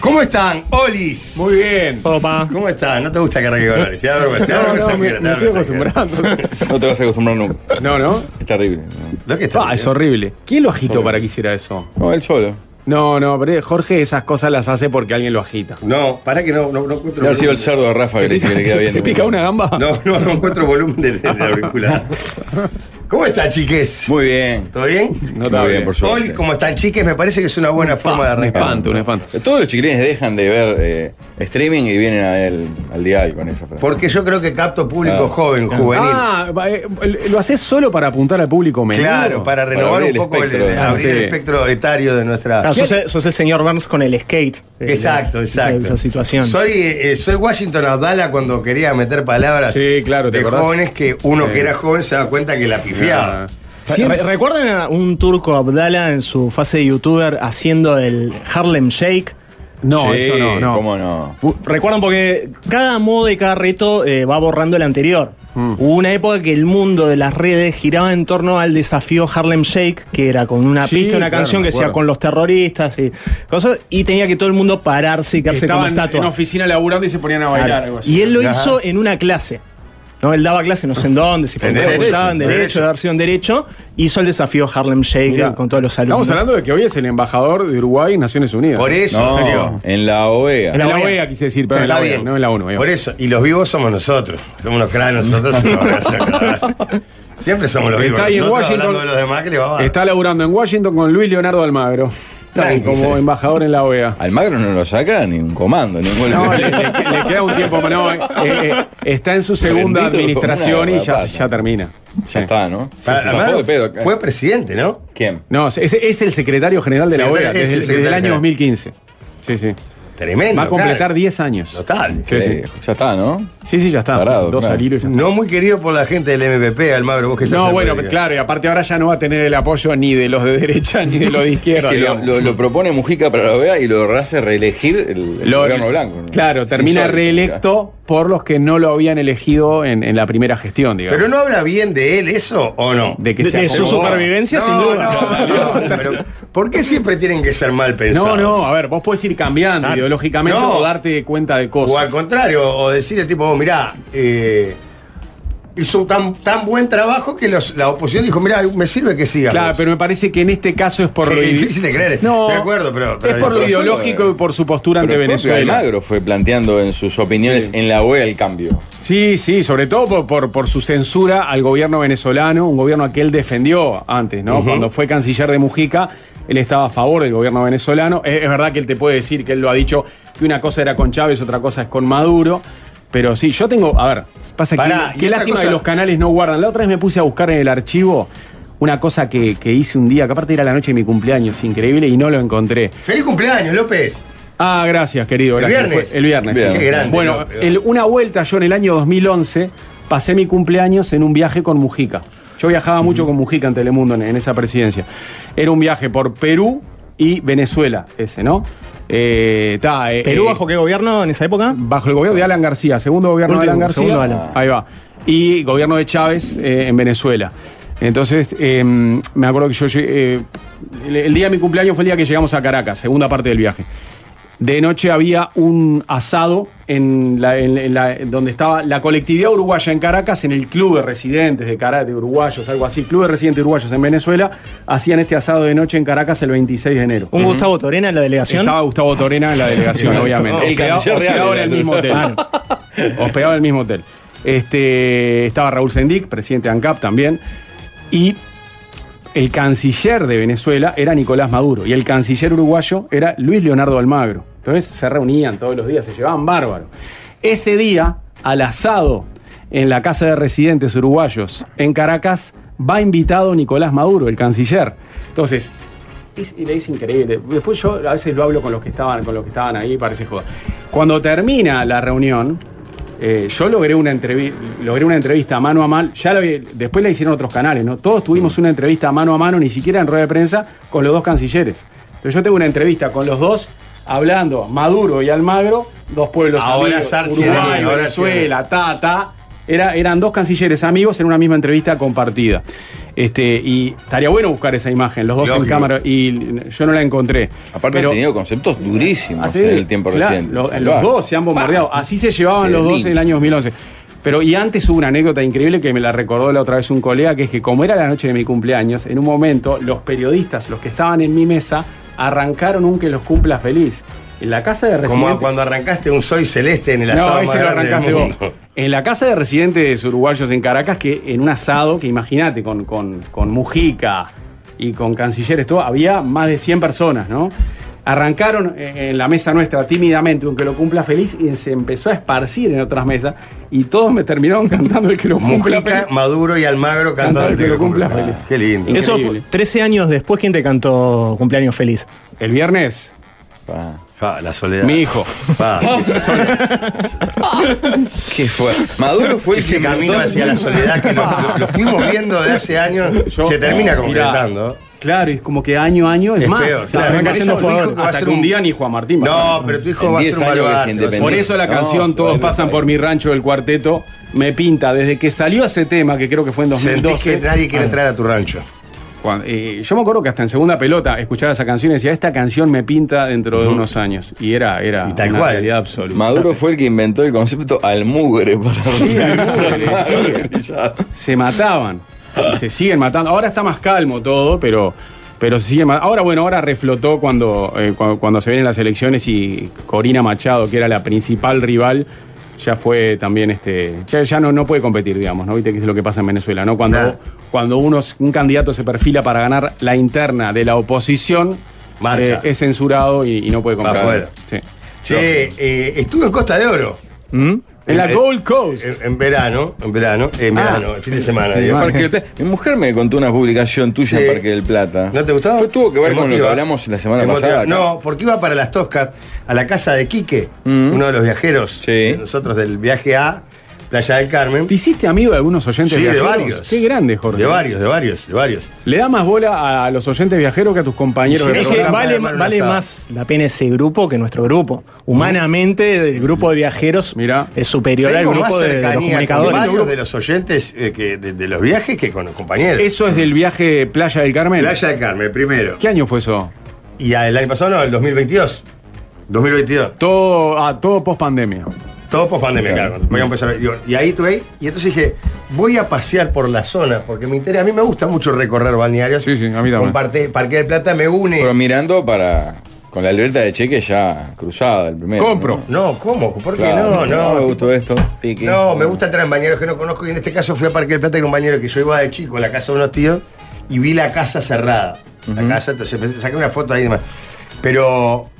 ¿Cómo están, Olis? Muy bien. Opa. ¿Cómo están? No te gusta que arranque con Olis. Te da vergüenza. Te da No, vergüenza no, me, ajena, te me da estoy vergüenza ajena. acostumbrando. No te vas a acostumbrar nunca. No, ¿no? Es terrible. ¿no? ¿Lo que está Ah, es horrible. ¿Quién lo agitó para que hiciera eso? No, él solo. No, no, pero Jorge esas cosas las hace porque alguien lo agita. No, pará que no, no, no encuentro. Debe haber sido el volumen. cerdo de Rafa que le dice que le queda bien. ¿Te pica una gamba? No, no, no encuentro volumen de, de la auricular. ¿Cómo están, chiques? Muy bien. ¿Todo bien? No está bien. Muy bien, por suerte. Olis, ¿cómo están, chiques? Me parece que es una buena forma de un arrancar. espanto, un espanto. Eh, Todos los chiquilines dejan de ver eh, streaming y vienen a él, al dial con esa frase. Porque yo creo que capto público Ah. joven, juvenil. Ah, va, eh, lo haces solo para apuntar al público menudo. claro, para renovar abrir el un poco el, espectro. Ah, abrir el sí. espectro etario de nuestra. Ah, sos, el- sos el señor Burns con el skate. Este, Eh, Exacto, la- esa- exacto. Esa, situación. Soy, eh, eh, soy Washington Abdala cuando quería meter palabras Sí, claro, ¿te de acordás? jóvenes que uno Sí. que era joven se da cuenta que la pifiaba. Ah. Re- re- ¿Recuerdan a un turco Abdala en su fase de youtuber haciendo el Harlem Shake? No, Sí, eso no, no. ¿Cómo no? U- Recuerdan porque cada moda y cada reto eh, va borrando el anterior. Hubo una época que el mundo de las redes giraba en torno al desafío Harlem Shake, que era con una Sí, pista, una claro, canción me que decía acuerdo. con los terroristas y cosas, y tenía que todo el mundo pararse y quedarse como Estaban estatua. en oficina laburando y se ponían a bailar. Claro. algo así. Y él lo Ajá. hizo en una clase. No, él daba clase no sé en dónde, si fue En en la Derecho, facultad, en en derecho, Derecho. de haber sido en derecho, hizo el desafío Harlem Shake Mirá, con todos los alumnos. Estamos hablando de que hoy es el embajador de Uruguay en Naciones Unidas. Por eso, No, salió. en la OEA. En la la E OEA OEA, quise decir, pero en la Está OEA, bien. no en la ONU. ahí va. Por eso, y los vivos somos nosotros. Somos los cráneos nosotros. y los brazos. Siempre somos los vivos. Está ahí en nosotros Washington. hablando de los demás que le va a dar. Está laburando en Washington con Luis Leonardo Almagro. Está Tranqui. como embajador en la E OEA. Almagro no lo saca ni un comando, ni un golpe. No, le, le que- le queda un tiempo, pero no, eh, eh, está en su segunda Bendito administración como y una ya, rapaza. ya termina. Sí. Ya está, ¿no? Para- se además, zafó de pedo. Fue presidente, ¿no? ¿Quién? No, es, es el secretario general de la Secretario- OEA es desde, el desde el secretario año general. 2015. Sí, sí. Tremendo. Va a completar claro. 10 años. Total. Sí, sí. Eh, ya está, ¿no? Sí, sí, ya está. Parado, Dos claro. al hilo y ya está. No muy querido por la gente del MPP, Almagro. Vos que estás No, en bueno, política. claro, y aparte ahora ya no va a tener el apoyo ni de los de derecha ni de los de izquierda. Que lo, digamos. lo- lo propone Mujica para la OEA y lo hace reelegir el, el Lo- gobierno blanco. ¿no? Claro, Es termina insólito, reelecto por los que no lo habían elegido en, en la primera gestión, digamos. Pero no habla bien de él eso o no. de que de, se de su acomodó. supervivencia, sin No, duda. no, no, pero ¿Por qué siempre tienen que ser mal No, pensados? no, a ver, vos podés ir cambiando Ah, ideológicamente no. o darte cuenta de O al cosas. contrario, o decirle tipo, vos, mirá, eh, hizo tan, tan buen trabajo que los- la oposición dijo, mirá, me sirve que siga. Claro, pero me parece que en este caso es por lo Es ide- difícil de creer. No, De acuerdo, pero- es por lo pero- ideológico y por su postura Pero ante el propio Venezuela. Almagro fue planteando en sus opiniones en la OEA el cambio. Sí, sí, sobre todo por, por, por su censura al gobierno venezolano, un gobierno a que él defendió antes, ¿no? Cuando fue canciller de Mujica, él estaba a favor del gobierno venezolano. Es, es verdad que él te puede decir que él lo ha dicho que una cosa era con Chávez, otra cosa es con Maduro. Pero sí, yo tengo. A ver, pasa Pará, que. y Qué otra lástima cosa- que los canales no guardan. La otra vez me puse a buscar en el archivo una cosa que, que hice un día, que aparte era la noche de mi cumpleaños, increíble, y no lo encontré. ¡Feliz cumpleaños, López! Ah, gracias, querido. ¿El gracias. viernes? Fue el viernes. Bien. sí. Qué grande, bueno, no, pero- el- una vuelta yo en el año 2011 pasé mi cumpleaños en un viaje con Mujica. Yo viajaba mucho con Mujica en Telemundo en, en esa presidencia. Era un viaje por Perú y Venezuela, ese, ¿no? Eh, ta, eh, ¿Perú eh, bajo qué gobierno en esa época? bajo el gobierno de Alan García, segundo gobierno de Último, Alan García. segundo Alan. Ahí va. Y gobierno de Chávez eh, en Venezuela. Entonces, eh, me acuerdo que yo llegué, eh, el, el día de mi cumpleaños fue el día que llegamos a Caracas, segunda parte del viaje. De noche había un asado en la- en- en la- en donde estaba la colectividad uruguaya en Caracas, en el club de residentes de, Cara- de uruguayos, algo así, club de residentes uruguayos en Venezuela, hacían este asado de noche en Caracas el 26 de enero. ¿Un Gustavo Torena en la delegación? Estaba Gustavo Torena en la delegación, obviamente. El Hospedado- canciller real hospedado en era el tú. mismo hotel. Hospedado en el mismo hotel. Este, estaba Raúl Sendic, presidente de ANCAP también. Y el canciller de Venezuela era Nicolás Maduro. Y el canciller uruguayo era Luis Leonardo Almagro. Entonces se reunían todos los días, se llevaban bárbaro. Ese día, al asado en la Casa de Residentes Uruguayos en Caracas, va invitado Nicolás Maduro, el canciller. Entonces, es, y le es increíble. Después yo a veces lo hablo con los que estaban, con los que estaban ahí, parece joda. Cuando termina la reunión, eh, yo logré una, entrevi- logré una entrevista mano a mano. Ya la vi- después la hicieron otros canales, ¿no? Todos tuvimos una entrevista mano a mano, ni siquiera en rueda de prensa, con los dos cancilleres. Entonces yo tengo una entrevista con los dos, hablando Maduro y Almagro, dos pueblos Ahora amigos, Sarchi, Uruguay, ahora Venezuela, Tata. Era, eran dos cancilleres amigos en una misma entrevista compartida. Este, y estaría bueno buscar esa imagen, los dos en Lógico. cámara, y yo no la encontré. Aparte Pero- han tenido conceptos durísimos Así, en el tiempo Ah, claro, reciente. lo- Salvaje. los dos se han bombardeado. Pa. Así se llevaban Se los dos en el linchan. año 2011. Pero y antes hubo una anécdota increíble que me la recordó la otra vez un colega, que es que como era la noche de mi cumpleaños, en un momento los periodistas, los que estaban en mi mesa, arrancaron un que los cumplas feliz. En la casa de residentes... Como cuando arrancaste un soy celeste en el asado No, más ese lo grande del arrancaste vos. mundo. En la casa de residentes uruguayos en Caracas, que en un asado, que imagínate, con, con- con Mujica y con cancilleres, todo, había más de 100 personas, ¿no? Arrancaron eh, en la mesa nuestra tímidamente, aunque lo cumpla feliz, y se empezó a esparcir en otras mesas, y todos me terminaron cantando el que lo cumpla Mujica, feliz. Maduro y Almagro cantando el que lo cumpla feliz. Qué lindo. Increíble. Eso fue 13 años después, ¿quién te cantó cumpleaños feliz? El viernes, Pa. Ah, la soledad. mi hijo. Ah, ¿Qué fue? Maduro fue el que ese camino inventó- hacia la soledad que lo, lo- lo fuimos viendo de hace años Yo- se termina Mirá, concretando. Claro, es como que año a año es, Es más. peor, O sea, claro. van cayendo Eso, tu hijo jugadores. va a Hasta ser que un un- día ni Juan Martín. va a No, ganar. pero tu hijo En va a 10 ser un años que se malvado. independiza. Por eso la No, canción se Todos baila, pasan se por mi baila. rancho del cuarteto me pinta desde que salió ese tema, que creo que fue en Sentís 2012. que nadie quiere entrar a tu rancho. Juan, eh, yo me acuerdo que hasta en segunda pelota escuchaba esa canción y decía, esta canción me pinta dentro de unos años. Y era, era Y tal una cual. realidad absoluta. Maduro fue el que inventó el concepto al mugre para almugre, Se mataban. Y se siguen matando. Ahora está más calmo todo, pero. Pero se sigue ma- Ahora, bueno, ahora reflotó cuando, eh, cu- cuando, se vienen las elecciones y Corina Machado, que era la principal rival, ya fue también este. Ya, ya no, no puede competir, digamos, ¿no? Viste que es lo que pasa en Venezuela, ¿no? Cuando, Claro. cuando uno, un candidato se perfila para ganar la interna de la oposición, Marcha. eh, es censurado y, y no puede competir. afuera. Sí. Che, eh, estuve en Costa de Oro. En la Eh, Gold Coast. En, en verano, en verano, en Ah. verano, el fin de semana. En digo. Parque del Plata. Mi mujer me contó una publicación tuya Sí. en Parque del Plata. ¿No te gustaba? Fue, tuvo que ver con lo que Emotiva. hablamos la semana Emotiva. pasada. acá. No, porque iba para las Toscas, a la casa de Quique, Mm. uno de los viajeros Sí. de nosotros del viaje a Playa del Carmen. ¿Te hiciste amigo de algunos oyentes Sí, de viajeros? varios. Qué grande, Jorge. De varios, de varios, de varios. Le da más bola a los oyentes viajeros que a tus compañeros Sí, de Es que programa. vale, Hermano vale Lazada. más la pena ese grupo que nuestro grupo. Humanamente, el grupo de viajeros Mirá. es superior Tengo al más grupo de- de, los cercanía con comunicadores. varios de los oyentes eh, que, de, de los viajes que con los compañeros. Eso es del viaje Playa del Carmen. Playa del Carmen, primero. ¿Qué año fue eso? Y a- el año pasado, no, el 2022. 2022. Todo, ah, todo post pandemia. Todo post pandemia, claro. Voy a empezar. digo, Y ahí estuve ahí. Y entonces dije, voy a pasear por la zona, porque me interesa. A mí me gusta mucho recorrer balnearios. Sí, sí, a mí también. Con Parte- Parque del Plata me une. Pero mirando para. Con la libreta de cheque ya cruzada, el primero. Compro. ¿no? No, ¿cómo? ¿Por qué Claro, no? No, me tipo, gustó esto. pique. no, me gusta entrar en bañeros que no conozco. Y en este caso fui a Parque del Plata, que era un bañero que yo iba de chico, a la casa de unos tíos, y vi la casa cerrada. La casa, entonces me saqué una foto ahí y demás. Pero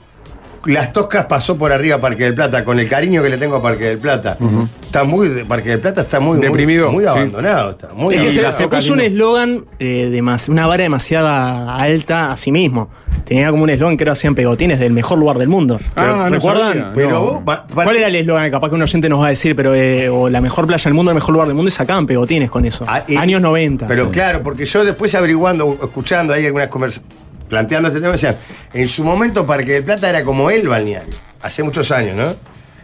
Las Toscas pasó por arriba a Parque del Plata, con el cariño que le tengo a Parque del Plata. Está muy, Parque del Plata está muy, muy- Deprimido, muy, sí. abandonado. Está muy Es que Y se, la se Soca puso un Lima. eslogan, eh, demas- una vara demasiada alta a sí mismo. Tenía como un eslogan que era hacían pegotines del mejor lugar del mundo. Ah, no ¿Recuerdan? sabía. Pero No. vos, pa- pa- ¿Cuál era el eslogan? Capaz que un oyente nos va a decir, pero eh, o la mejor playa del mundo, el mejor lugar del mundo, y sacaban pegotines con eso. Ah, y- Años 90. Pero Sí. claro, porque yo después averiguando, escuchando ahí algunas conversaciones, planteando este tema, decían, en su momento Parque del Plata era como el balneario, hace muchos años, ¿no?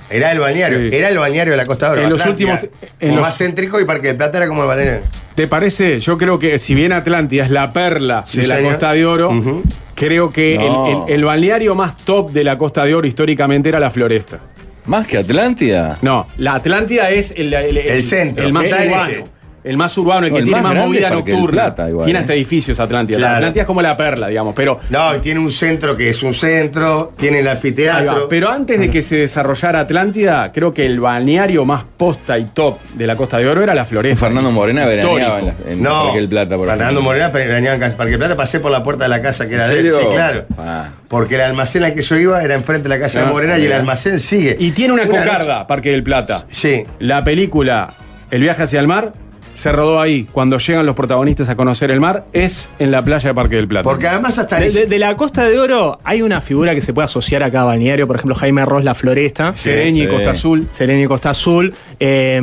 Era el balneario, Sí. era el balneario de la Costa Brava. En los Atlántida, últimos- como en los- más céntrico y Parque del Plata era como el balneario. ¿Te parece? Yo creo que si bien Atlántida es la perla Sí, de la señor. Costa de Oro, Ujú. creo que No. el, el- el balneario más top de la Costa de Oro históricamente era la Floresta. Más que Atlántida. No, la Atlántida es el, El centro, el más el urbano. este. El más urbano, el No, que el tiene más más, grande movida es Parque del nocturna. Plata igual, tiene ¿eh? hasta edificios Atlántida. La Claro. Atlántida es como la perla, digamos. Pero No, y tiene un centro que es un centro, tiene el Ahí va. anfiteatro. Pero antes de que se desarrollara Atlántida, creo que el balneario más posta y top de la Costa de Oro era la Floresta. Fernando Morena Histórico. veraneaba en, la- en no, Parque del Plata. Por Fernando ejemplo. Morena venían en Parque del Plata, pasé por la puerta de la casa que era ¿En de él. serio? Sí, claro. Ah. Porque el almacén al que yo iba era enfrente de la casa Ah, de Morena y el mira. almacén sigue. Y tiene una noche- cocarda, Parque del Plata. Sí, La película El viaje hacia el mar se rodó ahí. Cuando llegan los protagonistas a conocer el mar, es en la playa de Parque del Plata. Porque además hasta De, el- de- de la Costa de Oro hay una figura que se puede asociar acá a balneario, por ejemplo, Jaime Arroz, La Floresta. Sí. Sereña y Sí. Costa Azul. Sereni Costa Azul, eh,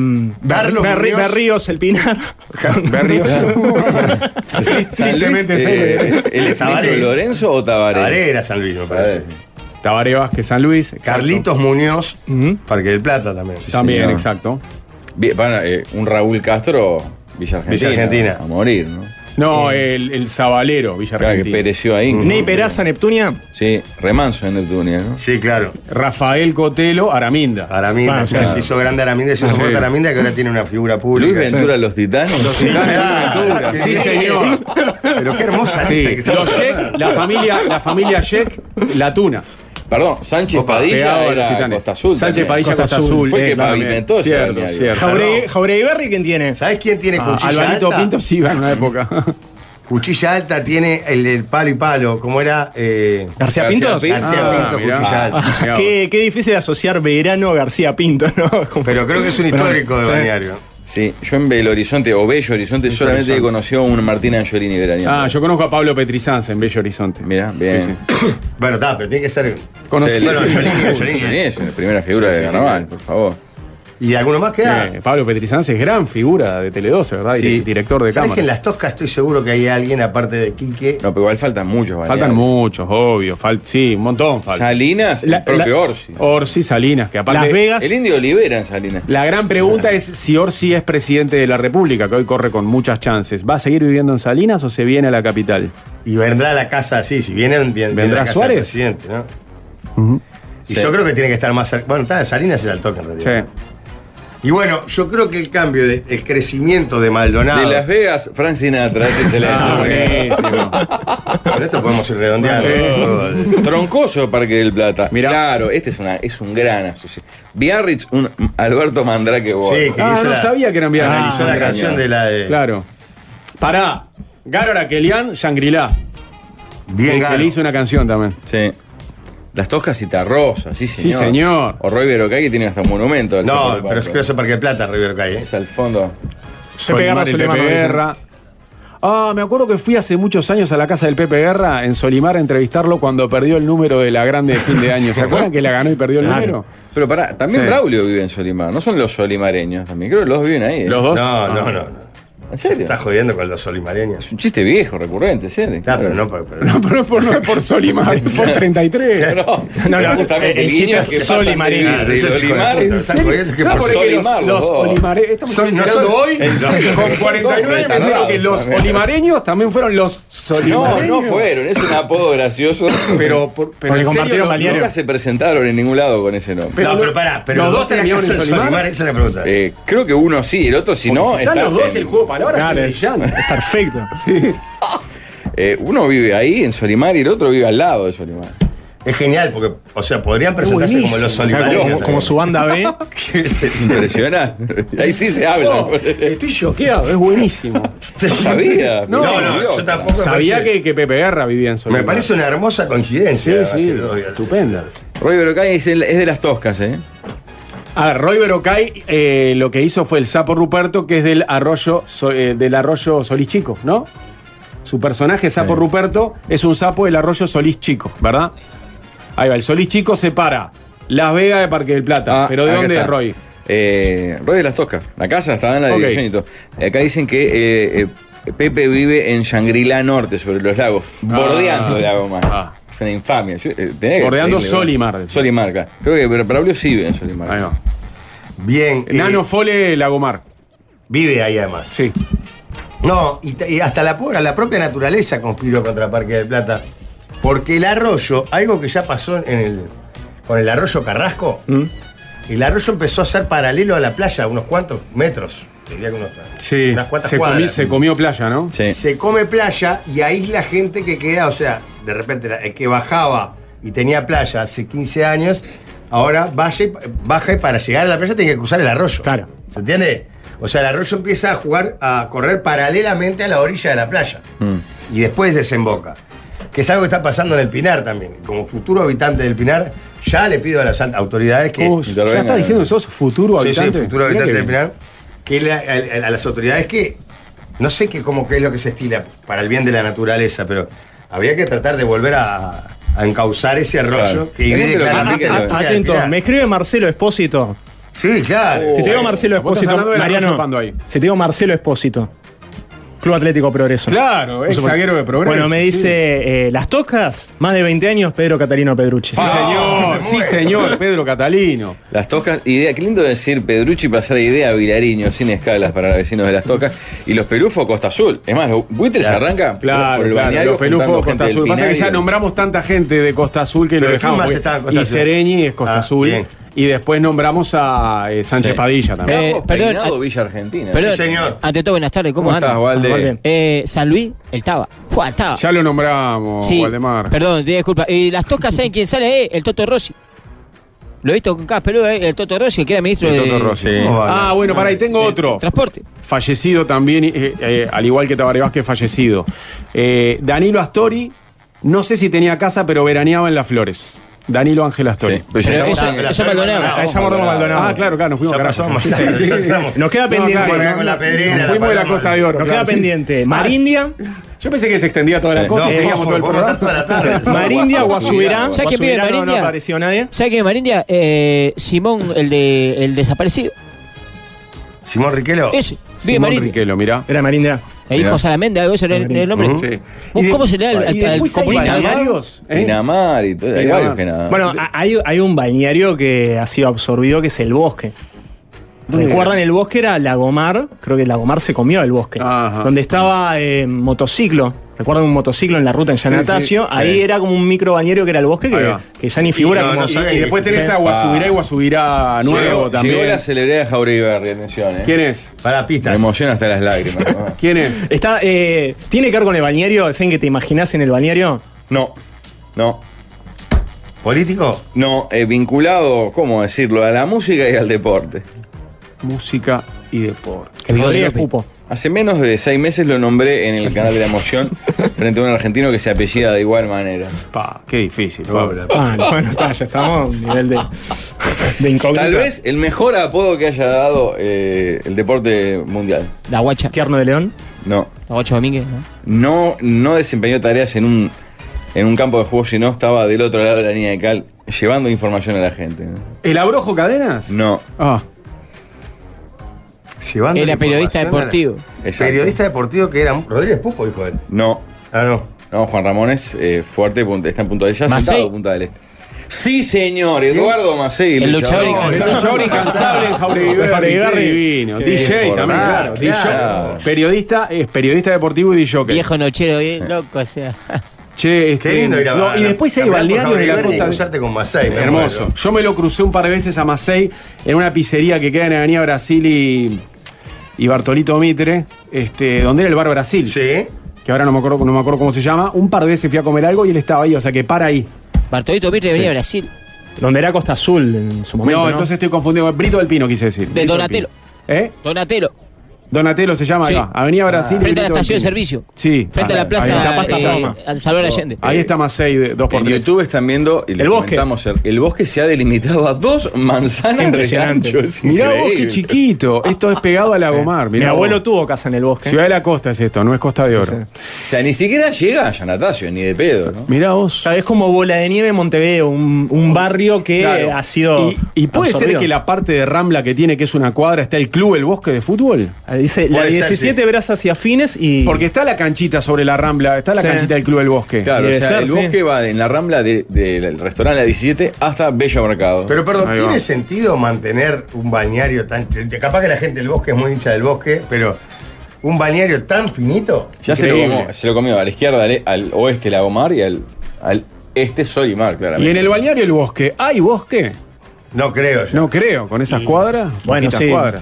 Carlos Berri- Muñoz. Berríos, El Pinar. Berrío. San Luis, Tristemente, sí. eh, ¿El ex Tabaré. Lorenzo o Tabaré? Tabaré era San Luis, me parece. Tabaré. Tabaré Vázquez, San Luis. exacto. Carlitos Muñoz, Ujú. Parque del Plata también. También, señor. exacto. Vi- van, eh, un Raúl Castro, Villa Argentina. Villa Argentina. A morir, ¿no? No, el, el Zabalero, Villa Claro, que Argentina. pereció ahí. Ney Peraza, Neptunia. Sí, remanso en Neptunia, ¿no? Sí, claro. Rafael Cotelo, Araminda. Araminda, Ah, o sea, claro. se hizo grande Araminda, se hizo Sí. fuerte Araminda, que ahora tiene una figura Luis pública. Ah, Ventura, los titanes. Los titanes de la aventura. Sí, señor. Pero qué hermosa Sí. esta que está- Los Sheck, la familia, la familia Sheck, la tuna. Perdón, Sánchez Padilla Pegado a los era titanes. Costa Azul. Sánchez también. Padilla Costa Costa Azul. Azul. eh, Fue el que claramente. pavimentó ese Cierto, balneario. cierto. Jauregui Jauregui Berry, ¿quién tiene? ¿Sabés quién tiene Ah, cuchilla Alvarito alta? Pinto sí iba en una época. Cuchilla alta tiene el, del palo y palo, como era eh, ¿García García Pinto? Pinto. García Ah, Pinto mirá. Cuchilla alta. mirá vos. Qué, qué difícil asociar verano a García Pinto, ¿no? Como- Pero creo que es un histórico de Sí. balneario. Sí, yo en Belo Horizonte, o Bello Horizonte, solamente Horizonte. conocí a un Martín Angiolini veraniego. Ah, yo conozco a Pablo Petrizanza en Bello Horizonte. Mirá, bien. Bueno, está, pero tiene que ser. Conocí- Sí, Bueno, sí, Angiolini, sí, Angiolini. Angiolini es la primera figura Sí, sí, de sí, carnaval, sí. por favor. ¿Y alguno más queda? Eh, Pablo Petrizanza es gran figura de Tele 12, ¿verdad? Sí. Dire- Director de ¿Sabés que en cámara. las toscas estoy seguro que hay alguien aparte de Quique? No, pero igual faltan muchos. Faltan balnearios. muchos, obvio. fal- sí, un montón faltan. Salinas, La- el propio la- Orsi. Orsi Salinas, que aparte. Las Vegas. El indio Olivera en Salinas. La gran pregunta es si Orsi es presidente de la República, que hoy corre con muchas chances. ¿Va a seguir viviendo en Salinas o se viene a la capital? Y vendrá a la casa así, si viene, bien- viene ¿Vendrá a la casa Suárez? del presidente, ¿no? Y Sí. yo creo que tiene que estar más cerca. Bueno, está, Salinas es al toque en Sí. realidad. Y bueno, yo creo que el cambio, de- el crecimiento de Maldonado. De Las Vegas, Frank Sinatra, es Ah, excelente. buenísimo. Con esto podemos ir redondeando. ¿no? Troncoso Parque del Plata. Mirá. Claro, este es, una, es un gran asociado. Biarritz, un Alberto Mandrake Boa. Sí, que Ah, hizo no la- sabía que eran Ah, viajes. hizo la señor. canción de la de. Claro. Pará. Garo Araquelian, Shangri-La. Bien, que- que Galo. le hizo una canción también. Sí. Las Toscas y Tarrosa, sí Sí, señor. señor. O Roy Verocay que tiene hasta un monumento. al No, Cerro del pero es Parque. que eso Parque Plata, River Calle. Es al fondo. Se pegaron Solimar, el Solimar, Pepe ¿no? Guerra. Ah, me acuerdo que fui hace muchos años a la casa del Pepe Guerra en Solimar a entrevistarlo cuando perdió el número de la grande de fin de año. ¿Se acuerdan que la ganó y perdió el Claro. número? Pero pará, también Sí. Braulio vive en Solimar. No son los solimareños también. Creo que los dos viven ahí. ¿eh? Los dos. No, Ah. no, no. no. ¿En serio? Estás jodiendo con los solimareños. Es un chiste viejo, recurrente, ¿sí? Está, pero no, pero- pero- No, pero no es por, no es por Solimar, es por 33. No, No, no, justamente el el chiste guiño es que Sol y pasan de- Marina. de De esos hijos de Solimar. puta. en- Estás jodiendo que Claro, por porque los, Solimar, los los dos. olimareños. Estamos Sol- no enterando son- hoy. Con 49 me entero que los También. olimareños también fueron los No, solimareños. no fueron, es un apodo gracioso. Pero, por- Porque pero en serio, compartieron lo- balneario. nunca se presentaron en ningún lado con ese nombre. No, lo- pero pará, pero los dos te la terminaron casa en del Solimar. Solimar, esa es la pregunta. Eh, creo que uno sí, el otro si Porque no. si están está los dos, en- el juego de palabras Claro, es es, brillante. es perfecto. eh, uno vive ahí en Solimar y el otro vive al lado de Solimar. Es genial, porque, o sea, podrían presentarse como los Claro, solimareños. como, como su banda B. Impresionante. Ahí sí se habla. Oh, estoy choqueado, es buenísimo. Sabía. No, pero no, no, idiota. yo tampoco. Sabía me que, parece- que Pepe Guerra vivía en Solimar. Me parece una hermosa coincidencia. Sí, sí, estupenda. Roy Berocay es, el- es de las toscas, ¿eh? A ver, Roy Berocay eh, lo que hizo fue el sapo Ruperto, que es del arroyo, So- eh, del arroyo Solís Chico, ¿no? Su personaje, sapo Sí. Ruperto, es un sapo del arroyo Solís Chico, ¿verdad? Ahí va, el Solís Chico separa Las Vegas de Parque del Plata. Ah, ¿Pero de acá dónde está. es Roy? Eh, Roy de las Toscas. La casa está en la Ok. dirección y todo. Acá dicen que eh, eh, Pepe vive en Shangri-La Norte, sobre los lagos, bordeando el lago más. Ah. Es una infamia. Yo, eh, tenía que Bordeando pedirle, ¿verdad? Solimar, decía. Solimar, claro. Creo que Bra- Braulio sí vive en Solimar. Ahí va. Bien. eh, Nano Fole Lagomar. vive ahí además. Sí. No, y, t- y hasta la, pura- la propia naturaleza conspiró contra Parque del Plata. Porque el arroyo, algo que ya pasó en el, con el arroyo Carrasco, ¿Mm? el arroyo empezó a ser paralelo a la playa, unos cuantos metros. te diría que unos- Sí. unas cuantas Se, comi- cuadras. se comió playa, ¿no? Sí. Se come playa y ahí la gente que queda, o sea, de repente la- el que bajaba y tenía playa hace 15 años, ahora vaya y- baja y para llegar a la playa tiene que cruzar el arroyo. Claro. ¿Se entiende? O sea, el arroyo empieza a jugar, a correr paralelamente a la orilla de la playa y después desemboca. Que es algo que está pasando en el Pinar también. Como futuro habitante del Pinar, ya le pido a las alt- autoridades que Oh, ya está diciendo que sos futuro Sí, habitante. sí, futuro Mirá habitante qué del bien. Pinar, que la- a, a las autoridades que no sé qué como que es lo que se estila para el bien de la naturaleza, pero habría que tratar de volver a, a encauzar ese rollo Claro. que Hay divide gente que lo claramente critica, la lo- cultura del Atento, Pinar. me escribe Marcelo Espósito. Sí, claro. Si te digo Marcelo Vos estás Espósito, hablando del arroyo Mariano. Pando ahí. Si te digo Marcelo Espósito. Club Atlético Progreso. Claro, Por ex supuesto. zaguero de Progreso, Bueno, me sí. dice, eh, las tocas, más de 20 años, Pedro Catalino Pedrucci. Sí, Ah, señor, sí, señor, Pedro Catalino. Las tocas, idea, qué lindo decir Pedrucci y pasar idea a Vilariño, sin escalas para vecinos de las tocas. Y los pelufos Costa Azul. Es más, los buitres arranca Claro, por el claro, balneario los pelufos juntando Costa gente del Azul. Pasa que Pinario. ya nombramos tanta gente de Costa Azul que lo Pero ¿quién dejamos. más porque- estaba en Costa y Azul? Sereñi es Costa Ah, Azul. bien. Y después nombramos a eh, Sánchez Sí. Padilla también. Campos, Eh, perdón, Peinado, a- Villa Argentina. Perdón, Sí, señor. Ante todo, buenas tardes, ¿cómo, ¿Cómo estás, andan? Valde? Valde. Eh, San Luis, el Taba. Fua, el Taba. Ya lo nombramos, Sí, Waldemar. Perdón, te disculpa. Y las tocas, ¿saben quién sale? Eh, el Toto Rossi. Lo he visto con cada peluda, eh, el Toto Rossi, que era ministro El de Toto Rossi. Sí. ¿Cómo va? Ah, bueno, pará, y tengo otro. Transporte. Fallecido también, eh, eh, al igual que Tabaré Vázquez, fallecido. Eh, Danilo Astori, no sé si tenía casa, pero veraneaba en Las Flores. Danilo Ángel Astori. Sí, pero ya Pero estamos esa- en- pero- eso es Ahí Maldonado. ya abordamos Maldonado. Ah, claro, claro, nos fuimos Ya a carajo. pasamos, Sí, sí, ya sí, sí. entramos. Nos queda pendiente. No, Acá con la pedrera, nos fuimos de la paramos. Costa de Oro. Nos queda claro, sí, pendiente. sí. Marindia, Ah, Yo pensé que se extendía toda la Sí. costa No, y seguíamos todo el podemos estar programa. toda la tarde. Marindia, Guasubirá. Guasubirá. ¿Sabes quién vive en Guasubirá, no- No, Marindia? apareció nadie. ¿Sabe quién es Marindia? Eh, Simón, el, de, el desaparecido. Simón Riquelo. Ese, vive en Simón Marindia. Riquelo, mirá. Era Marindia. El hijo Mirá. Salamenda, algo ese era el, Marindia. el nombre. Ujú. Sí. ¿Cómo se le da al- y al- al después hay comunista? varios, ¿eh? Pinamar y todo. Hay Pinamar. varios que nada. Bueno, a- hay, hay un balneario que ha sido absorbido, que es el bosque. ¿Recuerdan? El bosque era Lagomar. Creo que Lagomar se comió el bosque. Ajá. Donde estaba eh, motociclo. ¿Recuerdan un motociclo en la ruta en San Sí, Atasio? sí, sí. Ahí era como un micro balneario que era el bosque Ahí que, va. que ya ni figura no, como... no Y, sabe. y después tenés Sí. a Guasubirá y Guasubirá Llegó- ah, nuevo también. Llegó la celebridad de Jauregui atención, ¿eh? ¿Quién es? Para Me pistas. emociona hasta las lágrimas. ¿no? ¿Quién es? Está, eh, ¿Tiene que ver con el balneario? ¿Saben que te imaginás en el balneario? No, no, ¿Político? no. eh, vinculado, ¿cómo decirlo? A la música y al deporte. Música y deporte. El bigote Rodríguez López. Pupo. Hace menos de seis meses lo nombré en el canal de la emoción frente a un argentino que se apellida de igual manera. Pa, qué difícil. Pobre. Ah, no, bueno, está, ya estamos a un nivel de, de incógnita. Tal vez el mejor apodo que haya dado eh, el deporte mundial. La guacha. Tierno de León. No, La guacha Domínguez, ¿no? no, no desempeñó tareas en un, en un campo de juego, sino estaba del otro lado de la línea de cal llevando información a la gente. ¿no? ¿El Abrojo Cadenas? No, Ah, Llevando Era la periodista información deportivo. a la- Exacto. Periodista deportivo que era Rodríguez Pupo, dijo él. no, Ah, no. no. Juan Ramón es eh, fuerte, punta- está en Punta del Este, Macei. sentado Punta del Este. Sí, señor, Eduardo Macei. El luchador incansable. el luchador incansable en Jauregui De Jauregui Berri, Berri. sí, divino. Qué DJ bien también, formado, claro. claro. DJ. Periodista, es periodista deportivo y DJ. Viejo nochero, ¿eh? bien loco, o sea. Che, Qué este, lindo ir a no, Y después hay balnearios de la costa. Cruzarte con Masai, me Hermoso. muero. Yo me lo crucé un par de veces a Macei en una pizzería que queda en Avenida Brasil y, y Bartolito Mitre, este, donde era el bar Brasil, Sí. que ahora no me, acuerdo, no me acuerdo cómo se llama. Un par de veces fui a comer algo y él estaba ahí, o sea que para ahí. Bartolito Mitre venía a Brasil. Donde era Costa Azul en su momento. no, No, entonces estoy confundido con Brito del Pino, quise decir. De Brito del Donatello. Pino. ¿Eh? Donatello. Donatello se llama Sí. acá. Ah. Avenida Brasil. y Frente a la Brito del estación de Pino. servicio. Sí. Frente a Ahí la plaza está. capaz que se arma. eh, al Salvador Allende. Ahí está Macei, de- dos por En tres. YouTube están viendo, y les El bosque. comentamos, el, el bosque se ha delimitado a dos manzanas de Impresionante. ancho. Es Mirá vos increíble. qué chiquito. Esto es pegado a Lagomar. Mi mirá abuelo vos. tuvo casa en el bosque. Ciudad de la Costa es esto, no es Costa de Oro. O sea, ni siquiera llega a Yanatacio, ni de pedo, ¿no? Mirá vos. Oh, Claro, es como Bola de Nieve Montevideo, un, un barrio que Claro. Eh, ha sido. Y, y puede ser absorbido. que la parte de Rambla que tiene, que es una cuadra, está el club El Bosque de Fútbol. Ah, Dice la Puede ser, 17 brasas y afines y. Porque está la canchita sobre la Rambla, está la Sí. canchita del Club El Bosque. Claro, o Debe sea, ser, el sí. bosque va en la rambla de- del restaurante La 17 hasta Bello Mercado. Pero perdón, Ahí ¿tiene va. sentido mantener un bañario tan. Capaz que la gente del bosque es muy hincha del bosque, pero un bañario tan finito. ya se lo, increíble. comió, se lo comió a la izquierda, al, al oeste Lagomar y al, al este Solimar, claramente. Y en el balneario El Bosque, ¿hay bosque? No creo yo. No creo, con esas cuadras. Bueno, poquitas sí. cuadras.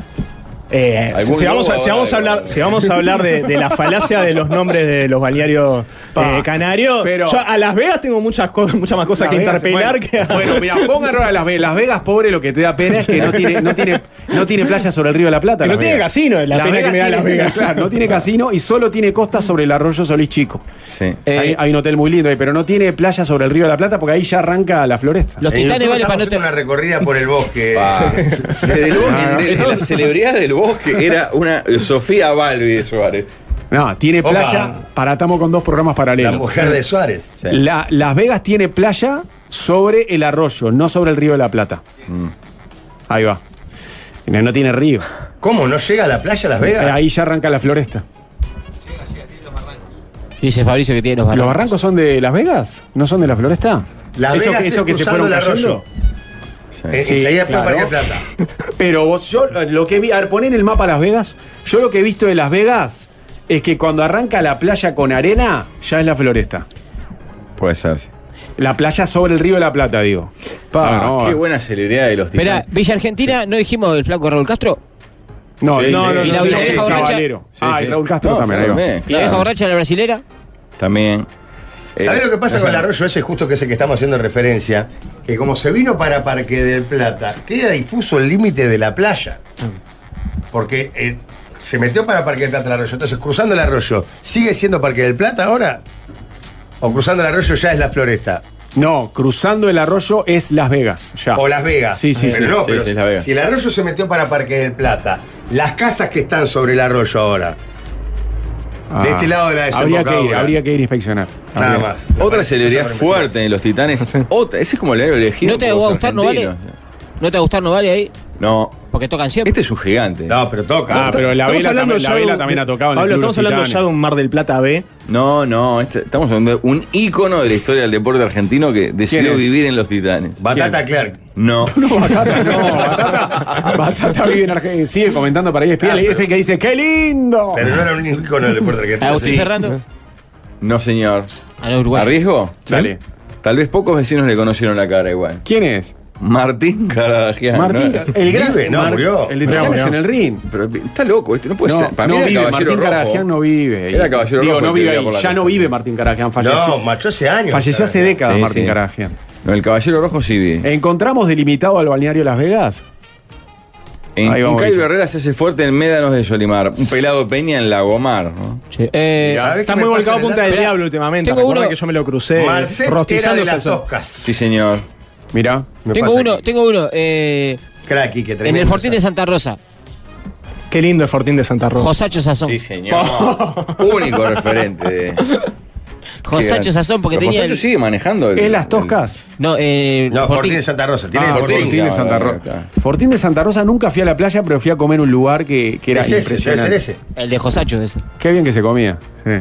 Eh, Algún si, vamos a, lobo si vamos a ahora, hablar, algo. si vamos a hablar de, de la falacia de los nombres de los balnearios Pa, eh, canarios, pero- yo a Las Vegas tengo muchas, co- muchas más cosas Las que Vegas, interpelar bueno, que a- Bueno, mira, pongan ahora Las Vegas. Las Vegas, pobre, lo que te da pena es que no tiene, no tiene, no tiene playa sobre el río de la Plata. Que no Las tiene Vegas. casino, es la pena que me da Las tiene- Vegas. Claro, no tiene casino y solo tiene costa sobre el arroyo Solís Chico. Sí. Eh, hay, hay un hotel muy lindo ahí, pero no tiene playa sobre el río de la Plata porque ahí ya arranca la floresta. Los En YouTube titanes vale estamos para no haciendo una tener. recorrida por el bosque. Pa. Ah. Desde luego, en- de- la celebridad del bosque era una Sofía Balbi de Suárez. No, tiene Opa. playa. Paratamos con dos programas La paralelos. mujer de Suárez. Sí. La- Las Vegas tiene playa sobre el arroyo, no sobre el río de la Plata. Ahí va. No, no tiene río. ¿Cómo? ¿No llega a la playa Las Vegas? Ahí ya arranca la floresta. Dice Fabricio que tiene los ¿Los barrancos. barrancos son de Las Vegas? ¿No son de la Floresta? Las eso Vegas que, es eso que se cruzando fueron la cayendo. Arroyo. Eh, Sí, enseguida después claro. Mar del Plata. Pero vos, yo eh, lo que vi, a ver, poné en el mapa Las Vegas. Yo lo que he visto de Las Vegas es que cuando arranca la playa con arena, ya es la Floresta. Puede ser. sí. La playa sobre el río de la Plata, digo. Pa, A ver, vamos a Ah, qué ver. buena celebridad de los Esperá, titanes. Villa Argentina, ¿no dijimos el flaco Raúl Castro? No, Sí, no, sí. no, Y no, la no, vieja sí, borracha. Sabalero. Sí, Ah, sí. y Raúl Castro No, también, ahí va. Fernández, ¿La vieja claro. borracha de la brasilera? También. ¿Sabés Eh, lo que pasa esa- con el arroyo ese justo que es el que estamos haciendo referencia? Que como se vino para Parque del Plata, queda difuso el límite de la playa. Porque eh, se metió para Parque del Plata el arroyo. Entonces, cruzando el arroyo, ¿sigue siendo Parque del Plata ahora? ¿O cruzando el arroyo ya es la floresta? No, cruzando el arroyo es Las Vegas. Ya. O Las Vegas. Sí, sí, pero sí. no, Sí, pero sí, es Las Vegas. si el arroyo se metió para Parque del Plata, las casas que están sobre el arroyo ahora, Ah. de este lado de la habría que ir, desembocadura. habría que ir a inspeccionar. Nada Habría- más. Otra Parece celebridad que no se permitió. fuerte de los titanes. Otra, ese es como el héroe elegido. ¿No te por va a los gustar, no vale? argentinos. ¿No te va a gustar, no vale ahí? No. Porque tocan siempre. Este es un gigante. No, pero toca. Ah, pero la Estamos vela, hablando también, la ya de vela un- también ha tocado en el Pablo, Club de estamos los hablando ya Titanes. de un Mar del Plata B. No, no, este- estamos hablando de un ícono de la historia del deporte argentino que decidió es? vivir en los Titanes. Batata Clark. No. No, Batata no, Batata, Batata vive en Argentina, sigue comentando para ESPN, Ah, y es el que dice, ¡qué lindo! Pero no era un icono del deporte ¿A argentino. Agustín Ferrando? No, señor. A los uruguayos. ¿Arriesgo? Dale. Tal vez pocos vecinos le conocieron la cara igual. ¿Quién es? Martín Caradagian. Martín, ¿no? el gran, Vive, no, Mar- murió. el de No, Titanes murió. en el ring. Pero está loco, este no puede No, ser. Para no mí era vive, caballero Martín rojo. Caradagian no vive. ahí. Era caballero Digo, rojo no que vive vivía ahí, por la ya no calle. vive Martín Caradagian, falleció. No, macho hace años. falleció hace décadas Sí, Martín sí. Caradagian. No, el caballero rojo sí vi. ¿Encontramos delimitado al balneario Las Vegas? En ahí vamos, Cairo Guille. Herrera se hace fuerte en Médanos de Solimar. Un pelado Peña en Lagomar. ¿no? Sí. Eh, ¿Sabes Está qué me muy pasa volcado en el Punta dato? del Mirá, Diablo últimamente. tengo Recuerdo uno- que yo me lo crucé Marcel era de rostizándose las eso. toscas. Sí, señor. Mirá. Me tengo pasa uno, que- tengo uno. eh, Cracky, que en tremendo. el Fortín de Santa Rosa. Qué lindo el Fortín de Santa Rosa. Josacho Sazón. Sí, señor. Único referente. de- Josacho Sazón, porque Pero tenía. el- Josacho sigue manejando. el- ¿Es Las el- Toscas? No, eh, No, Fortín de Fortín. Santa Rosa. Tiene Ah, el Fortín, Fortín. de Claro, Santa claro, Rosa. claro. Fortín de Santa Rosa nunca fui a la playa, pero fui a comer a un lugar que, que era Es ese, debe impresionante. ser ese. El de Josacho ese. Qué bien que se comía. sí.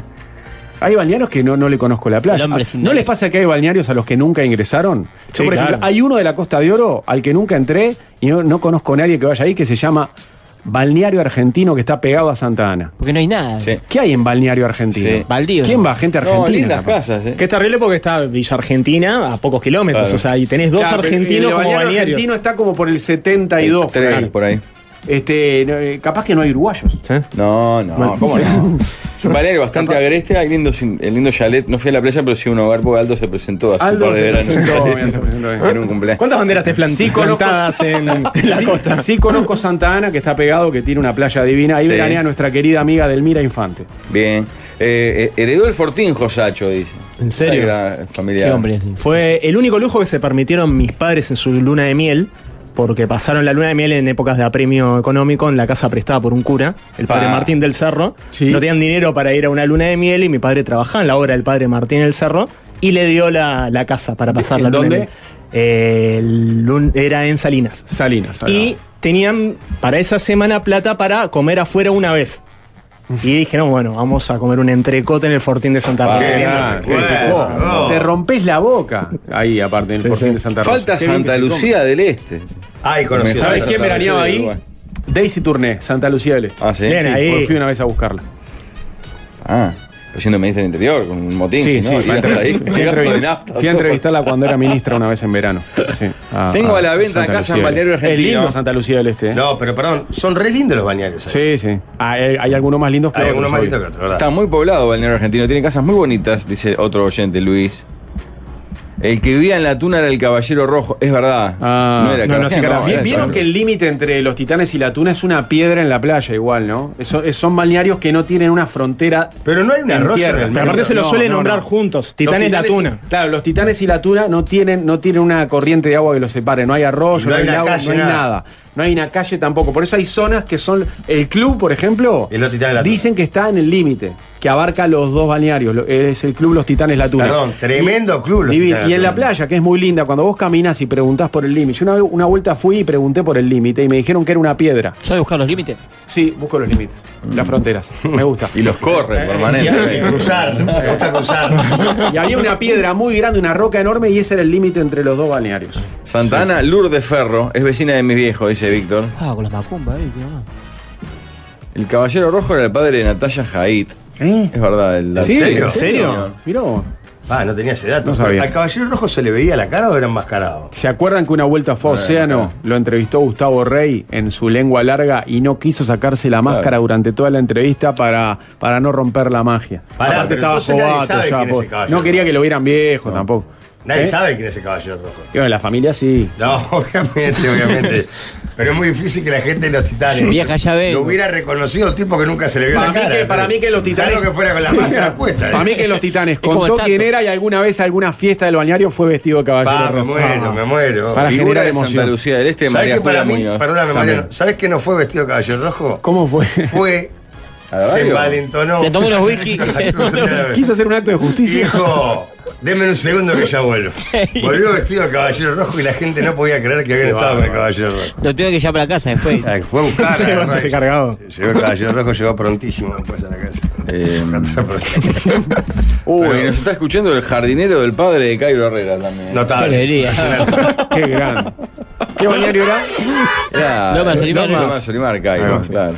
Hay balnearios que no, no le conozco la playa. Ah, El hombre sin ¿No nariz. les pasa que hay balnearios a los que nunca ingresaron? Sí, Yo, por ejemplo, claro. hay uno de la Costa de Oro al que nunca entré y no, no conozco a nadie que vaya ahí que se llama Balneario Argentino que está pegado a Santa Ana. Porque no hay nada. Sí. ¿Qué hay en Balneario Argentino? Sí. Baldío, ¿Quién ¿no? va? Gente No, argentina. lindas capaz. casas. eh. Que es terrible porque está Villa Argentina a pocos kilómetros. Claro. O sea, y tenés dos Claro, pero argentinos el como balneario balnearios. argentino está como por el 72. por Tres ahí. por ahí. Este, no, eh, capaz que no hay uruguayos. ¿Sí? No, no, ¿cómo no? Es un balneario bastante agreste, hay lindo, el lindo chalet. No fui a la playa, pero sí un hogar porque Aldo se presentó hace un Aldo par de se veranos. presentó, mira, se presentó ahí. en un cumpleaños. ¿Cuántas banderas te plantas Sí, conozco- plantadas en la sí, costa? sí conozco Santa Ana, que está pegado, que tiene una playa divina. Ahí Sí. veranea nuestra querida amiga Delmira Infante. Bien. Eh, eh, heredó el fortín Josacho, dice. ¿En serio? Era familiar. Sí, hombre. sí. Fue el único lujo que se permitieron mis padres en su luna de miel, porque pasaron la luna de miel en épocas de apremio económico en la casa prestada por un cura, el padre Ah. Martín del Cerro. Sí. No tenían dinero para ir a una luna de miel y mi padre trabajaba en la obra del padre Martín del Cerro y le dio la, la casa para pasar ¿En la luna dónde? de miel. Eh, el lun- era en Salinas. Salinas. ahí Y va. tenían para esa semana plata para comer afuera una vez. Y dijeron, bueno, vamos a comer un entrecote en el Fortín de Santa Ah, Rosa. Qué lindo ah, recuerdo. Oh, Te rompes la boca. Ahí, aparte, en el Sí, Fortín sí. de Santa Rosa. Falta Qué bien que Santa se Lucía del Este. Ay, come. conocido. ¿Sabes Santa quién Lucía veraneaba del ahí? Uruguay. Daisy Tourné, Santa Lucía del Este. Ah, sí. Bien, Sí. ahí. Porque fui una vez a buscarla. Ah, pero siendo ministra del Interior, con un motín. Sí, si sí, no, fui a, iba por ahí, entrevi- fui a gasto de entrevi- nafta, fui a todo. entrevistarla cuando era ministra una vez en verano. Sí, Tengo a la venta Santa casa en Lucía del Balneario Este. Argentino. Es lindo Santa Lucía del Este. ¿eh? No, pero perdón, son re lindos los bañarios. ahí. Sí, sí. Ah, Hay, hay algunos más lindos que Hay otros, algunos más obvio. lindos que otros, ¿verdad? Está muy poblado Balneario Argentino, tiene casas muy bonitas, dice otro oyente, Luis. El que vivía en la tuna era el Caballero Rojo, es verdad. Ah, no, no, sí, Caraján, Caraján. era Vi- el Vieron Caballero. que el límite entre los titanes y la tuna es una piedra en la playa, igual, ¿no? Eso- es- son balnearios que no tienen una frontera. Pero no hay un en arroyo tierra. en el Pero medio. aparte se los No, suele no, nombrar no. juntos. Los Titanes la tuna. y- claro, los titanes y la tuna no tienen, no tienen una corriente de agua que los separe, no hay arroyo, No no, hay hay una lago, calle, no hay nada. nada. No hay una calle tampoco. Por eso hay zonas que son. El club, por ejemplo, El Los Titanes Latuna. dicen que está en el límite, que abarca los dos balnearios. lo- Es el club Los Titanes Latuna. Perdón, tremendo club Los Divino. Titanes Y en la Latuna. playa, que es muy linda, cuando vos caminas y preguntás por el límite. Yo una, vez- una vuelta fui y pregunté por el límite y me dijeron que era una piedra. ¿Sabe buscar los límites? Sí, busco los límites, las fronteras. Me gusta. Mm. Eh, Y los corre Y hay que permanentemente. cruzar, me gusta cruzar. Y había una piedra muy grande, una roca enorme, y ese era el límite entre los dos balnearios. Santa Ana Lourdes Ferro es vecina de mi viejo, dice Víctor. Ah, con las macumbas, eh, tío, no. El caballero rojo era el padre de Natalia Haidt. ¿Eh? Es verdad, el ¿Sí? ¿En serio? señor. Mirá vos. Ah, no tenía ese dato. No sabía. ¿Al caballero rojo se le veía la cara o era enmascarado? ¿Se acuerdan que una vuelta fue a Bueno, Océano? claro. Lo entrevistó Gustavo Rey en su lengua larga y no quiso sacarse la máscara durante toda la entrevista para, para no romper la magia. Pará, Aparte estaba pero entonces nadie jovato sabe ya, quién es po- el caballero. No quería que lo vieran viejo tampoco. Nadie ¿Eh? sabe quién es el caballero rojo. Y bueno, la familia sí. No, obviamente, obviamente. Pero es muy difícil que la gente de los titanes Vieja ya ve. lo hubiera reconocido el tipo que nunca se le vio Para la mí cara. que- para mí que los titanes- Salvo que fuera con la Sí. máscara puesta. ¿eh? Para mí que los titanes como contó Chato. quién era y alguna vez alguna fiesta del balneario fue vestido de caballero. Pa, me rojo. muero, Ah. me muero. Para ¿Sabés Figura generar de Santa emoción. Lucía del Este, María que para Julia mí, Muñoz. perdóname, También. Mariano, ¿sabes que no fue vestido de caballero rojo? ¿Cómo fue? Fue, ¿A la se radio? envalentonó. Se tomó unos whisky. Quiso hacer un acto de justicia. Hijo, denme un segundo que ya vuelvo. Volvió vestido de caballero rojo y la gente no podía creer que habían Qué estado con el bárbaro. caballero rojo. Lo tengo que llevar para la casa O después. sea, que Fue a buscar. Se agarró levantó y- cargado. Llegó el caballero rojo, llegó prontísimo después a la casa. Eh, Uy, Pero- nos está escuchando el jardinero del padre de Cairo Herrera también. Notable. Alegría. Impresionante. Qué grande. ¿Qué balneario era? Era- Lomas Olimar. Lomas Olimar, Cairo, Lomas. claro.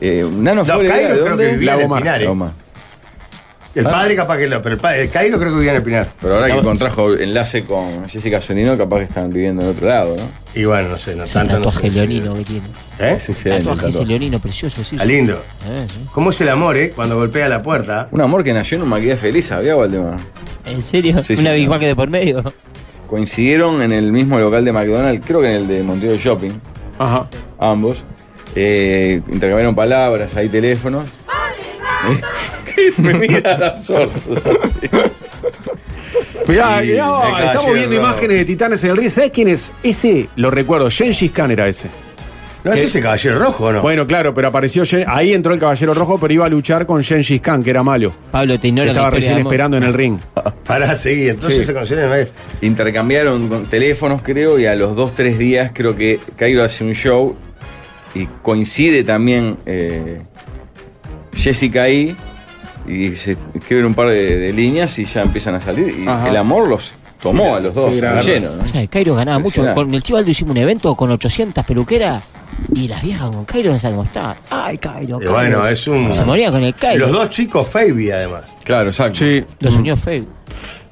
Eh, Nano No, Fábrega, Cairo ¿de creo que dónde? vivía en el Lago Mar. Pinar. eh. Loma. El Ah. padre capaz que no, pero el padre, Cairo creo que vivía en el Pinar. Pero ahora que contrajo enlace con Jessica Zunino, capaz que están viviendo en otro lado, ¿no? Y bueno, no sé, no Ese tanto. no sé. tatuaje leonino que tiene. ¿Eh? Es excelente. el Tatuaje ese tatuaje. leonino precioso, sí. Está lindo. Eh, sí. ¿Cómo es el amor, eh? Cuando golpea la puerta. Un amor que nació en un maquillaje feliz, ¿sabía, Valdemar? ¿En serio? Sí, sí, Una sí. Big Mac de por medio. Coincidieron en el mismo local de McDonald's, creo que en el de Montevideo Shopping, Ajá. ambos. Eh, intercambiaron palabras, hay teléfonos. ¿Eh? Me miran absortos. Mirá, mirá, Sí, me estamos cayeron viendo bravo. imágenes de titanes en el río. ¿Sabes quién es? Ese, lo recuerdo, Gengis Khan era ese. ¿No es ese caballero rojo o no? Bueno, claro, pero apareció. Gen- Ahí entró el Caballero Rojo, pero iba a luchar con Gengis Khan, que era malo. Pablo, te ignora la Estaba historia recién de amor. esperando en el ring. Pará, seguí. Entonces Sí. se conocieron en el- Intercambiaron con- teléfonos, creo, y a los dos, tres días, creo que Cairo hace un show y coincide también eh, Jessica ahí. Y se escriben un par de, de líneas y ya empiezan a salir. Y Ajá. el amor los tomó a los dos, sí, claro. de lleno. ¿no? O sea, Cairo ganaba mucho. Impresionante. Con el tío Aldo hicimos un evento con 800 peluqueras y las viejas con Cairo no saben cómo estar. Ay, Cairo, Y Cairo. Eh, bueno, es un- Se moría con el Cairo. Los dos chicos, Fabi, además. Claro, exacto. Sí. Los unió Facebook.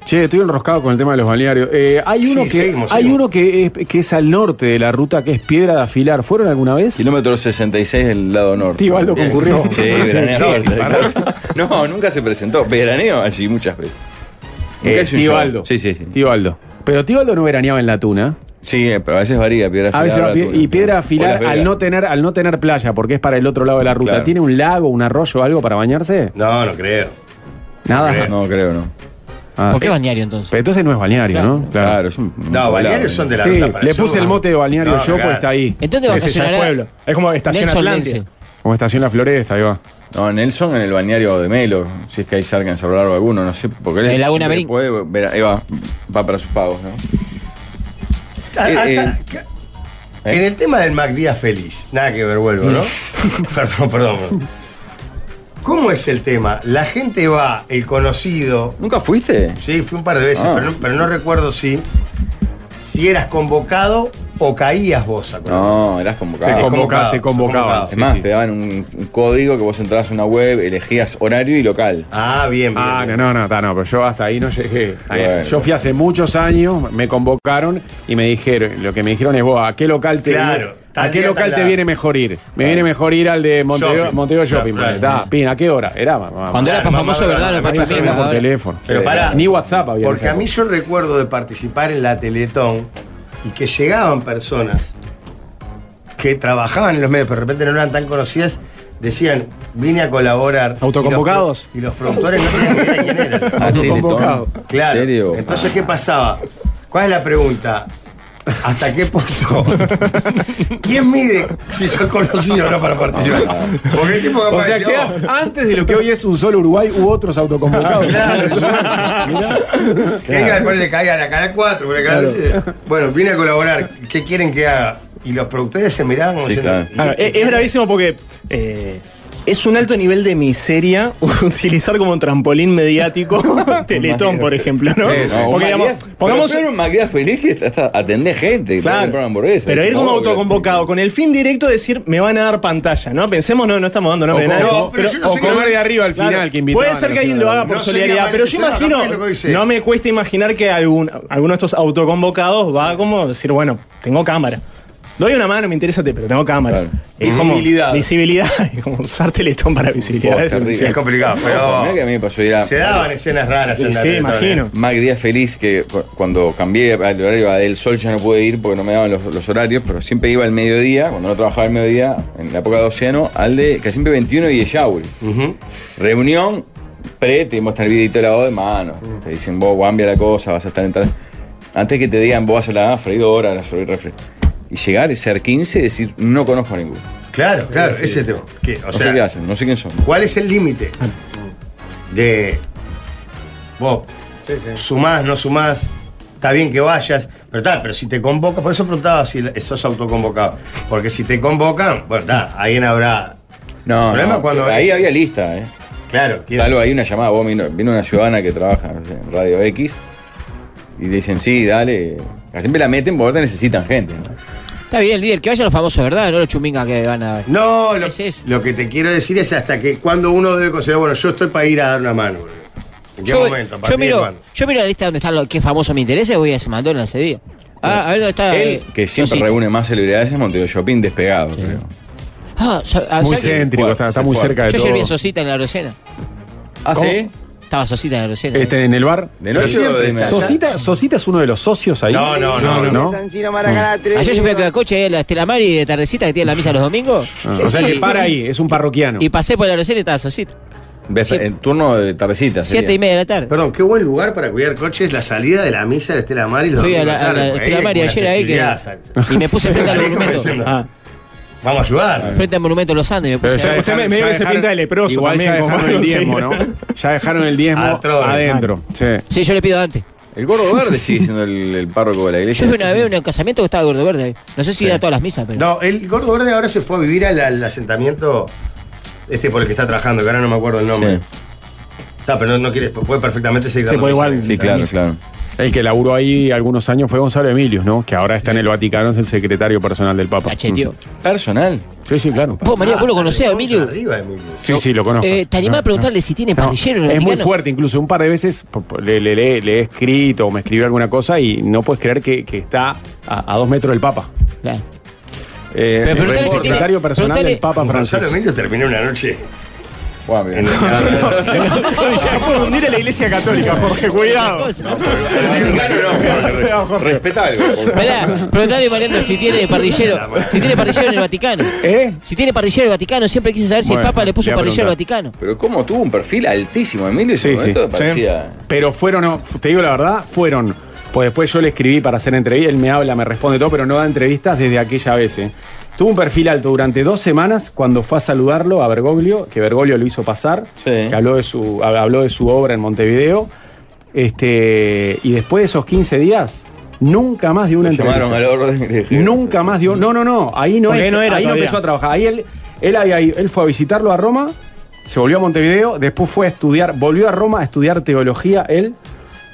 Che, estoy enroscado con el tema de los balnearios. Eh, hay Sí, uno, que, seguimos, hay seguimos. uno que, es, que es al norte de la ruta, que es Piedra de Afilar. ¿Fueron alguna vez? Kilómetro 66 del lado norte. Tío Aldo concurrió. Sí, veranea fuerte. No, nunca se presentó. Veraneo allí muchas veces. Nunca Eh, hice un tío show. Aldo. Sí, sí, sí. Tío Aldo. Pero Tío Aldo no veraneaba en la tuna. Sí, eh, pero a veces varía piedra A veces va afilar. pie- y piedra afilar al no te tener al no tener playa, porque es para el otro lado de la ruta. Claro. ¿Tiene un lago, un arroyo, algo para bañarse? No, no creo. Nada. No, creo, no. Ah. ¿Por qué balneario entonces? Pero entonces no es balneario, Claro. ¿no? Claro, es un. un No, volado, balnearios son de la Sí, ruta para le sur, puse el ¿no? mote de balneario No, yo, claro. pues está ahí. Entonces Ese ya es vacacionará pueblo. Es como estación Nelson Atlántida. Lense. Como estación La Floresta, ahí va. No, Nelson en el balneario de Melo, si es que hay cerca en Cerro Largo alguno, no sé, porque él En Laguna siempre Merín. puede ver- ahí va, va para sus pagos, ¿no? Ah, Eh, ah, eh. ca- En el tema del MacDía feliz, nada que ver, vuelvo, ¿no? perdón, perdón. ¿Cómo es el tema? La gente va, el conocido, ¿Nunca fuiste? sí, fui un par de veces, Ah. pero, no, pero no recuerdo si, si eras convocado o caías vos a No, eras Te convocado. convocaban, te convocaban. Es más, te daban un, un código que vos entrabas a una web, elegías horario y local. Ah, bien, bien. Ah, no, bien. no, no, ta, no, pero yo hasta ahí no llegué. Ahí- Bueno. Yo fui hace muchos años, me convocaron y me dijeron, lo que me dijeron es vos, ¿a qué local te, Claro, ¿a tal qué día, local tal te hora. viene mejor ir? Me viene mejor ir al de Montevideo Shopping. Montevideo Shopping. Claro, vale, claro. ta, pin, ¿a qué hora? Era, mamá. Cuando era Claro, más mamá, famoso, verdad, ¿verdad? Los mamá, Pacho Ahí Pachuca, Mierda, salíamos por ahora. teléfono. Pero pará. Ni WhatsApp había. en Porque esa a mí época. yo recuerdo de participar en la Teletón y que llegaban personas que trabajaban en los medios, pero de repente no eran tan conocidas, decían, vine a colaborar. ¿Autoconvocados? Y los, pro- y los productores no tenían ni idea quién era. Ah, Autoconvocado. Teletón. Claro. ¿En serio? Entonces, ¿qué pasaba? ¿Cuál es la pregunta? ¿Hasta qué punto? ¿Quién mide si sos conocido o no para participar? Porque el tipo Ah. O sea, aparece, queda antes de lo que hoy es un solo Uruguay u otros autoconvocados. Claro, Ah, Que diga, después le caiga la cara 4, le caiga la- Bueno, vine a colaborar. ¿Qué quieren que haga? Y los productores se miraban como Sí, diciendo, Ah, ¿y- es, es bravísimo porque eh, es un alto nivel de miseria utilizar como trampolín mediático Teletón, por ejemplo, ¿no? Sí, sí. No, Porque, digamos, pongamos... un McDeath feliz que hasta atender gente, Claro. claro. hamburguesas. pero ir como Obvio. autoconvocado, con el fin directo de decir, me van a dar pantalla, ¿no? Pensemos, no, no estamos dando nombre de O nadie. como- no, pero yo no O sé qué- comer de arriba al final Claro, que invitaban Puede a ser que los alguien lo haga por No sería solidaridad, mal pero yo que sea, imagino, capaz lo que dice. no me cuesta imaginar que algún, alguno de estos autoconvocados va a como decir, bueno, tengo cámara. Doy una mano, me interesa, pero tengo cámara. Claro. Es como Visibilidad. visibilidad, es como usar teletón para visibilidad. Oh, es terrible. Sí, es demasiado. complicado, Ojo, mirá que a pero mí me pasó ir a- se daban escenas raras. en Sí, la sí, tele, imagino. Mac Díaz Feliz, que cu- cuando cambié al horario a Del Sol ya no pude ir porque no me daban los, los horarios, pero siempre iba al mediodía, cuando no trabajaba al mediodía, en la época de Océano, al de que siempre 21 y Echauri. Reunión, pre, te muestran el videito lavado de mano. Te dicen, vos, cambia la cosa, vas a estar en tal. Antes que te digan, vos vas a la freidora, a la sobre refri. Y llegar, y ser 15 y decir, no conozco a ninguno. Claro, claro, ese tema. Que, o no sé qué sea, hacen, no sé quién son. ¿cuál es el límite de vos sumás, no sumás? Está bien que vayas, pero tal, pero si te convocan, por eso preguntaba si sos autoconvocado. Porque si te convocan, bueno, está, alguien habrá. No, El problema no, es cuando ahí es- había lista, ¿eh? Claro, ¿quién? Salvo ahí una llamada, vos vino, vino una ciudadana que trabaja no sé, en Radio X y le dicen, sí, dale. Siempre la meten porque te necesitan gente. ¿no? Está bien, líder, que vayan los famosos, ¿verdad? No los chumingas que van a ver. No, lo, Es eso. lo que te quiero decir es hasta que cuando uno debe considerar, bueno, yo estoy para ir a dar una mano. boludo. ¿En qué momento? ¿A yo, partir de miro, cuándo? yo miro la lista donde están los que famosos me interesa y voy a ese mandón ese día. Ah, a ver dónde está. Él, eh, que siempre Rosita. reúne más celebridades, es Montevideo Shopping despegado, creo. Ah, sa- ah, Muy ¿sabes qué? céntrico, está, está muy Yo cerca de Yo ayer vi a todo. Sosita en la Rosena. ¿Ah, sí? Estaba Sosita en la Rosena. Este, en el bar. ¿De noche o de mañana? Sosita, Sosita es uno de los socios ahí. No, no, no, no. Ayer yo fui a Coche ahí a la Estela Mari de tardecita que tiene la misa los domingos. Ah, o sea que para ahí, es un parroquiano. Y pasé por la Rosena y estaba Sosita. ¿Ves? Siete- En turno de tardecita. sería. Siete y media de la tarde. Perdón, qué buen lugar para cuidar coches, la salida de la misa de Estela Mar y los Fui a la, domingos a la tarde, porque Estela hay Mari una ayer ahí ¿eh? que. sensibilidad, ¿sabes? Y me puse frente al Ahí como monumento. diciendo, Ah, Vamos a ayudar. Frente al monumento de los Andes me puse. ya- ahí. Usted me- medio que se pinta de leproso Igual también, ya como dejaron el no sé. diezmo, ¿no? Ya dejaron el diezmo Adentro. adentro. Sí. Sí, yo le pido antes. El gordo verde sigue siendo el, el párroco de la Yo iglesia. fui una vez a un casamiento que estaba gordo verde. ahí. No sé si iba a todas las misas, pero. No, el Ah. gordo verde ahora se fue a vivir al, al asentamiento este por el que está trabajando, que ahora no me acuerdo el nombre. Sí. Está, pero no, no quiere, puede perfectamente seguir Se dando puede misa. igual, Sí, claro, claro. El que laburó ahí algunos años fue Gonzalo Emilius, ¿no? Que ahora está en el Vaticano, es el secretario personal del Papa. Cacheteó. Personal. Sí, sí, claro. Ah, Vos, María, vos lo conocés a Emilio. Arriba, Emilio. Sí, sí, lo conozco. Eh, ¿Te animás a preguntarle si tiene No, pandillero en el es muy Vaticano? fuerte, incluso un par de veces po- po- le, le- le- le he escrito o me escribió alguna cosa y no puedes creer que, que está a, a dos metros del Papa. Claro. Eh, Pero preguntale reporta- si tiene- secretario personal preguntale- del Papa Gonzalo Francisco. Emilio terminó una noche Buah, mira. Ah, en la Ya confundir a la iglesia católica, Jorge, cuidado. Claro, no. Respeta algo. Pará, preguntale, Mariano, si tiene parrillero. Si tiene parrillero en el Vaticano. ¿Eh? Si tiene parrillero en el Vaticano, siempre quise saber si Bueno, el Papa le puso le voy a parrillero al Vaticano. Pero cómo tuvo un perfil altísimo, Emilio, y Sí, sí, momento sí. parecía... Pero fueron, no, te digo la verdad, fueron. Pues después yo le escribí para hacer entrevista, él me habla, me responde todo, pero no da entrevistas desde aquella vez. ¿eh? Tuvo un perfil alto durante dos semanas cuando fue a saludarlo a Bergoglio, que Bergoglio lo hizo pasar, Sí. que habló de, su, habló de su obra en Montevideo. Este, y después de esos 15 días, nunca más dio una Lo entrevista. llamaron al orden. y le dijeron- Nunca más dio. No, no, no. Ahí no, Porque es- no era ahí no todavía. empezó a trabajar. Ahí él, él, había ido- él fue a visitarlo a Roma, se volvió a Montevideo, después fue a estudiar, volvió a Roma a estudiar teología él.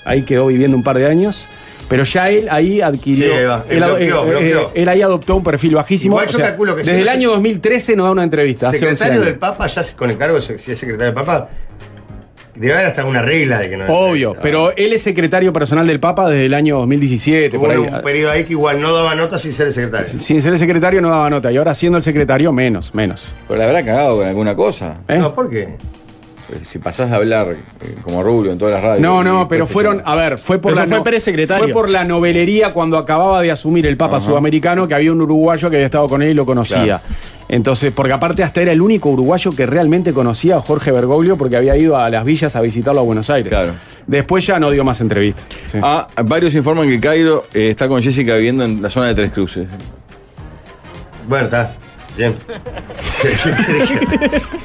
Ahí quedó viviendo un par de años. Pero ya él ahí adquirió. Sí, ahí va. él, Bloqueó, eh, eh, bloqueó. él ahí adoptó un perfil bajísimo. Igual yo calculo que desde si el no se- año 2013 no da una entrevista. hace 11 secretario años. del Papa, ya se- con el cargo de sec- si es secretario del Papa, debe haber hasta una regla de que no. Obvio, no. pero él es secretario personal del Papa desde el año 2017. Tuvo por ahí. un periodo ahí que igual no daba notas sin ser el secretario. Sin ser el secretario no daba nota. Y ahora siendo el secretario, menos, menos. Pero la habrá cagado con alguna cosa. ¿eh? No, ¿por qué? eh, si pasás a hablar eh, como Rubio en todas las radios. No, y no, después pero te fueron, llaman. a ver, fue por Eso la fue no- Pérez secretario. fue por la novelería cuando acababa de asumir el Papa sudamericano que había un uruguayo que había estado con él y lo conocía. Claro. Entonces, porque aparte hasta era el único uruguayo que realmente conocía a Jorge Bergoglio porque había ido a las villas a visitarlo a Buenos Aires. Claro. Después ya no dio más entrevistas. Sí. Ah, varios informan que Cairo eh, está con Jessica viviendo en la zona de Tres Cruces. Bueno, está. Bien.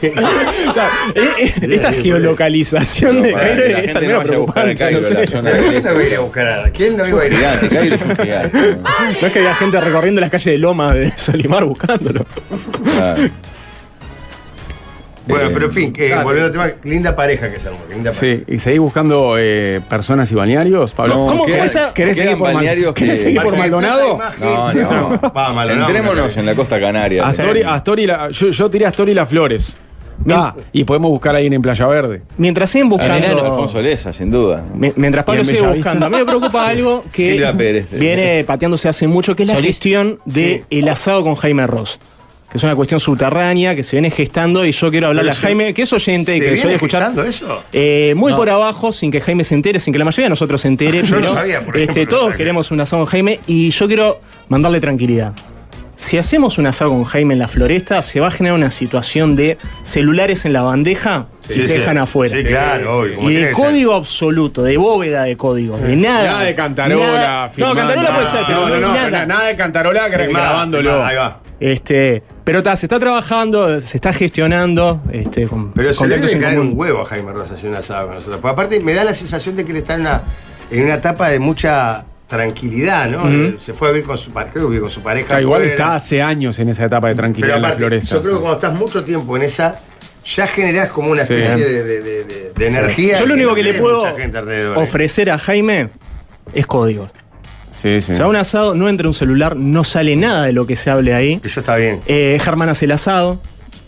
Eh, Esta geolocalización de Para Cairo que la es al gente no menos vaya a buscar a preocupante. no sé. Cairo en la zona de ¿Quién Tres lo iba a ir a buscar? ahora? ¿Quién lo iba a ir a Gigante, Cairo es un gigante. No es que había gente recorriendo las calles de Loma de Solimar buscándolo. Claro. Bueno, Eh, pero en fin, que, claro. volviendo al tema, linda pareja que se armó. Linda pareja. Sí, y seguís buscando eh, personas y balnearios, Pablo. No, ¿Cómo quedan- querés, querés quedan seguir por, Mal- balnearios querés que- seguir por Pasa- Maldonado? No, no. Va, Maldonado. Centrémonos en la costa canaria. Astori, Astori la- yo, yo tiré a Astori las flores. Da, y podemos buscar a alguien en Playa Verde. Mientras siguen Al enano buscando. Alfonso Leza, sin duda. Mi- Mientras Pablo Y en sigue Bellavista. buscando, a mí me preocupa algo que Silvia Pérez. eh. viene pateándose hace mucho, que es la Solís. gestión del asado con Jaime Ross. Que es una cuestión subterránea que se viene gestando y yo quiero hablarle a Pero se- Jaime, que es oyente y ¿Se que suele viene escuchar. escuchando eso? eh, muy por abajo, sin que Jaime se entere, sin que la mayoría de nosotros se entere. Yo no pero, sabía, por este, ejemplo, Todos que- queremos un asado con Jaime y yo quiero mandarle tranquilidad. Si hacemos un asado con Jaime en la floresta, se va a generar una situación de celulares en la bandeja y Sí, se sí. dejan afuera. Sí, claro, obvio, como Y tiene de que ser. código absoluto, de bóveda de código, de nada. Nada de Cantarola, Nada- No, filmando. Cantarola puede ser, pero no, no, no, nada. nada. nada de Cantarola gra- Filmada, grabándolo. filmada, Ahí va. Este, pero está, se está trabajando, se está gestionando. Este, con, Pero se le contactos debe en caer común. un huevo a Jaime Ross hacer un asado con nosotros. Porque aparte me da la sensación de que él está en una, en una etapa de mucha tranquilidad, ¿no? Eh, Se fue a vivir con su pareja, creo que vive con su pareja. Ya, Ah, igual afuera. está hace años en esa etapa de Pero tranquilidad en la aparte, floresta. yo creo que cuando estás mucho tiempo en esa, ya generás como una Sí. especie de, de- de- de- de energía. Yo lo único que le tiene puedo mucha gente alrededor, ¿eh? ofrecer a Jaime es código. Sí, sí. Se va a un asado, no entra un celular, no sale nada de lo que se hable ahí. Que yo está bien. Eh, Germán hace el asado.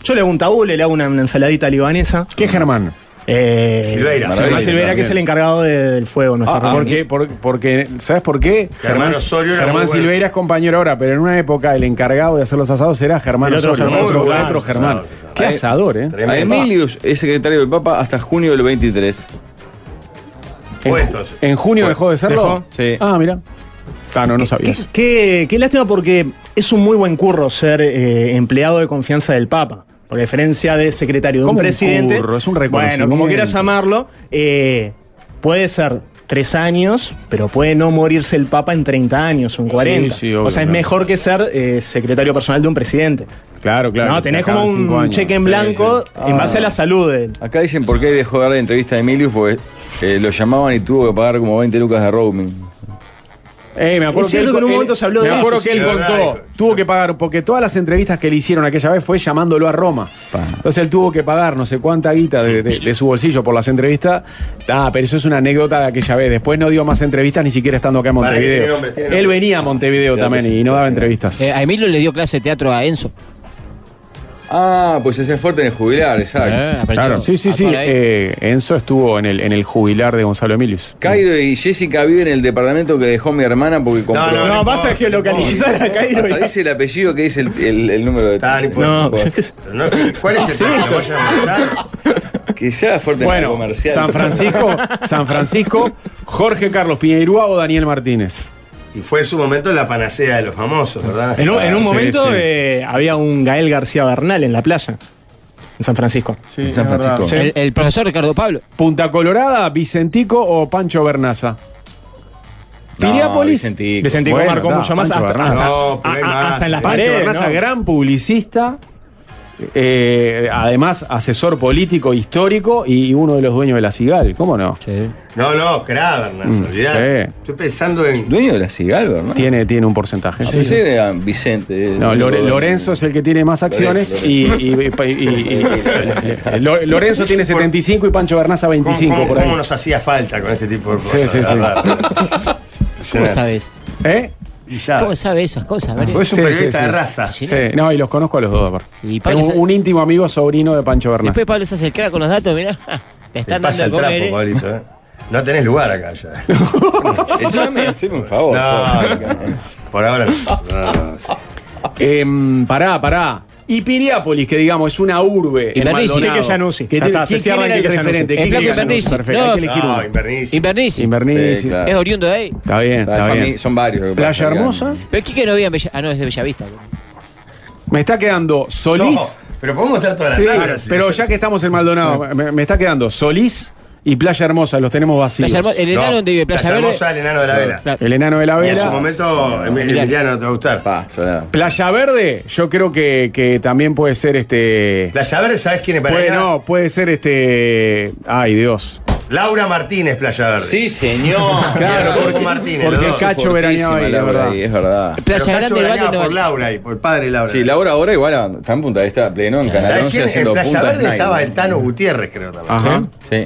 Yo le hago un tabule, le hago una, una ensaladita libanesa. ¿Qué Germán? Eh, Silveira. Germán Silveira, que es el encargado de- del fuego. nuestro Ah, Germán. porque, por- porque, ¿sabes por qué? Germán Osorio era Germán muy bueno. Silveira es compañero ahora, pero en una época el encargado de hacer los asados era Germán El otro Osorio. Germán otro, Osorio. otro Germán. Claro, claro. Qué Ahí- asador, ¿eh? Tremendo. A Emilius es secretario del Papa hasta junio del 23. Fue entonces. ¿En junio dejó de serlo? Dejó, sí. Ah, mira. Ah, no, no Qué, sabías. qué- qué lástima porque es un muy buen curro ser eh, empleado de confianza del Papa. Porque a diferencia de secretario de un ¿Cómo un presidente. curro? Es un Bueno, como reconocimiento. quieras llamarlo, eh, puede ser tres años, pero puede no morirse el Papa en 30 años o en 40. sí, obvio, o sea, es claro. mejor que ser eh, secretario personal de un presidente. Claro, claro. no, que se tenés acaban como cinco un años. cheque en Sí, blanco sí. en Ah. base a la salud de él. Acá dicen por qué dejó de dar la entrevista a Emilius porque eh, lo llamaban y tuvo que pagar como 20 lucas de roaming. Eh, me acuerdo Es cierto él- que en un él- momento se habló me de acuerdo eso, que sí, él de verdad, contó, dijo. tuvo que pagar, porque todas las entrevistas que le hicieron aquella vez fue llamándolo a Roma. Pa. Entonces él tuvo que pagar no sé cuánta guita de, de- de su bolsillo por las entrevistas. Ah, pero eso es una anécdota de aquella vez. Después no dio más entrevistas ni siquiera estando acá en Para, Montevideo. tiene nombre, tiene nombre. Él venía a Montevideo Claro que también sí, y no claro daba que sí. entrevistas. Eh, a Emilio le dio clase de teatro a Enzo. Ah, pues se hace fuerte en el jubilar, exacto. Eh, aprendió Claro, sí, sí, a sí. actuar ahí. eh, Enzo estuvo en el, en el jubilar de Gonzalo Emilius. Cairo y Jessica viven en el departamento que dejó mi hermana porque compró. No, No, basta de importa, geolocalizar a Cairo. Hasta y- dice el apellido que dice el, el- el número de Está, no importa. No, Pero no- ¿Cuál es el tema? ¿Lo vayan a matar? Que ya es fuerte en Bueno, el comercial. San Francisco, San Francisco, Jorge Carlos Piñeirúa o Daniel Martínez. Y fue en su momento la panacea de los famosos, ¿verdad? En un, en un Ah, Sí, momento sí. eh, había un Gael García Bernal en la playa, en San Francisco. En San Francisco. El, el profesor Ricardo Pablo. Punta Colorada, Vicentico o Pancho Bernaza. Piriápolis. Vicentico. Vicentico Bueno, marcó está, mucho más Pancho hasta, Bernal. hasta- No, pero hay a- a- más. hasta en las Pancho Pancho paredes. Bernaza, ¿no? gran publicista. eh, además, asesor político histórico y uno de los dueños de la Cigal, ¿cómo no? No, no, Cravernas, Mm, Ah, olvidate. sí. Estoy pensando en. Dueño de la Cigalba, ¿no? Tiene, tiene un porcentaje. A pesar de era Vicente. eh, No, Lore- Lore- Lorenzo es el que tiene más acciones y, y- y- y- y- Lo- Lorenzo tiene 75 y Pancho Bernaza ¿Cómo, 25 cómo- por ahí. cómo nos hacía falta con este tipo de cosas? Sí, sí, sí. ¿verdad? ¿Cómo Impresionante. sabes? ¿Eh? Y ya. ¿Cómo sabe esas cosas, Mario? Pues Vos sos Pues Sí, un periodista sí, sí. de raza. Sí. Sí, no, y los conozco a los dos, aparte. Sí, Pablo Tengo un, se- un íntimo amigo sobrino de Pancho Bernaza. Después Pablo se acercará con los datos, mirá. ja, Le Te están dando pasa de el comer. trapo, eh. Pablito. ¿eh? No tenés lugar acá ya. Echame, haceme un favor. No, por ahora no. No, no, sí. Em, pará, pará. Y Piriápolis, que digamos es una urbe. Y en Bernisi. Maldonado, Quique Giannuzzi. Que Ya tiene- está, se ¿quién- cierra quién era en Quique Giannuzzi. el este? referente? El Quique flaco Giannuzzi, Bernisi. perfecto, No. hay que elegir No, uno. Invernici. Invernici. Invernici. Sí, claro. Es oriundo de ahí. Está bien, Está de está fami- bien. Son varios. lo que Playa pasa que- Hermosa. Pero Quique no vive en Bella... Ah, no, es de Bellavista. Me está quedando Solís. No, pero podemos estar toda la Sí, tarde. así. pero ya que estamos en Maldonado, me, me está quedando Solís y Playa Hermosa, los tenemos vacíos. Playa Hermosa- el No, enano donde vive, Playa, Verde. Hermosa, el enano de la vela. Claro. El enano de la Y en su vela. momento, Emil- Emiliano, te va a gustar. Pa, soledad. Playa Verde, yo creo que, que también puede ser este. Playa Verde, ¿sabes quién es para Puede, allá? no, puede ser este. Ay, Dios. Laura Martínez, Playa Verde. Sí, señor. Claro, porque- Hugo Martínez, porque los dos. Cacho Fortísima veraneaba ahí, Laura es verdad. ahí, es verdad. Pero Playa Cacho Grande ganaba Valle no por Laura y por el padre de Laura. Sí, Laura ahora igual a- está en punta de esta pleno en Canal ¿Sabes 11 quién? En haciendo Playa punta. Verde sniper. estaba el Tano Gutiérrez, creo también. Ajá. Sí.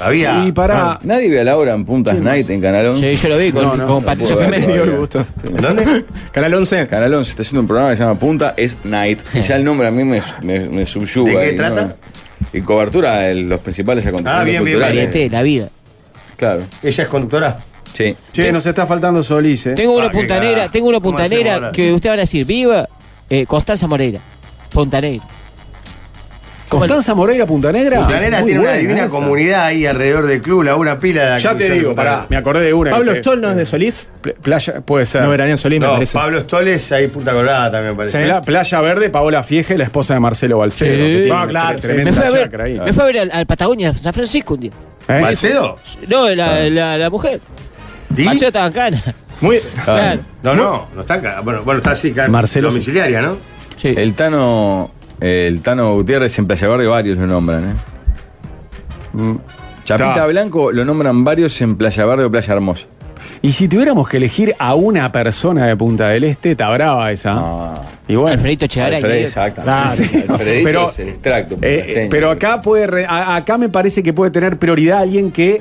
Había. Y para. Nadie ve a Laura en puntas night en Canal 11. Sí, yo lo vi con, No, no, con no Patricio puedo ver Jiménez. todavía. ¿En dónde? Canal 11. Canal 11 está haciendo un programa que se llama Punta es Night. Y ya el nombre a mí me, me, me subyuga. ¿De qué y no- trata? y cobertura de los principales acontecimientos Ah, bien, bien, culturales. Variete de la vida. Claro, Ella es conductora. sí. Che, nos está faltando Solís, eh. Tengo una Ah, qué puntanera, carajo. tengo una ¿Cómo hacemos puntanera ahora? que usted va a decir, viva eh, Constanza Moreira. Puntanera. Constanza Moreira Punta Negra. La nena Muy tiene una buena divina esa. comunidad ahí alrededor del club, Laura Pila. Ya te digo, pará, me acordé de una. Pablo que- Stoll no es de Solís. Pl- Playa, puede ser. No, veranea en Solís, me No, parece. Pablo Stoles ahí Punta Colorada también parece. Pla- Playa Verde, Paola Fiege, la esposa de Marcelo Balcedo. Sí. que tiene Ah, claro, tre- sí. tremenda Me fue a ver, chacra ahí. me fue a ver al, al Patagonia San Francisco un día. ¿Eh? ¿Balcedo? No, la, Ah. la- la mujer. ¿Di? Paseo Tabancana. Muy. Claro. Ah. No, no, no está acá. Bueno, bueno está así, acá, Marcelo- domiciliaria, ¿no? Sí. El Tano, el Tano Gutiérrez en Playa Verde varios lo nombran, ¿eh? Mm. Chapita Ta. Blanco lo nombran varios en Playa Verde o Playa Hermosa. Y si tuviéramos que elegir a una persona de Punta del Este, está brava esa. Ah. Y bueno, Alfredito Chegaray. Alfredo, que- exactamente. Sí. Alfredito Pero- es el extracto. pues, eh, porteño. pero acá puede re- a- acá me parece que puede tener prioridad alguien que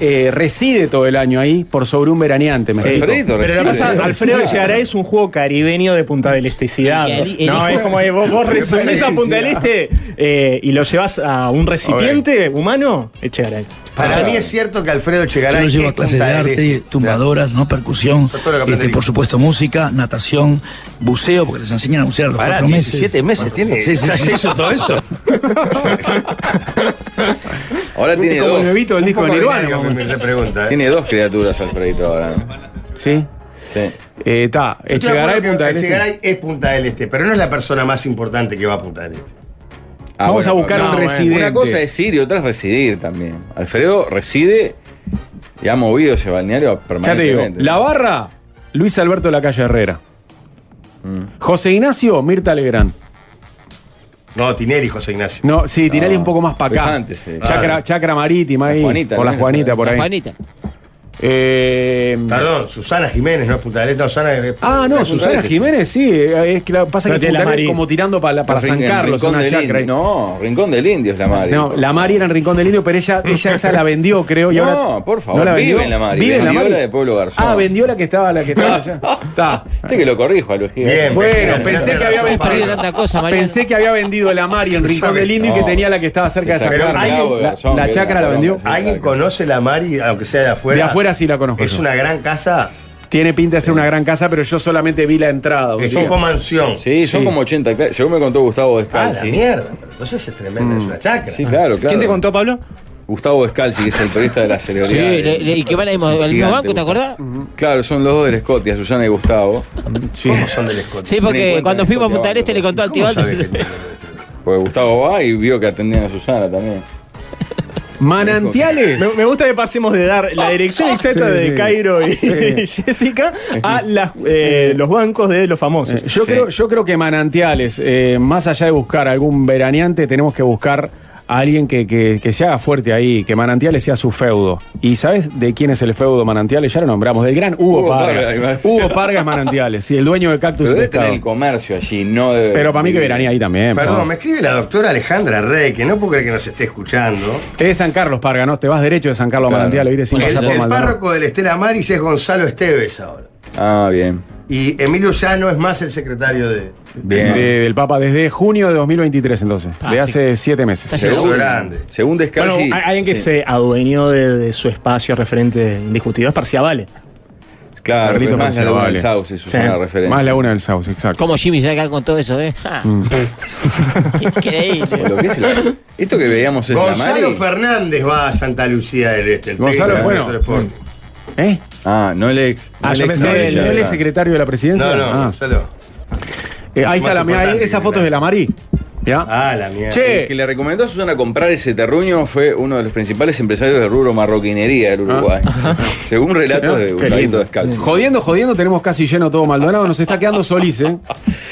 eh, reside todo el año ahí por sobre un veraneante. Me Sí. explico. Alfredo, Pero lo que pasa, recibe. Alfredo de Llegará es un juego caribeño de Punta del Y Esticidad. que ali- elijo- No, es como eh, vos, vos resumís a Punta del Este eh, y lo llevas a un recipiente humano, es Chegaray. Para mí es cierto que Alfredo Yo Chegaray. los llevo es a clases de Punta del arte, Este. tumbadoras, ¿no? Percusión, Eso es todo lo que este, aprendí. por supuesto música, natación, buceo, porque les enseñan a bucear a los Pará, cuatro meses. 17 meses ¿Tiene? tiene. Sí, sí, ¿Ya sí. se hizo todo eso? Ahora tiene como dos. el bebito del disco de Un poco Nirvana. ordinario mamá. me me repregunta. ¿eh? Tiene dos criaturas Alfredito ahora. ¿no? Sí. Sí. Está, Yo estoy de Echegaray, Punta acuerdo que del Este. Echegaray es Punta del Este, pero no es la persona más importante que va a Punta del Este. Ah, Vamos bueno, a buscar no, un bueno. residente. Una cosa es ir y otra es residir también. Alfredo reside y ha movido ese balneario Ya te digo, permanentemente. la barra, Luis Alberto Lacalle Herrera. Mm. José Ignacio, Mirta Legrand. No, Tineri, José Ignacio. No, sí, Tinelli No, es un poco más para es acá. antes, sí. chacra, Claro. chacra marítima La ahí. Juanita, por la ¿no? Juanita, por la ahí. Juanita. Eh, Perdón, Susana Jiménez, no es Punta del Este. no, Susana es- ah, no, Susana Jiménez, sí. eh, Es que la, pasa No que tiene Punta la Cana es Mari. como tirando para, para Rincón- San Carlos, Rincón una del chacra. ahí. Indio. No, Rincón del Indio es la madre. No, la Mari era en Rincón del Indio, pero ella, ella esa la vendió, creo. Y No, ahora, por favor, ¿no vive vendió? en la Mari, Vive en la vendió Mari. la de Pueblo Garzón. Ah, vendió la que estaba, la que estaba allá. Está. Este que lo corrijo, Luis Gil. Bien. Bueno, pensé que había Has perdido vendido. tanta cosa, Mariano. Pensé que había vendido la Mari en Rincón del Indio y que No. tenía la que estaba cerca de Se San sacó el Carlos. cabo de La- Garzón, La que chacra era la la vendió. broma, ¿Alguien conoce la Mari, aunque sea de afuera? De afuera sí la conozco Es yo. una gran casa, Tiene pinta de ser una gran casa, pero yo solamente vi la entrada. un es día. tipo mansión. Sí, son Sí. como 80 hectáreas. Según me contó Gustavo Ah, la Descalzi. Mm. mierda. pero Entonces es tremenda, es una chacra. sí, claro, claro. ¿Quién te contó, Pablo? Gustavo Descalzi, que es el periodista de la celebridad. Sí, le- le- y que van al mismo- al mismo banco, ¿te acordás? Claro, son los dos del Scotty, a Susana y Gustavo. Sí. ¿Cómo son del escote? Sí, porque encuentro cuando en fuimos a Punta Copacabana. del Este le contó al tío ¿Cómo sabés antes. que- Porque Gustavo va y vio que atendían a Susana también. Manantiales. Me, me gusta que pasemos de dar la dirección exacta Sí, de sí. Cairo y, y Jessica a las, eh, los bancos de los famosos. eh, Yo, creo, yo creo que manantiales, eh, más allá de buscar algún veraneante, tenemos que buscar a alguien que, que- que se haga fuerte ahí, que manantiales sea su feudo. ¿Y sabes de quién es el feudo manantiales? Ya lo nombramos, del gran Hugo, Hugo Parga. Parga, iba a decir. Hugo Parga es manantiales, sí, el dueño de Cactus y Pero debe Pescado. tener el comercio allí, no debe. Pero para mí que veranía ahí también. pa. Perdón, me escribe la doctora Alejandra Rey, que no puedo creer que nos esté escuchando. Es de San Carlos, Parga, ¿no? Te vas derecho de San Carlos Claro. a Manantiales, ¿viste? Sin El, pasar por el Maldonado. párroco del Estela Maris es Gonzalo Esteves ahora. Ah, bien. Y Emilio Llano es más el secretario de. Bien. De- del Papa desde junio de 2023, entonces. Ah, de sí. hace siete meses. Ah, Está según, grande. según Bueno, Descalzi. a- alguien que sí. se adueñó de, de su espacio referente indiscutido es Parciavale. Claro, Carlitos es más la Laguna Perciabale. del Sauce, eso es Sí. una referencia. Más Laguna del Sauce, exacto. Mm. Como Jimmy se acá con todo eso, ¿eh? Ja. O lo Increíble. que es la- Esto que veíamos es Gonzalo la Mari. Fernández va a Santa Lucía del Este. el Gonzalo, técnico de bueno. Gonzalo Sport. ¿Eh? Ah, no el ex. Ah, yo ex pensé, Sevilla, ¿no el ¿verdad? ex secretario de la presidencia? No, no, Ah. Gonzalo. Eh, ahí está Más la mía. importante, Esa foto es de la Marí. ¿Ya? Ah, la mierda. Che. El que le recomendó a Susana comprar ese terruño fue uno de los principales empresarios del rubro marroquinería del Uruguay. Según relatos de Ah. Qué Gustavito lindo. Descalzo. Jodiendo, jodiendo, tenemos casi lleno todo Maldonado. Nos está quedando Solís, ¿eh?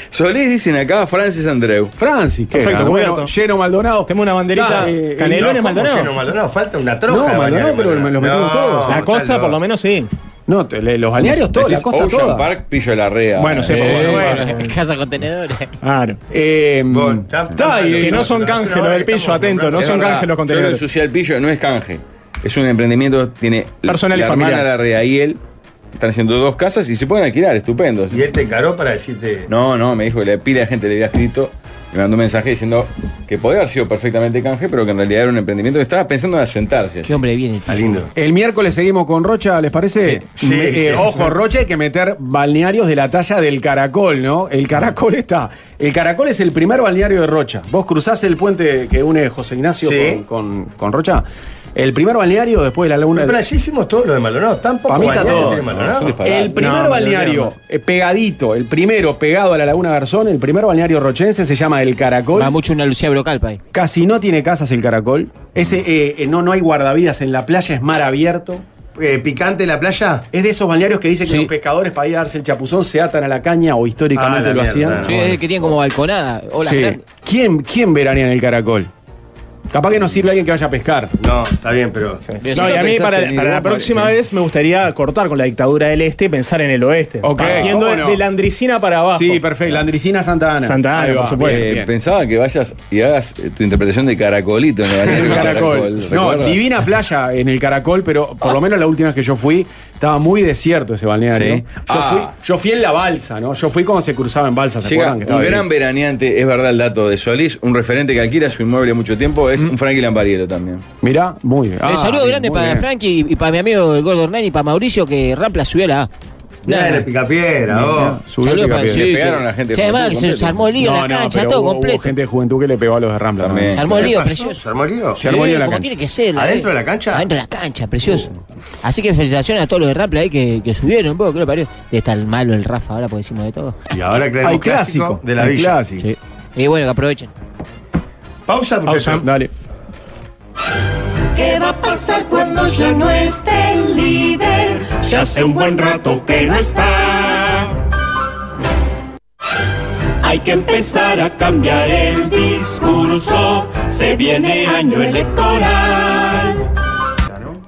Solís dicen acá Francis Andreu. Francis, ¿qué Perfecto, era? bueno, Roberto. lleno Maldonado. Tenemos una banderita. Ah, eh, Canelo. Canelones, No, ¿cómo Maldonado. lleno Maldonado? Falta una troja. No, de Maldonado, bañar, pero Maldonado. me- los metemos todos. La costa, está por loco. lo menos, sí. No, te- le- los balnearios, todos, la Decís costa Ocean toda. Park, Pillo de la Rea. Bueno, sí, por Eh, supuesto. bueno. Ah, Casa contenedores. Claro. Eh, Bueno, mm, está, está- y- Que no son no, canjes no, los del estamos pillo, atento, no nombrando- Es son verdad, canjes los Yo lo contenedores. ensucié al Pillo, no es canje. Es un emprendimiento, tiene Personal y la familiar. hermana, la Rea y él. Están haciendo dos casas y se pueden alquilar, estupendo. Y este caró para decirte. No, no, me dijo que la pila de gente le había escrito. Me mandó un mensaje diciendo que podía haber sido perfectamente canje, pero que en realidad era un emprendimiento que estaba pensando en asentarse. Ah, Qué hombre viene el Está tío. lindo. El miércoles seguimos con Rocha, ¿les parece? Sí, sí, Me- eh, sí. Ojo, Rocha, hay que meter balnearios de la talla del caracol, ¿no? El caracol está. El caracol es el primer balneario de Rocha. Vos cruzás el puente que une José Ignacio Sí. con, con- con Rocha. El primer balneario después de la laguna. Pero allí hicimos todo lo de Maldonado. Tampoco Para mí está bañares todo. tiene Maldonado. No, son disparate. El primer No, balneario Maldonado. eh, pegadito, el primero pegado a la Laguna Garzón, el primer balneario rochense se llama El Caracol. Va mucho una Lucía Brocalpa ahí. Casi no tiene casas el Caracol. Ese eh, eh, no, no hay guardavidas en la playa, es mar abierto. Eh, picante la playa. Es de esos balnearios que dicen que Sí. los pescadores para ir a darse el chapuzón se atan a la caña o históricamente Ah, la lo mierda, hacían. no. Sí, es el que tienen como balconada. Hola, Sí. ¿Quién, ¿Quién veranea en el caracol? Capaz que no sirve alguien que vaya a pescar. No, está bien, pero. No, y a mí para, en para la Europa, próxima sí. vez me gustaría cortar con la dictadura del este y pensar en el oeste. Ok. Partiendo ¿Cómo de, no? de la Andricina para abajo. Sí, perfecto. La Andricina Santa Ana. Santa Ana, Ahí va, por supuesto. bien, Eh, bien. pensaba que vayas y hagas eh, tu interpretación de caracolito en el El balneario caracol. No, ¿recuerdas? divina playa en el caracol, pero Ah. por lo menos la última vez que yo fui, estaba muy desierto ese balneario. Sí. Yo, Ah. fui, yo fui en la balsa, ¿no? Yo fui cuando se cruzaba en balsa, ¿se Llega acuerdan? un Que estaba gran ahí? veraneante, es verdad el dato de Solís, un referente que alquila su inmueble mucho tiempo, es un Frankie Lampariello también. Mm. Mirá, muy bien. Un Ah, saludo bien, grande muy para bien. Frankie y, y para mi amigo el Gordo Hernán y para Mauricio que Rampla subió a la A. Nada, Nada. la picapiedra, oh. Subió Saludo el para- picapiedra. sí, Le pegaron que- a la gente Sí, de además, Juventud se, se completa. armó el lío en la cancha, pero todo hubo- hubo completo. gente de juventud que le pegó a los de Rambla También. también. Se armó el lío, precioso. ¿Se armó el lío? Se armó el lío en la como cancha. tiene que ser. ¿Adentro eh. de la cancha? Adentro de la cancha, precioso. Así que felicitaciones a todos los de Rampla ahí que, que subieron, vos, que lo parió. De tal malo el Rafa ahora porque decimos de todo. Y ahora creemos Hay clásico, clásico. de la hay villa. clásico. Sí. Y bueno, que aprovechen. Pausa, muchachos. Dale. ¿Qué va a pasar cuando ya no esté el líder? Ya hace un buen rato que no está. Hay que empezar a cambiar el discurso. Se viene año electoral.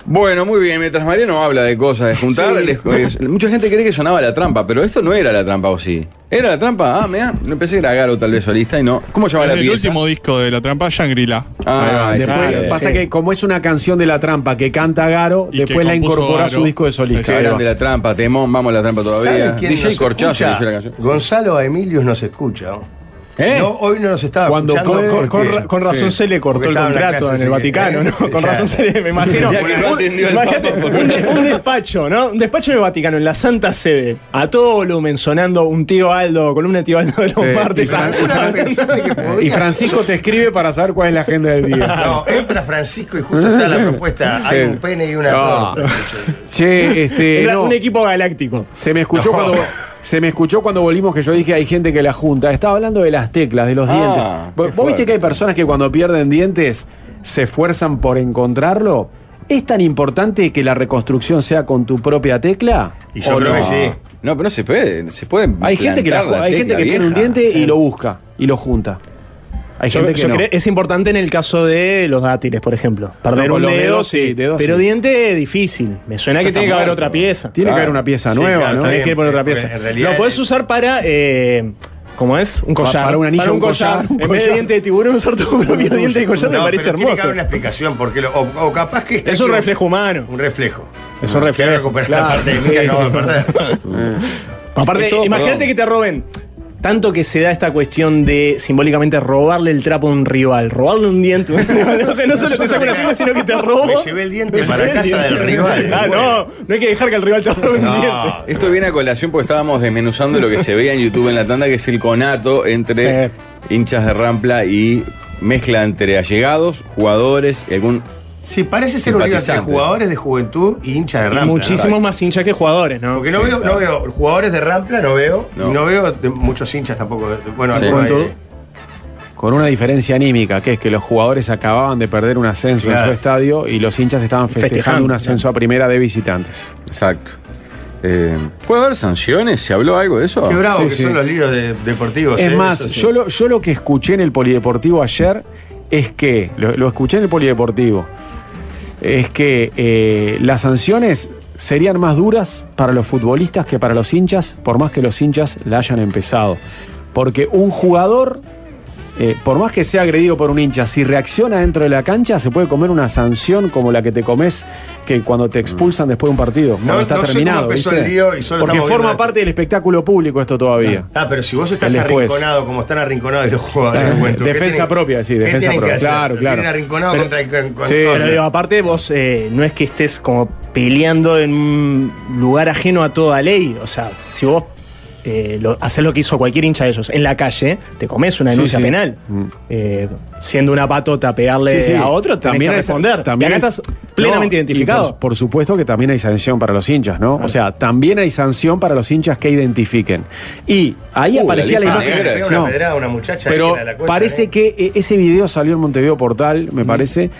Bueno, muy bien, mientras Mariano habla de cosas, de juntar, les- les- mucha gente cree que sonaba la trampa, pero esto no era la trampa, ¿o sí? ¿Era la trampa? Ah, mira, no pensé que era Garo tal vez solista y no. ¿Cómo llamaba la el pieza? último disco de La Trampa, Shangri-La. Ah, Después, exacto. sí. pasa que como es una canción de La Trampa que canta Garo, Y que después la compuso incorpora a su Garo. disco de solista. Qué Ahí va. grande la trampa, Temón, vamos a la trampa todavía. ¿Saben quién DJ nos Corchazo escucha? eligió la canción. Gonzalo Emilius nos escucha. ¿no? ¿Eh? No, hoy no nos estaba Cuando escuchando. corre- Con, con porque- ra- con razón se le cortó Porque el estaba en la contrato clase, en sí. el Vaticano, ¿no? Sí. Con razón se le, me imagino. Ya que no atendió el Imagínate, Papa por- un, de- un despacho, ¿no? Un despacho del Vaticano en la Santa Sede, a todo volumen sonando un tío Aldo, columna de tío Aldo de los Sí, martes. y Fran- ¿Alguna vez pensaste que Y podías? Francisco te escribe para saber cuál es la agenda del día. No, entra Francisco y justo está la propuesta. Hay un pene y una Ah. torta. Che, este. Era no. un equipo galáctico. Se me escuchó cuando. Se me escuchó cuando volvimos que yo dije hay gente que la junta. Estaba hablando de las teclas, de los Ah, dientes. qué ¿Vos fuerte. viste que hay personas que cuando pierden dientes se esfuerzan por encontrarlo? ¿Es tan importante que la reconstrucción sea con tu propia tecla? Y yo ¿O creo no? que sí. No, pero no se puede, se puede. Hay gente que, la, plantar ju- hay gente tecla que pierde un vieja. diente y lo busca y lo junta. Hay Yo- gente que yo no. creo- es importante en el caso de los dátiles, por ejemplo. Perder No, con un los dedo, dedos, sí, dedos, pero sí. diente difícil. Me suena Ya que está tiene que haber muerto. otra pieza. Tiene que Claro. haber una pieza Sí, nueva, claro, ¿no? está bien. Tenés que ir por otra pieza. En realidad- lo podés usar para. eh, ¿Cómo es? Un collar. para un anillo, un collar, un En vez de collar. diente de tiburón, usar tu propio diente de collar me No, parece pero Tiene que hermoso. haber una explicación. Porque lo- o, o capaz que está Es un equivocado. reflejo humano. Un reflejo. Es un Quiero reflejo. recuperar claro. la parte de mí que Sí, acabo de sí. perder. Aparte, Esto, imagínate perdón. que te roben tanto que se da esta cuestión de simbólicamente robarle el trapo a un rival, robarle un diente. a un rival. O sea, no solo te saca una pierna, sino que te robo. Me llevé el diente Me para llevé el diente. casa del rival. Ah, no, no hay que dejar que el rival te robe un diente. No, Esto viene a colación porque estábamos desmenuzando lo que se veía en YouTube en la tanda, que es el conato entre Sí. hinchas de Rampla y mezcla entre allegados, jugadores y algún. Sí, parece ser un lío entre Simpatizante. jugadores de juventud y hinchas de Y Rampla. muchísimos ¿no? más hinchas que jugadores, ¿no? Porque no, veo, no veo jugadores de Rampla, no veo. No. Y no veo de muchos hinchas tampoco. de- Bueno, Sí. algo hay de- Con una diferencia anímica, que es que los jugadores acababan de perder un ascenso en Claro. su estadio y los hinchas estaban festejando, Festejando, un ascenso a primera de visitantes. Exacto. Eh, ¿Puede haber sanciones? ¿Se habló algo de eso? Qué Sí, bravo que sí. son los líos de- deportivos. Es eh, más, eso sí. yo, lo, yo lo que escuché en el Polideportivo ayer es que, lo, lo escuché en el Polideportivo, es que eh, las sanciones serían más duras para los futbolistas que para los hinchas, por más que los hinchas la hayan empezado. Porque un jugador, eh, por más que sea agredido por un hincha, si reacciona dentro de la cancha, se puede comer una sanción como la que te comes que cuando te expulsan después de un partido, cuando no está sé cómo terminado. empezó ¿viste? el lío y solo Porque estamos forma viendo- parte del espectáculo público esto todavía. Ah, pero si vos estás El después. arrinconado como están arrinconados los jugadores de Ah, juventud. ¿qué defensa tienen- propia, sí, qué defensa tienen que propia. hacer? Claro, Lo claro. Tienen arrinconado Pero- contra el con- con- Sí, con- Pero digo, aparte vos eh, no es que estés como peleando en un lugar ajeno a toda ley. O sea, si vos eh, lo- haces lo que hizo cualquier hincha de ellos en la calle, te comes una Sí, denuncia sí. Mm. penal. Eh, siendo una patota pegarle Sí, sí. a otro, también que es- responder. también Y acá es- estás plenamente No, y identificado. Por, por supuesto que también hay sanción para los hinchas, ¿no? O sea, también hay sanción para los hinchas que identifiquen. Y ahí Uh, aparecía la, la lista imagen. negra, le pega una No, pedrada a una muchacha pero que era la cuesta, parece ¿eh? que eh, ese video salió en Montevideo Portal, Mm. me parece.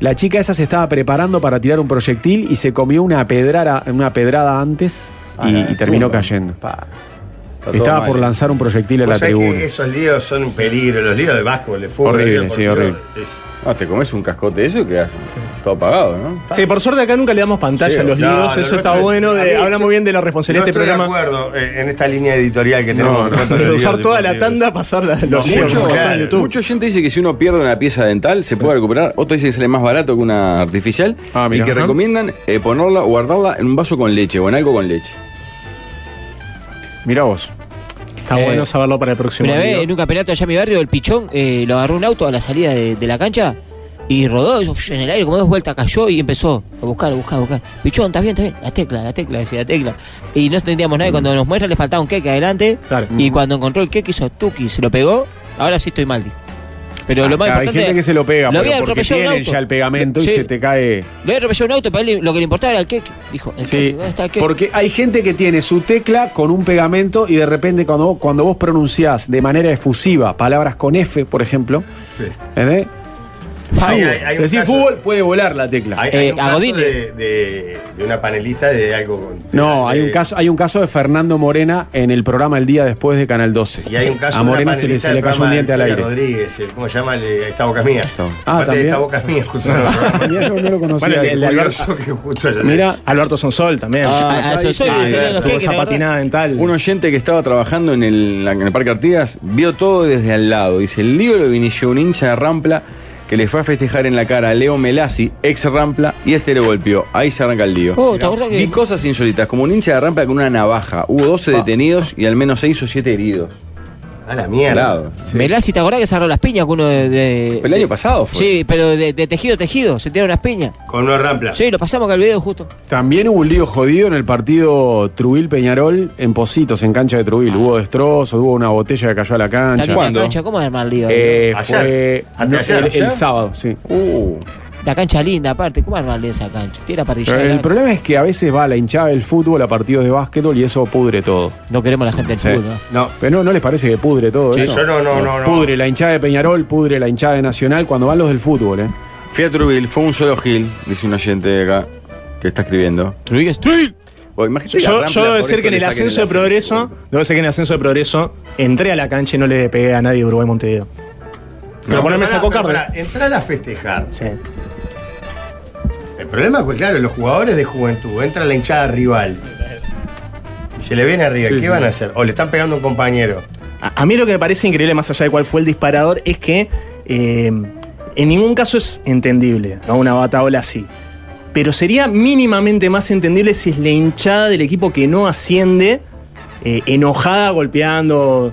La chica esa se estaba preparando para tirar un proyectil y se comió una pedrada, una pedrada antes y, Ah, la y tumba. terminó cayendo. Pa, está todo Estaba mal. por lanzar un proyectil a Vos la sabés tribuna. que esos líos son un peligro, los líos de básquetbol, de fútbol. Horrible, los líos sí, deportivos, Ah, te comes un cascote de eso y quedas todo apagado, ¿no? Sí, por suerte acá nunca le damos pantalla Sí, a los no, líos, no, eso no, está no, bueno. a de- mí, habla yo- muy bien de la es- No responsabilidad de estoy este de programa. acuerdo eh, en esta línea editorial que tenemos. no, con De los usar líos toda la deportivos. tanda, pasar la- los líos mucho, como son en claro, YouTube. Mucha gente dice que si uno pierde una pieza dental se puede recuperar. Otro dice que sale más barato que una artificial. Ah, y mira, que ajá. recomiendan eh, ponerla, guardarla en un vaso con leche o en algo con leche. Mirá vos. Eh, Está bueno saberlo para el próximo Una vez lío. en un campeonato allá en mi barrio, el pichón eh, lo agarró un auto a la salida de, de la cancha y rodó yo, en el aire, como dos vueltas cayó y empezó a buscar, a buscar, a buscar. Pichón, ¿estás bien? ¿Estás bien? La tecla, la tecla, decía, la tecla. Y no entendíamos Mm. nada. Y cuando nos muestra, le faltaba un queque adelante. Claro. Y cuando encontró el queque, hizo tuki, se lo pegó. Ahora sí estoy mal. di. Pero lo más Acá hay importante. gente que se lo pega, había pero porque atropellado un tienen auto. ya el pegamento Sí, y se te cae. Lo había atropellado un auto, pero a él lo que le importaba era el queque. Dijo, el queque, Sí, ¿dónde está el queque? porque hay gente que tiene su tecla con un pegamento y de repente cuando vos, cuando vos pronunciás de manera efusiva palabras con F, por ejemplo, ¿entendés? Fútbol. hay- hay un Decís caso- fútbol, puede volar la tecla. Hay, hay Eh, un a caso Godín. de, de- de una panelista de algo. con- no, de- hay un, caso, hay un caso de Fernando Morena en el programa El Día Después de Canal 12. Y hay un caso A de una Morena se le, panelista se le del cayó un programa de diente al Victoria aire. Rodríguez, el- ¿cómo se llama? El, eh, esta boca es mía. Ah, Aparte de también. esta boca es mía, justo. Mirá, no, no lo conocía. Bueno, el- el- Curioso que justo haya sido. Mira, Alberto Sonsol también. Ah, Ah, A- a- a- ahí Sonsol, sí, le ahí salían está. los Tuvo queques, esa ¿te acordás? patinada dental. Un oyente que estaba trabajando en el, en el Parque Artigas vio todo desde al lado. Dice, el lío lo inició un hincha de Rampla que le fue a festejar en la cara a Leo Melassi, ex Rampla, y este lo golpeó. Ahí se arranca el lío. Oh, ¿te acordás que- Vi cosas insólitas, como un hincha de Rampla con una navaja. Hubo 12 detenidos y al menos 6 o 7 heridos. A la mierda. Al lado. Velázquez, ¿te acordás que cerró las piñas con uno de. de- El año pasado fue. Sí, pero de, de tejido a tejido, se tiraron las piñas. Con una rampla. Sí, lo pasamos acá el video justo. También hubo un lío jodido en el partido Trubil-Peñarol en Positos, en cancha de Trubil. Hubo destrozos, hubo una botella que cayó a la También cancha. la ¿Cuándo? Ah. cancha, ¿cómo es armar lío? Eh, Ayer. fue Antes de el- ayer. el, sábado, sí. Uh, La cancha linda, aparte, ¿cómo armar lío esa cancha? Tira parrilla. Pero el adelante. problema es que a veces va la hinchada del fútbol a partidos de básquetbol y eso pudre todo. No queremos a la gente del Sí. fútbol. ¿no? No. Pero no, ¿no les parece que pudre todo Sí, eso? yo no, no, no, no. Pudre la hinchada de Peñarol, pudre la hinchada de Nacional cuando van los del fútbol, ¿eh? fui a Trubil, fue un solo Gil, dice un oyente acá que está escribiendo. Trubillo es- O imagínate la Yo, Rampla yo debo por decir esto que en le el saquen ascenso de progreso, debo decir que en el ascenso de progreso entré a la cancha y no le pegué a nadie de Uruguay Montevideo. Pero No, por ahí me pará, sacó pero cardo. pará, Entrar a festejar. Sí. El problema es que, claro, los jugadores de juventud entran a la hinchada rival. Y se le viene arriba. Sí, ¿Qué sí. van a hacer? O le están pegando a un compañero. A, a mí lo que me parece increíble, más allá de cuál fue el disparador, es que eh, en ningún caso es entendible, ¿no? Una bataola así. Pero sería mínimamente más entendible si es la hinchada del equipo que no asciende, eh, enojada, golpeando.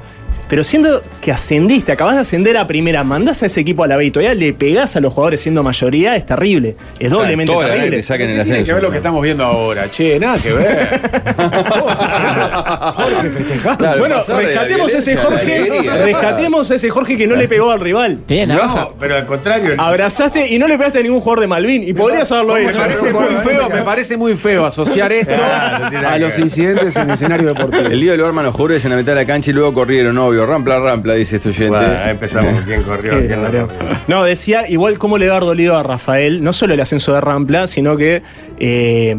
Pero siendo que ascendiste, acabas de ascender a primera, mandás a ese equipo a la B y todavía le pegás a los jugadores siendo mayoría, es terrible. Es doblemente toda la gana que terrible. te saquen el Tiene que ascenso. ver lo que estamos viendo ahora. Che, nada que ver. Jorge festejando. Claro, bueno, pasar de la rescatemos a ese violencia a la Jorge, alegría. rescatemos a ese Jorge que no le pegó al rival. Tenía navaja. No, pero al contrario. Abrazaste y no le pegaste a ningún jugador de Malvin y podrías haberlo Me hecho. parece muy feo, me parece muy feo asociar esto Claro, no tiene nada a que los ver. incidentes en el escenario deportivo. El lío lo arman los jugadores en la mitad de la cancha y luego corrieron, obvio. Rampla, rampla, dice este oyente. Bueno, ahí empezamos con quién corrió, Sí, quién no Gabriel. corrió. No, decía igual cómo le debe haber dolido a Rafael, no solo el ascenso de Rampla, sino que eh,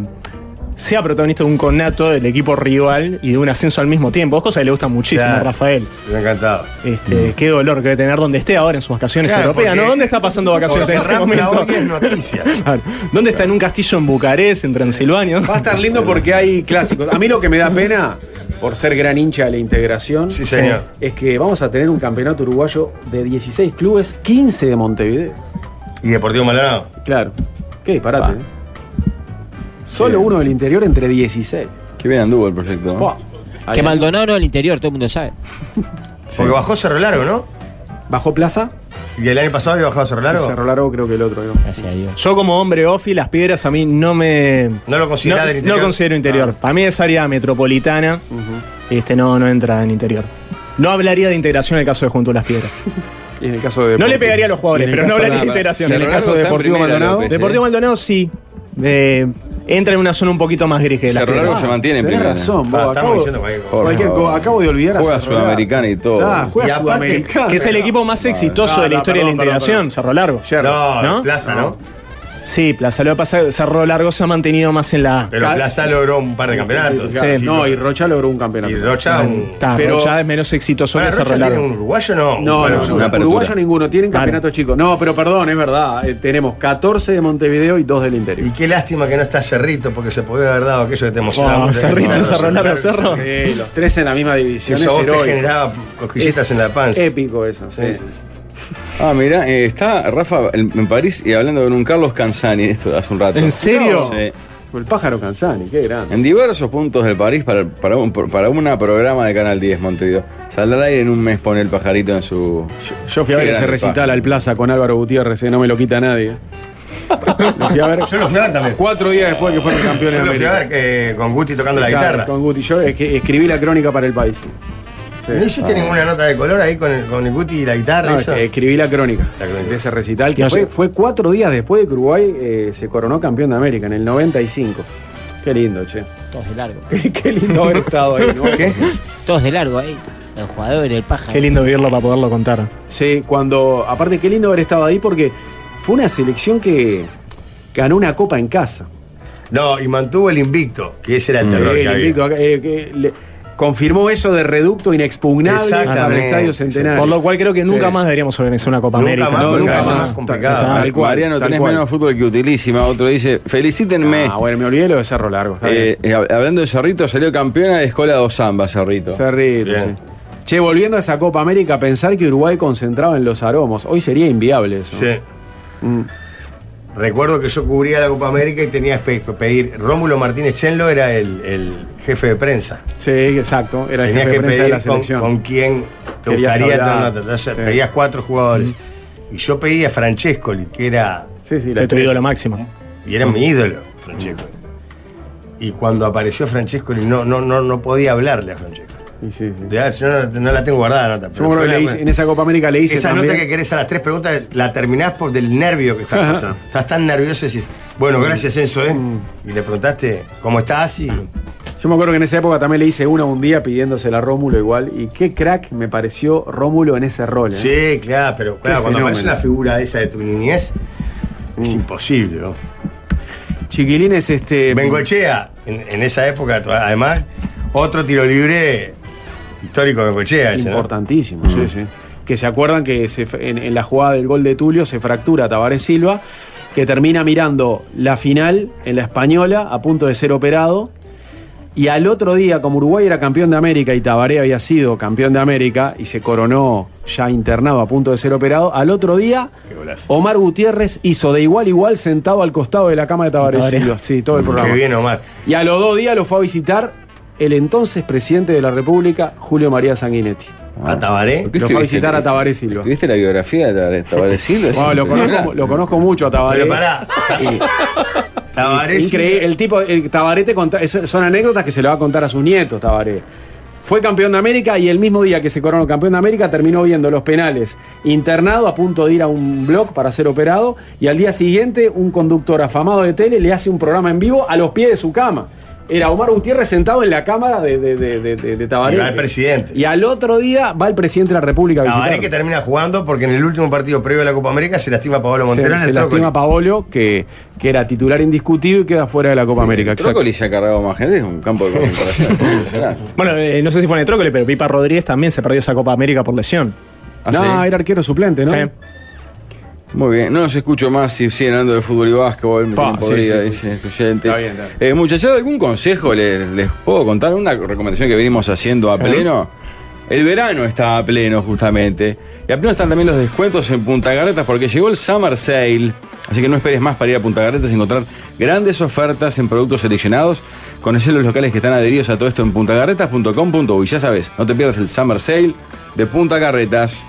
sea protagonista de un conato del equipo rival y de un ascenso al mismo tiempo. Dos cosas que le gustan muchísimo Claro. a Rafael. Me ha encantado. Este, Qué dolor que debe tener donde esté ahora en sus vacaciones Claro, europeas, porque- ¿no? ¿Dónde está pasando vacaciones en porque este Rampla momento? hoy es noticia. Claro. ¿Dónde está en un castillo en Bucarest, en Transilvania? Va a estar lindo porque hay clásicos. A mí lo que me da pena, por ser gran hincha de la integración, Sí, señor. es que vamos a tener un campeonato uruguayo de 16 clubes, 15 de Montevideo. ¿Y Deportivo Maldonado? Claro. Qué disparate. ¿eh? Solo Sí. uno del interior entre 16. Qué bien anduvo el proyecto. ¿no? Buah. Ahí Que hay- Maldonado no es el interior, todo el mundo sabe. Porque bajó Cerro Largo, ¿no? Bajó Plaza Y el año pasado había bajado Cerro Largo. y Cerro Largo creo que el otro. digamos. Gracias a Dios. Yo como hombre ofi, las piedras a mí no me... No lo considerás del interior. Ah. No considero interior. Para mí es área metropolitana. Este no, no entra en interior. No hablaría de integración en el caso de Junto a las Piedras. Y en el caso de No le Deportivo. pegaría a los jugadores, Y en el pero no caso- hablaría de nada, integración. En el Cerro caso Largo de está en Deportivo primera, Maldonado. López. Deportivo Maldonado sí. Eh, entra en una zona un poquito más gris que la Cerro Largo Ah, se mantiene en tenés primera. razón, Ah, vos, estamos acabo, diciendo cualquier cosa. cualquier Por favor. co- acabo de olvidar a Juega Cerro Largo. Sudamericana y todo. Ah, juega Y aparte- Sudamericana. Que es el equipo más exitoso Ah, de la no, historia de perdón, la integración, perdón, Cerro Largo. Yerro. No, ¿No? Plaza, ¿no? Sí, Plaza. Lo que pasa es que Cerro Largo se ha mantenido más en la A. Pero Cal- Plaza logró un par de campeonatos. Claro, Sí. no, y Rocha logró un campeonato. Y Rocha, un... Está, Pero- Rocha es menos exitoso Ahora, que Cerro ¿Rocha tiene Largo. un uruguayo no? No, Bueno, no, es no. una- una apertura. Uruguayo ninguno, tienen Claro. campeonatos chicos. No, pero perdón, es verdad. eh, tenemos 14 de Montevideo y 2 del Y interior. qué lástima que no está Cerrito, porque se podía haber dado aquello que Oh, te emocionaba. Wow, mucho. Cerrito, No, Cerro Largo, Cerro. Sí, los tres en la misma división. Eso a es vos te heroico. generaba cosquillitas Es en la panza. Épico eso, sí. Ah, mira, está Rafa en en París y hablando con un Carlos Canzani esto hace un rato. ¿En serio? Sí. El pájaro Canzani, qué grande. En diversos puntos del París para, para, un, para una programa de Canal 10, Montevideo. Saldrá al aire en un mes, pone el pajarito en su. Yo fui a Qué ver ese grande, recital pájaro. al plaza con Álvaro Gutiérrez, eh, no me lo quita nadie. Lo fui a ver Yo lo fui a ver también. cuatro días después que fueron campeones Yo de lo fui a América. ver que- con Guti tocando la Sabes, guitarra. Con Guti, yo es que escribí la crónica para el país. Sí. Ah. ¿No hiciste ninguna nota de color ahí con el, con el Guti y la guitarra? No, es eso? que escribí la crónica, La crónica. de ese recital, que No fue, sé. fue cuatro días después de que Uruguay eh, se coronó campeón de América, en el 95. Qué lindo, che. Todos de largo. Qué lindo haber estado ahí, ¿no? Todos de largo ahí. El jugador, el pájaro. Qué lindo vivirlo para poderlo contar. Sí, cuando. Aparte, qué lindo haber estado ahí porque fue una selección que ganó una copa en casa. No, y mantuvo el invicto, que ese era el terror Eh, que el había. invicto acá, eh, que le- confirmó eso de reducto inexpugnable para el Exactamente. Estadio Centenario. Por lo cual creo que nunca Sí. más deberíamos organizar una Copa Nunca América. más, No, porque nunca cada vez más. más complicado. Tal- tal cual, Mariano, tal tenés cual. menos fútbol que utilísima. Otro dice: Felicítenme. Ah, bueno, me olvidé lo de Cerro Largo. Está bien. Eh, eh, hab- hablando de Cerrito, salió campeona de Escuela dos Zamba, Cerrito. Cerrito, Bien. sí. Che, volviendo a esa Copa América, pensar que Uruguay concentraba en los aromos. Hoy sería inviable eso. Sí. Recuerdo que yo cubría la Copa América y tenía que pedir. Rómulo Martínez Chenlo era el, el jefe de prensa. Sí, exacto. Era el Tenías jefe de que prensa de pedir la con, selección. con quién te Querías gustaría tener hablar. una nota. Entonces, Sí. Pedías cuatro jugadores. Y yo pedí a Francescoli, que era. Sí, sí, la Te tu tres. ídolo máximo. Y era mi ídolo, Francescoli. Y cuando apareció Francescoli, no, no, no, no podía hablarle a Francescoli. Y sí, sí. Ya, si no, no, no la tengo guardada la nota. Yo pero me acuerdo fue que le la- hice- en esa Copa América le hice Esa también. nota que querés a las tres preguntas la terminás por del nervio que estás Ajá. pasando. Estás tan nervioso y decís, bueno, gracias Enzo, ¿eh? Mm. Y le preguntaste, ¿cómo estás? Y Yo me acuerdo que en esa época también le hice una un día pidiéndosela a Rómulo igual. Y qué crack me pareció Rómulo en ese rol. ¿eh? sí, claro, "Ah, pero claro, cuando fenómeno. aparece Mm. una figura esa de tu niñez, es imposible, ¿no? Chiquilines, este. Bengochea, en, en esa época, to- además, otro tiro libre histórico de Bengochea. ese, ¿no? Mm. Importantísimo, sí, sí. Que se acuerdan que se f- en, en la jugada del gol de Tulio se fractura Tavares Silva, que termina mirando la final en la española a punto de ser operado. Y al otro día, como Uruguay era campeón de América y Tabaré había sido campeón de América y se coronó ya internado a punto de ser operado, al otro día Qué golazo. Omar Gutiérrez hizo de igual a igual sentado al costado de la cama de Tabaré Tabaré. Silva. Sí, todo el programa. Qué bien, Omar. Y a los dos días lo fue a visitar el entonces presidente de la República, Julio María Sanguinetti. A Tabaré. ¿Por qué Lo fue a estuviste- visitar a Tabaré Silva. ¿Tuviste la biografía de Tabaré- Tabaré Silva? Es Bueno, lo, impresionante. conozco, lo conozco mucho a Tabaré. Pero pará. Tabaré. Increíble. El tipo, el Tabaré te conta- es- son anécdotas que se le va a contar a sus nietos, Tabaré. Fue campeón de América y el mismo día que se coronó campeón de América terminó viendo los penales, internado a punto de ir a un blog para ser operado y al día siguiente un conductor afamado de tele le hace un programa en vivo a los pies de su cama. Era Omar Gutiérrez sentado en la cámara de, de, de- de- de- de Tabaré. Y va el presidente. Y al otro día va el presidente de la República a Tabaré que visitarlo. termina jugando porque en el último partido previo a la Copa América se lastima Pablo Se, Montero en se el lastima trócoli. Paolo, que, que era titular indiscutido y queda fuera de la Copa América. Exacto. Trócoli se ha cargado más gente, es un campo de concentración. impresionante. Bueno, eh, no sé si fue en el trócoli, pero Pipa Rodríguez también se perdió esa Copa América por lesión. ¿Ah, no, sí? era arquero suplente, ¿no? Sí. Muy bien, no los escucho más si siguen hablando de fútbol y básquetbol. me Pa, tienen sí, podrida, sí, sí, dice el oyente. Está bien, está bien. Eh, muchachada, ¿algún consejo les, les puedo contar? Una recomendación que venimos haciendo a pleno. El verano está a pleno, justamente. Y a pleno están también los descuentos en Punta Carretas porque llegó el Summer Sale. Así que no esperes más para ir a Punta Carretas y encontrar grandes ofertas en productos seleccionados. Conocer los locales que están adheridos a todo esto en puntacarretas.com.uy. Ya sabes, no te pierdas el Summer Sale de Punta Carretas.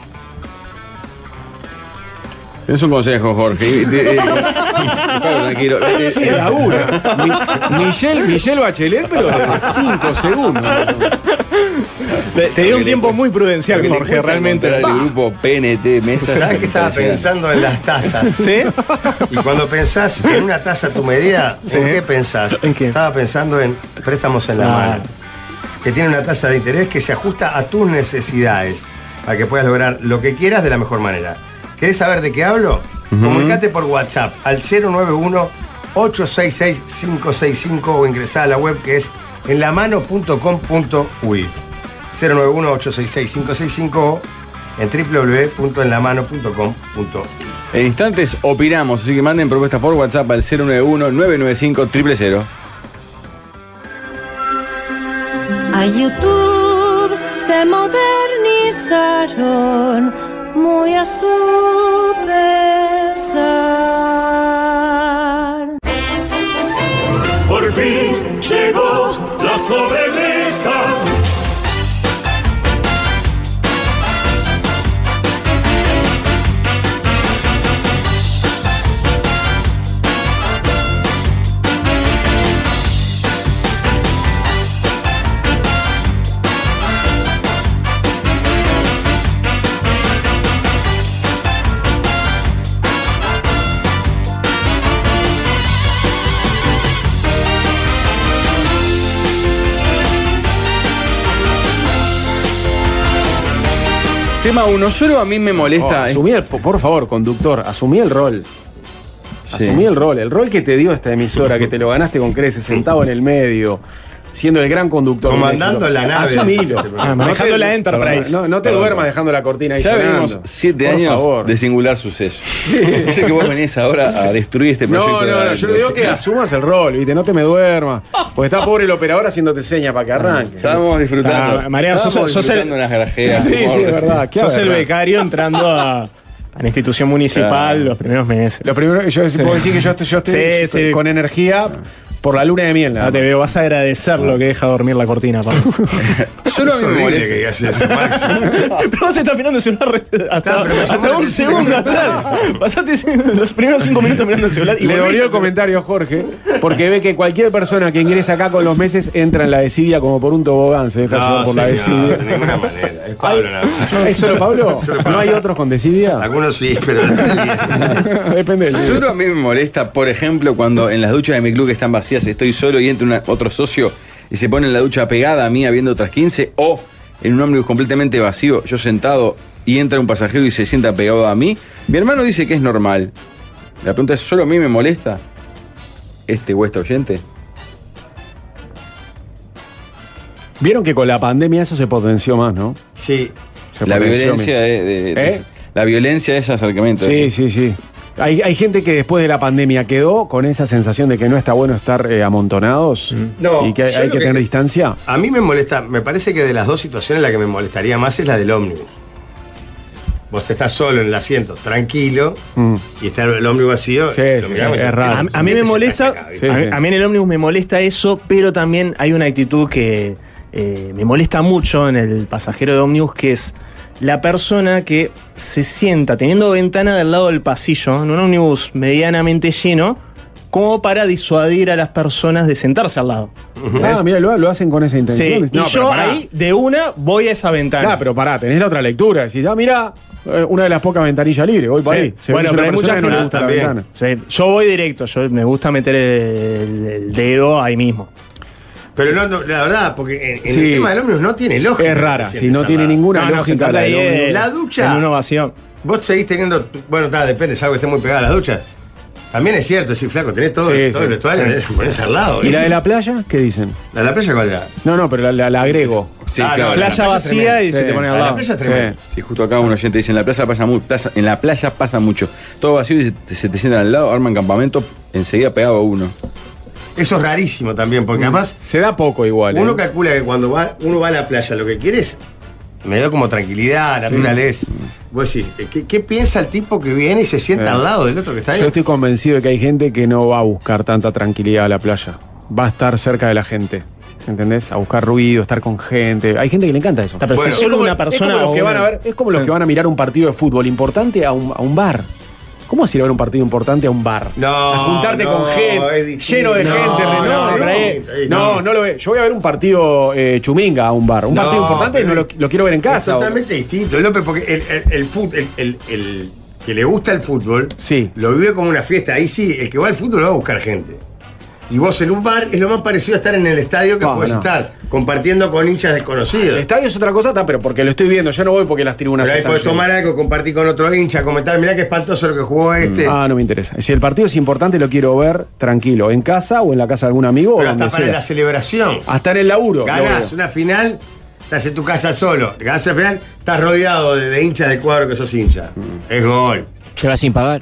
Es un consejo, Jorge. Y- y- y- Tranquilo. Eh, Qué labura. Mi- Michelle, Michelle Bachelet, pero de 5 segundos. Le- Te dio un tiempo muy prudencial, Jorge, realmente. El grupo PNT Mesa. ¿Sabes que estaba pensando en las tazas? ¿Sí? Y cuando pensás en una taza a tu medida, Sí. ¿en qué pensás? ¿En qué? Estaba pensando en préstamos en la Ah. mano, que tiene una tasa de interés que se ajusta a tus necesidades, para que puedas lograr lo que quieras de la mejor manera. ¿Querés saber de qué hablo? Comunicate por WhatsApp al 091-866-565 o ingresá a la web que es enlamano.com.uy. 091-866-565 o en www.enlamano.com.uy. En instantes opinamos, así que manden propuestas por WhatsApp al 091-995-000. A YouTube se modernizaron muy a su pesar. Por fin llegó la sobremesa. Tema 1, solo a mí me molesta. es- asumí el, por favor, conductor, asumí el rol. Asumí Sí. el rol, el rol que te dio esta emisora, que te lo ganaste con creces, sentado en el medio, siendo el gran conductor. Comandando del éxito. la nave. Asumilo. Ah, manejando No te- la Enterprise. No, no te duermas dejando la cortina ahí Ya sonando. venimos siete Por años favor. de singular suceso. Yo sé que vos venís ahora a destruir este proyecto. No, de no, no, radio. yo le digo que asumas el rol, viste, no te me duermas. Porque está pobre el operador haciéndote seña para que arranque. Estábamos Ah, disfrutando. Ah, Mariano, sos- Estábamos sos el- disfrutando unas grajeas. Sí, sí, es amor, verdad. qué Sos el verdad. becario entrando a, a la institución municipal Claro. los primeros meses. Lo primero que yo puedo decir que yo estoy, yo Sí, estoy sí. con energía por la luna de miel. nada Ya te más. veo, vas a agradecer lo que deja dormir la cortina, Pablo. Solo a mí me molesta. que digas eso, Maxi. pero vos estás mirando el celular re- hasta, Está, pero me llamó hasta la un atención. segundo atrás. Pasaste los primeros cinco minutos mirando el celular y Le volviste. dolió el comentario a Jorge, porque ve que cualquier persona que ingresa acá con los meses entra en la desidia como por un tobogán, se deja llevar por la señor, de desidia. ninguna manera. Es Pablo nada más. ¿Es solo Pablo? Solo Pablo. ¿No hay otros con desidia? Algunos sí, pero. Depende del libro. Solo a mí me molesta, por ejemplo, cuando en las duchas de mi club que están vacías estoy solo y entra una- otro socio y se pone en la ducha pegada a mí habiendo otras 15 o en un ómnibus completamente vacío, yo sentado y entra un pasajero y se sienta pegado a mí. Mi hermano dice que es normal. La pregunta es, ¿solo a mí me molesta este o esta oyente? Vieron que con la pandemia eso se potenció más, ¿no? sí. Se La potenció, violencia mira. de, de- de- ¿Eh? La violencia es acercamiento. Sí, es- sí, sí. Hay, hay gente que después de la pandemia quedó con esa sensación de que no está bueno estar eh, amontonados No, y que hay, yo hay lo que que- tener distancia. A mí me molesta, me parece que de las dos situaciones la que me molestaría más es la del ómnibus. Vos te estás solo en el asiento, tranquilo, Mm. y está el ómnibus vacío. Sí, lo sí, miramos sí, y- es raro. A, a mí me molesta, Sí, a, sí. a mí en el ómnibus me molesta eso, pero también hay una actitud que, eh, me molesta mucho en el pasajero de ómnibus, que es la persona que se sienta teniendo ventana del lado del pasillo, en un ómnibus medianamente lleno, como para disuadir a las personas de sentarse al lado. Ah, mira, lo, lo hacen con esa intención. Sí, No, y pero yo pará. ahí, de una, voy a esa ventana. Claro, pero pará, tenés la otra lectura. Decís, ah, mira, una de las pocas ventanillas libres, voy para Sí. ahí. Se Bueno, ve que pero hay es una mucha persona que no le gente gusta la también. ventana. Sí, yo voy directo, yo me gusta meter el, el dedo ahí mismo. Pero no, no, la verdad, porque en, en Sí. el tema del ómnibus no tiene lógica. Es rara, que se si no empieza tiene a- ninguna No, no, lógica se la trata del ahí de- ómnibus. La ducha. En una ovación. Vos seguís teniendo. Bueno, está, depende, es algo que esté muy pegada a la ducha. También es cierto, si flaco, tenés todo, Sí, todo sí. el vestuario, tenés que ponerse al lado. ¿Y ¿eh? la de la playa? ¿Qué dicen? La de la playa, ¿cuál era? No, no, pero la, la- la agrego. Sí, Ah, claro. no, la Playa playa vacía y tremenda. se Sí. te pone La al de Ah, la lado. playa es Sí. tremenda. Sí, justo acá un oyente dice, en la plaza pasa mu- plaza- en la playa pasa mucho. Todo vacío y se te, se te sientan al lado, arman campamento, enseguida pegado a uno. Eso es rarísimo también, porque además Mm. Se da poco igual. ¿eh? uno calcula que cuando va, uno va a la playa lo que quiere es. Me da como tranquilidad, naturaleza. Vos decís, eh, ¿qué, qué piensa el tipo que viene y se sienta Eh. al lado del otro que está ahí? Yo estoy convencido de que hay gente que no va a buscar tanta tranquilidad a la playa. Va a estar cerca de la gente. ¿Entendés? A buscar ruido, estar con gente. Hay gente que le encanta eso. Está, pero si Bueno, solo una persona es como los o que van a una- ver, es como los que van a mirar un partido de fútbol importante a un, a un bar. ¿Cómo vas a ir a ver un partido importante a un bar? No, A juntarte no, con es gente, lleno distinto. de No, gente. re- no, No, no, no, ahí no, no. no lo veo. Yo voy a ver un partido eh, chuminga a un bar. Un No, partido importante pero no lo, es- lo quiero ver en Es casa. o- totalmente distinto, López, porque el, el, el fut- el- el- el que le gusta el fútbol Sí. lo vive como una fiesta. Ahí sí, el que va al fútbol va a buscar gente. Y vos en un bar es lo más parecido a estar en el estadio que No, podés no. estar, compartiendo con hinchas El desconocidos. estadio es otra cosa, ta, pero porque lo estoy viendo. Yo no voy porque las tribunas Pero ahí están podés llenas. tomar algo, compartir con otro hincha, comentar, mirá qué espantoso lo que jugó este. Ah, no me interesa. Si el partido es importante, lo quiero ver tranquilo. En casa o en la casa de algún amigo o Pero donde hasta para sea. la celebración. Hasta en el laburo. lo Ganás veo. una final, estás en tu casa solo. Ganás una final, estás rodeado de, de hinchas del cuadro que sos hincha. Es gol. Se va sin pagar.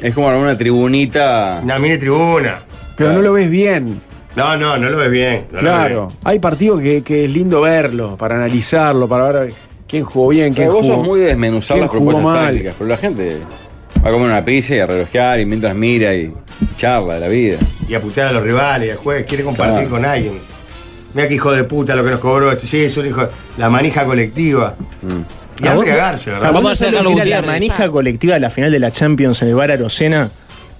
Es como armar una tribunita. Una mini tribuna. Pero no lo ves bien. No, no, no lo ves bien. no lo ves Claro. bien. Hay partidos que, que es lindo verlo, para analizarlo, para ver quién jugó bien, O sea, quién vos jugó. sos muy de desmenuzar quién las jugó propuestas mal. tácticas, pero la gente va a comer una pizza y a relojear y mientras mira y charla de la vida. Y a putear a Ah, los rivales, y a jueves, quiere compartir Claro. con alguien. Mira qué hijo de puta lo que nos cobró este. Sí, es un hijo. La manija colectiva. Y ¿A a vos- embriagarse, ¿verdad? ¿A vos Vamos no a hacer sabés lo Carlos que era la Gutiérrez. manija colectiva de la final de la Champions en el bar Arocena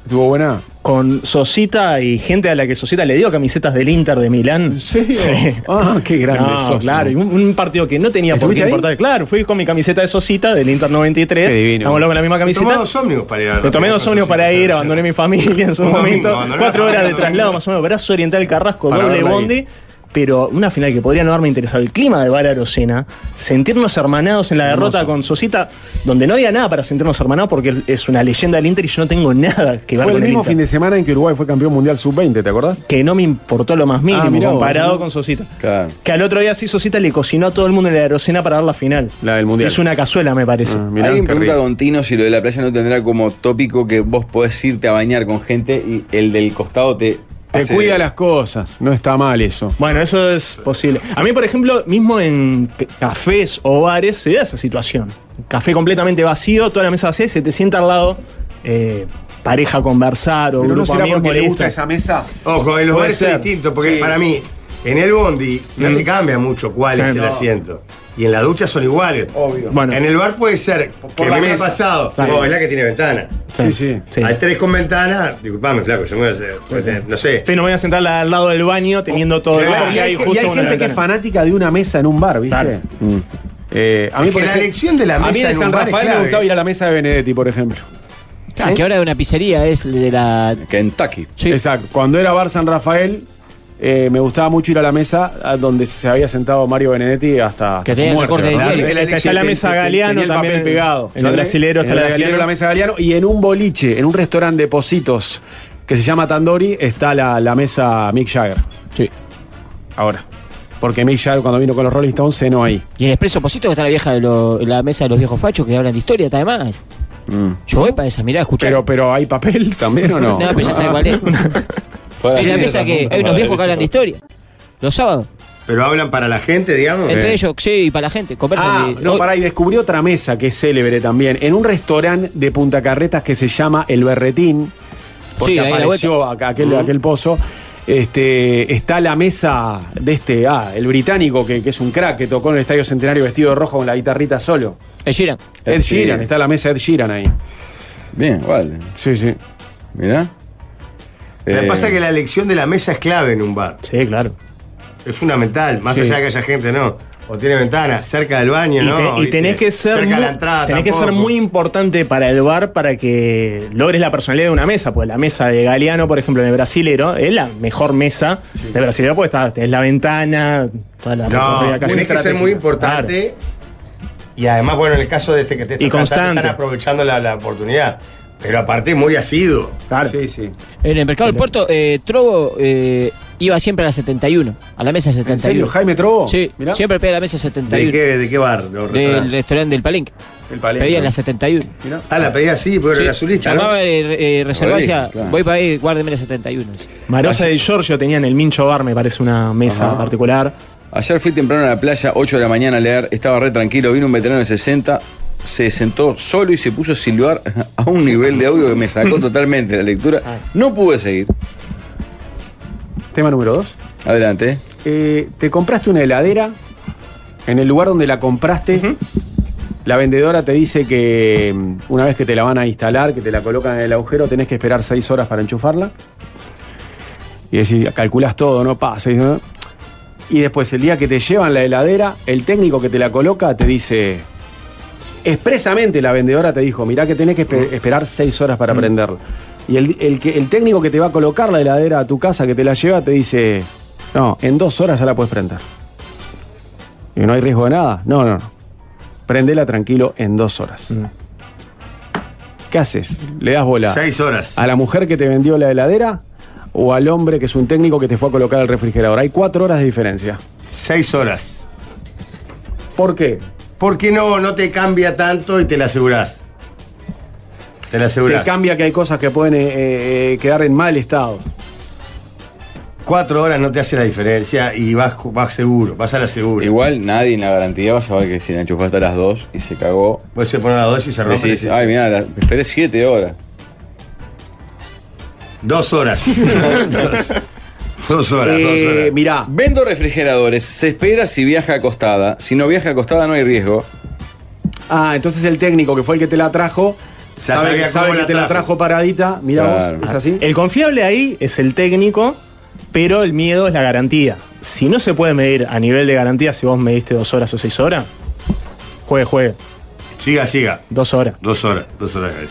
¿Estuvo buena? con Sosita y gente a la que Sosita le dio camisetas del Inter de Milán. ¿En serio? Sí. Ah, qué grande No, sos. claro, y un, un partido que no tenía por ¿Estuviste qué ahí? importar. Claro, fui con mi camiseta de Sosita del Inter 93. Qué divino. Estamos hablando con la misma Tomá camiseta. dos ómnibus para ir a Me tomé dos ómnibus para ir, abandoné mi familia en su Un domingo, momento. abandoné Cuatro la horas de familia, traslado, domingo. más o menos. Brazo Oriental Carrasco, Para doble verla ahí. bondi. Pero una final que podría no haberme interesado. El clima de Bar Arocena, sentirnos hermanados en la derrota con Sosita, donde no había nada para sentirnos hermanados porque es una leyenda del Inter y yo no tengo nada que ver Fue con el mismo Inter. fin de semana en que Uruguay fue campeón mundial sub-20, ¿te acordás? Que no me importó lo más mínimo Ah, mirá vos, comparado ¿no? con Sosita. Claro. Que al otro día sí Sosita le cocinó a todo el mundo en la Arocena para dar la final. La del mundial. Es una cazuela, me parece. Ah, mirá, Alguien qué pregunta rico. con Tino si lo de la playa no tendrá como tópico que vos podés irte a bañar con gente y el del costado te. Te hace- cuida las cosas. No está mal eso. Bueno, eso es posible. A mí, por ejemplo, mismo en c- cafés o bares se da esa situación. Café completamente vacío, toda la mesa vacía y se te sienta al lado eh, pareja a conversar o Pero no grupo será amigo porque le molesto. gusta esa mesa. Ojo, en los Puede bares es ser. Mm. distinto, porque Sí. para mí, en el bondi no te cambia mucho cuál Sí. es el No. asiento. Y en la ducha son iguales. Obvio. Bueno. En el bar puede ser que la me me ha mesa. pasado. Sí. Oh, es la que tiene ventana. Sí, sí. Sí. Hay tres con ventana. Disculpame, flaco, yo me voy a hacer. voy a tener- No sé. Sí, no me voy a sentar la- al lado del baño teniendo todo Claro. el Y hay, ahí y hay justo una gente que es ventana. fanática de una mesa en un bar, ¿viste? Claro. Mm. Eh, a mí, Es que por la ejemplo- elección de la a mí mesa de en un San bar es Rafael me clave. gustaba ir a la mesa de Benedetti, por ejemplo. Ah, que ahora es una pizzería, es de la. Kentucky. Sí. Exacto. Cuando era Bar San Rafael, eh, me gustaba mucho ir a la mesa a donde se había sentado Mario Benedetti hasta, Que hasta tenía su el muerte. recorte de ¿verdad? diario. Claro, Está, está la mesa Tenía el Galeano papel también. pegado. En el brasilero está En el la brasilero Galeano. la mesa Galeano y en un boliche, en un restaurante de Positos que se llama Tandori, está la, la mesa Mick Jagger. Sí. Ahora. Porque Mick Jagger cuando vino con los Rolling Stones cenó ahí. Y en Expreso Posito que está la vieja de lo- la mesa de los viejos fachos que hablan de historia, está además. Yo voy para esa, mirá, escuchar. Pero, pero hay papel también o no, no? pero ya sabes cuál es. Todas Es las la mesas mesa que apuntan hay unos para viejos que la hablan de derecha. historia. Los sábados. Pero hablan para la gente, digamos. Entre ellos, sí, y para la gente. Conversan Ah, de- no, hoy- pará, y descubrí otra mesa que es célebre también, en un restaurante de Punta Carretas que se llama El Berretín, porque Sí, ahí a la apareció acá- aquel, aquel pozo. Este, está la mesa de este, ah, el británico que, que es un crack que tocó en el Estadio Centenario vestido de rojo con la guitarrita solo. El Sheeran. Ed Ed Sheeran, Sheeran. está la mesa de Ed Sheeran ahí. Este, Bien, vale. Sí, sí. Mirá. Lo que Eh, pasa es que la elección de la mesa es clave en un bar. Sí, claro. Es fundamental, más Sí. allá de que haya gente, ¿no? O tiene ventana, cerca del baño, Y, ¿no? te- y ¿Viste? tenés que ser, cerca de muy, la entrada. tenés que ser tampoco. muy importante para el bar para que logres la personalidad de una mesa. Pues la mesa de Galeano, por ejemplo, en el brasilero, es la mejor mesa de brasilero porque está, tenés la ventana, toda la No, recorrida calle. tenés que ser muy Claro. importante. Y además, bueno, en el caso de este que te está Y constante. están aprovechando la, la oportunidad. Pero aparte, muy asiduo. Claro. Sí, sí. En el mercado del puerto, eh, Trobo eh, iba siempre a la 71, a la mesa 71. ¿En serio? ¿Jaime Trobo? Sí, Mirá. siempre pedía la mesa ¿De 71. qué, ¿De qué bar? o Del restaurante? restaurante del Palenque. El palenco. Pedía la 71. Mirá. Ah, la pedí así, pero Sí, era azulista, ¿no? Llamaba eh, eh, reservancia, Rodríguez, claro. voy para ahí, guárdeme la 71. Marosa de Giorgio tenía en el Mincho Bar, me parece, una mesa particular. Ayer fui temprano a la playa, 8 de la mañana a leer, estaba re tranquilo, vino un veterano de 60, se sentó solo y se puso a silbar a un nivel de audio que me sacó totalmente la lectura. Ah. No pude seguir. Tema número dos. Adelante. eh. Eh, te compraste una heladera en el lugar donde la compraste. La vendedora te dice que mm, una vez que te la van a instalar, que te la colocan en el agujero, tenés que esperar seis horas para enchufarla. Y decís, calculás todo, ¿no? Pa, seis, ¿no? "Ah". Y después, el día que te llevan la heladera, el técnico que te la coloca te dice. Expresamente la vendedora te dijo, mirá que tenés que espe- esperar seis horas para prenderla. Y el, el que, el técnico que te va a colocar la heladera a tu casa, que te la lleva, te dice, no, en dos horas ya la puedes prender. Y no hay riesgo de nada. No, no, no. Prendela tranquilo en dos horas. ¿Qué haces? ¿Le das bola Seis horas. a la mujer que te vendió la heladera o al hombre que es un técnico que te fue a colocar al refrigerador? Hay cuatro horas de diferencia. Seis horas. ¿Por qué? ¿Por qué no, no te cambia tanto y te la asegurás? Te Te la asegurás. cambia que hay cosas que pueden eh, eh, quedar en mal estado. Cuatro horas no te hace la diferencia y vas, vas seguro, vas a la segura. Igual nadie en la garantía va a saber que si la enchufaste a las 2 y se cagó. Puedes poner la dos y se rompe. Decís, ay, mira, la- esperé 7 horas. Dos horas. dos, dos horas, dos Eh, horas. mirá, Vendo refrigeradores, se espera si viaja acostada. Si no viaja acostada no hay riesgo. Ah, entonces el técnico que fue el que te la trajo, Ya sabe, sabía que, sabe cómo que la te la trajo. trajo paradita. Mira Claro. vos, ¿es así? El confiable ahí es el técnico, pero el miedo es la garantía. Si no se puede medir a nivel de garantía, si vos mediste dos horas o seis horas, juegue, juegue, Siga, siga. dos horas. Dos horas, dos horas. Gaby.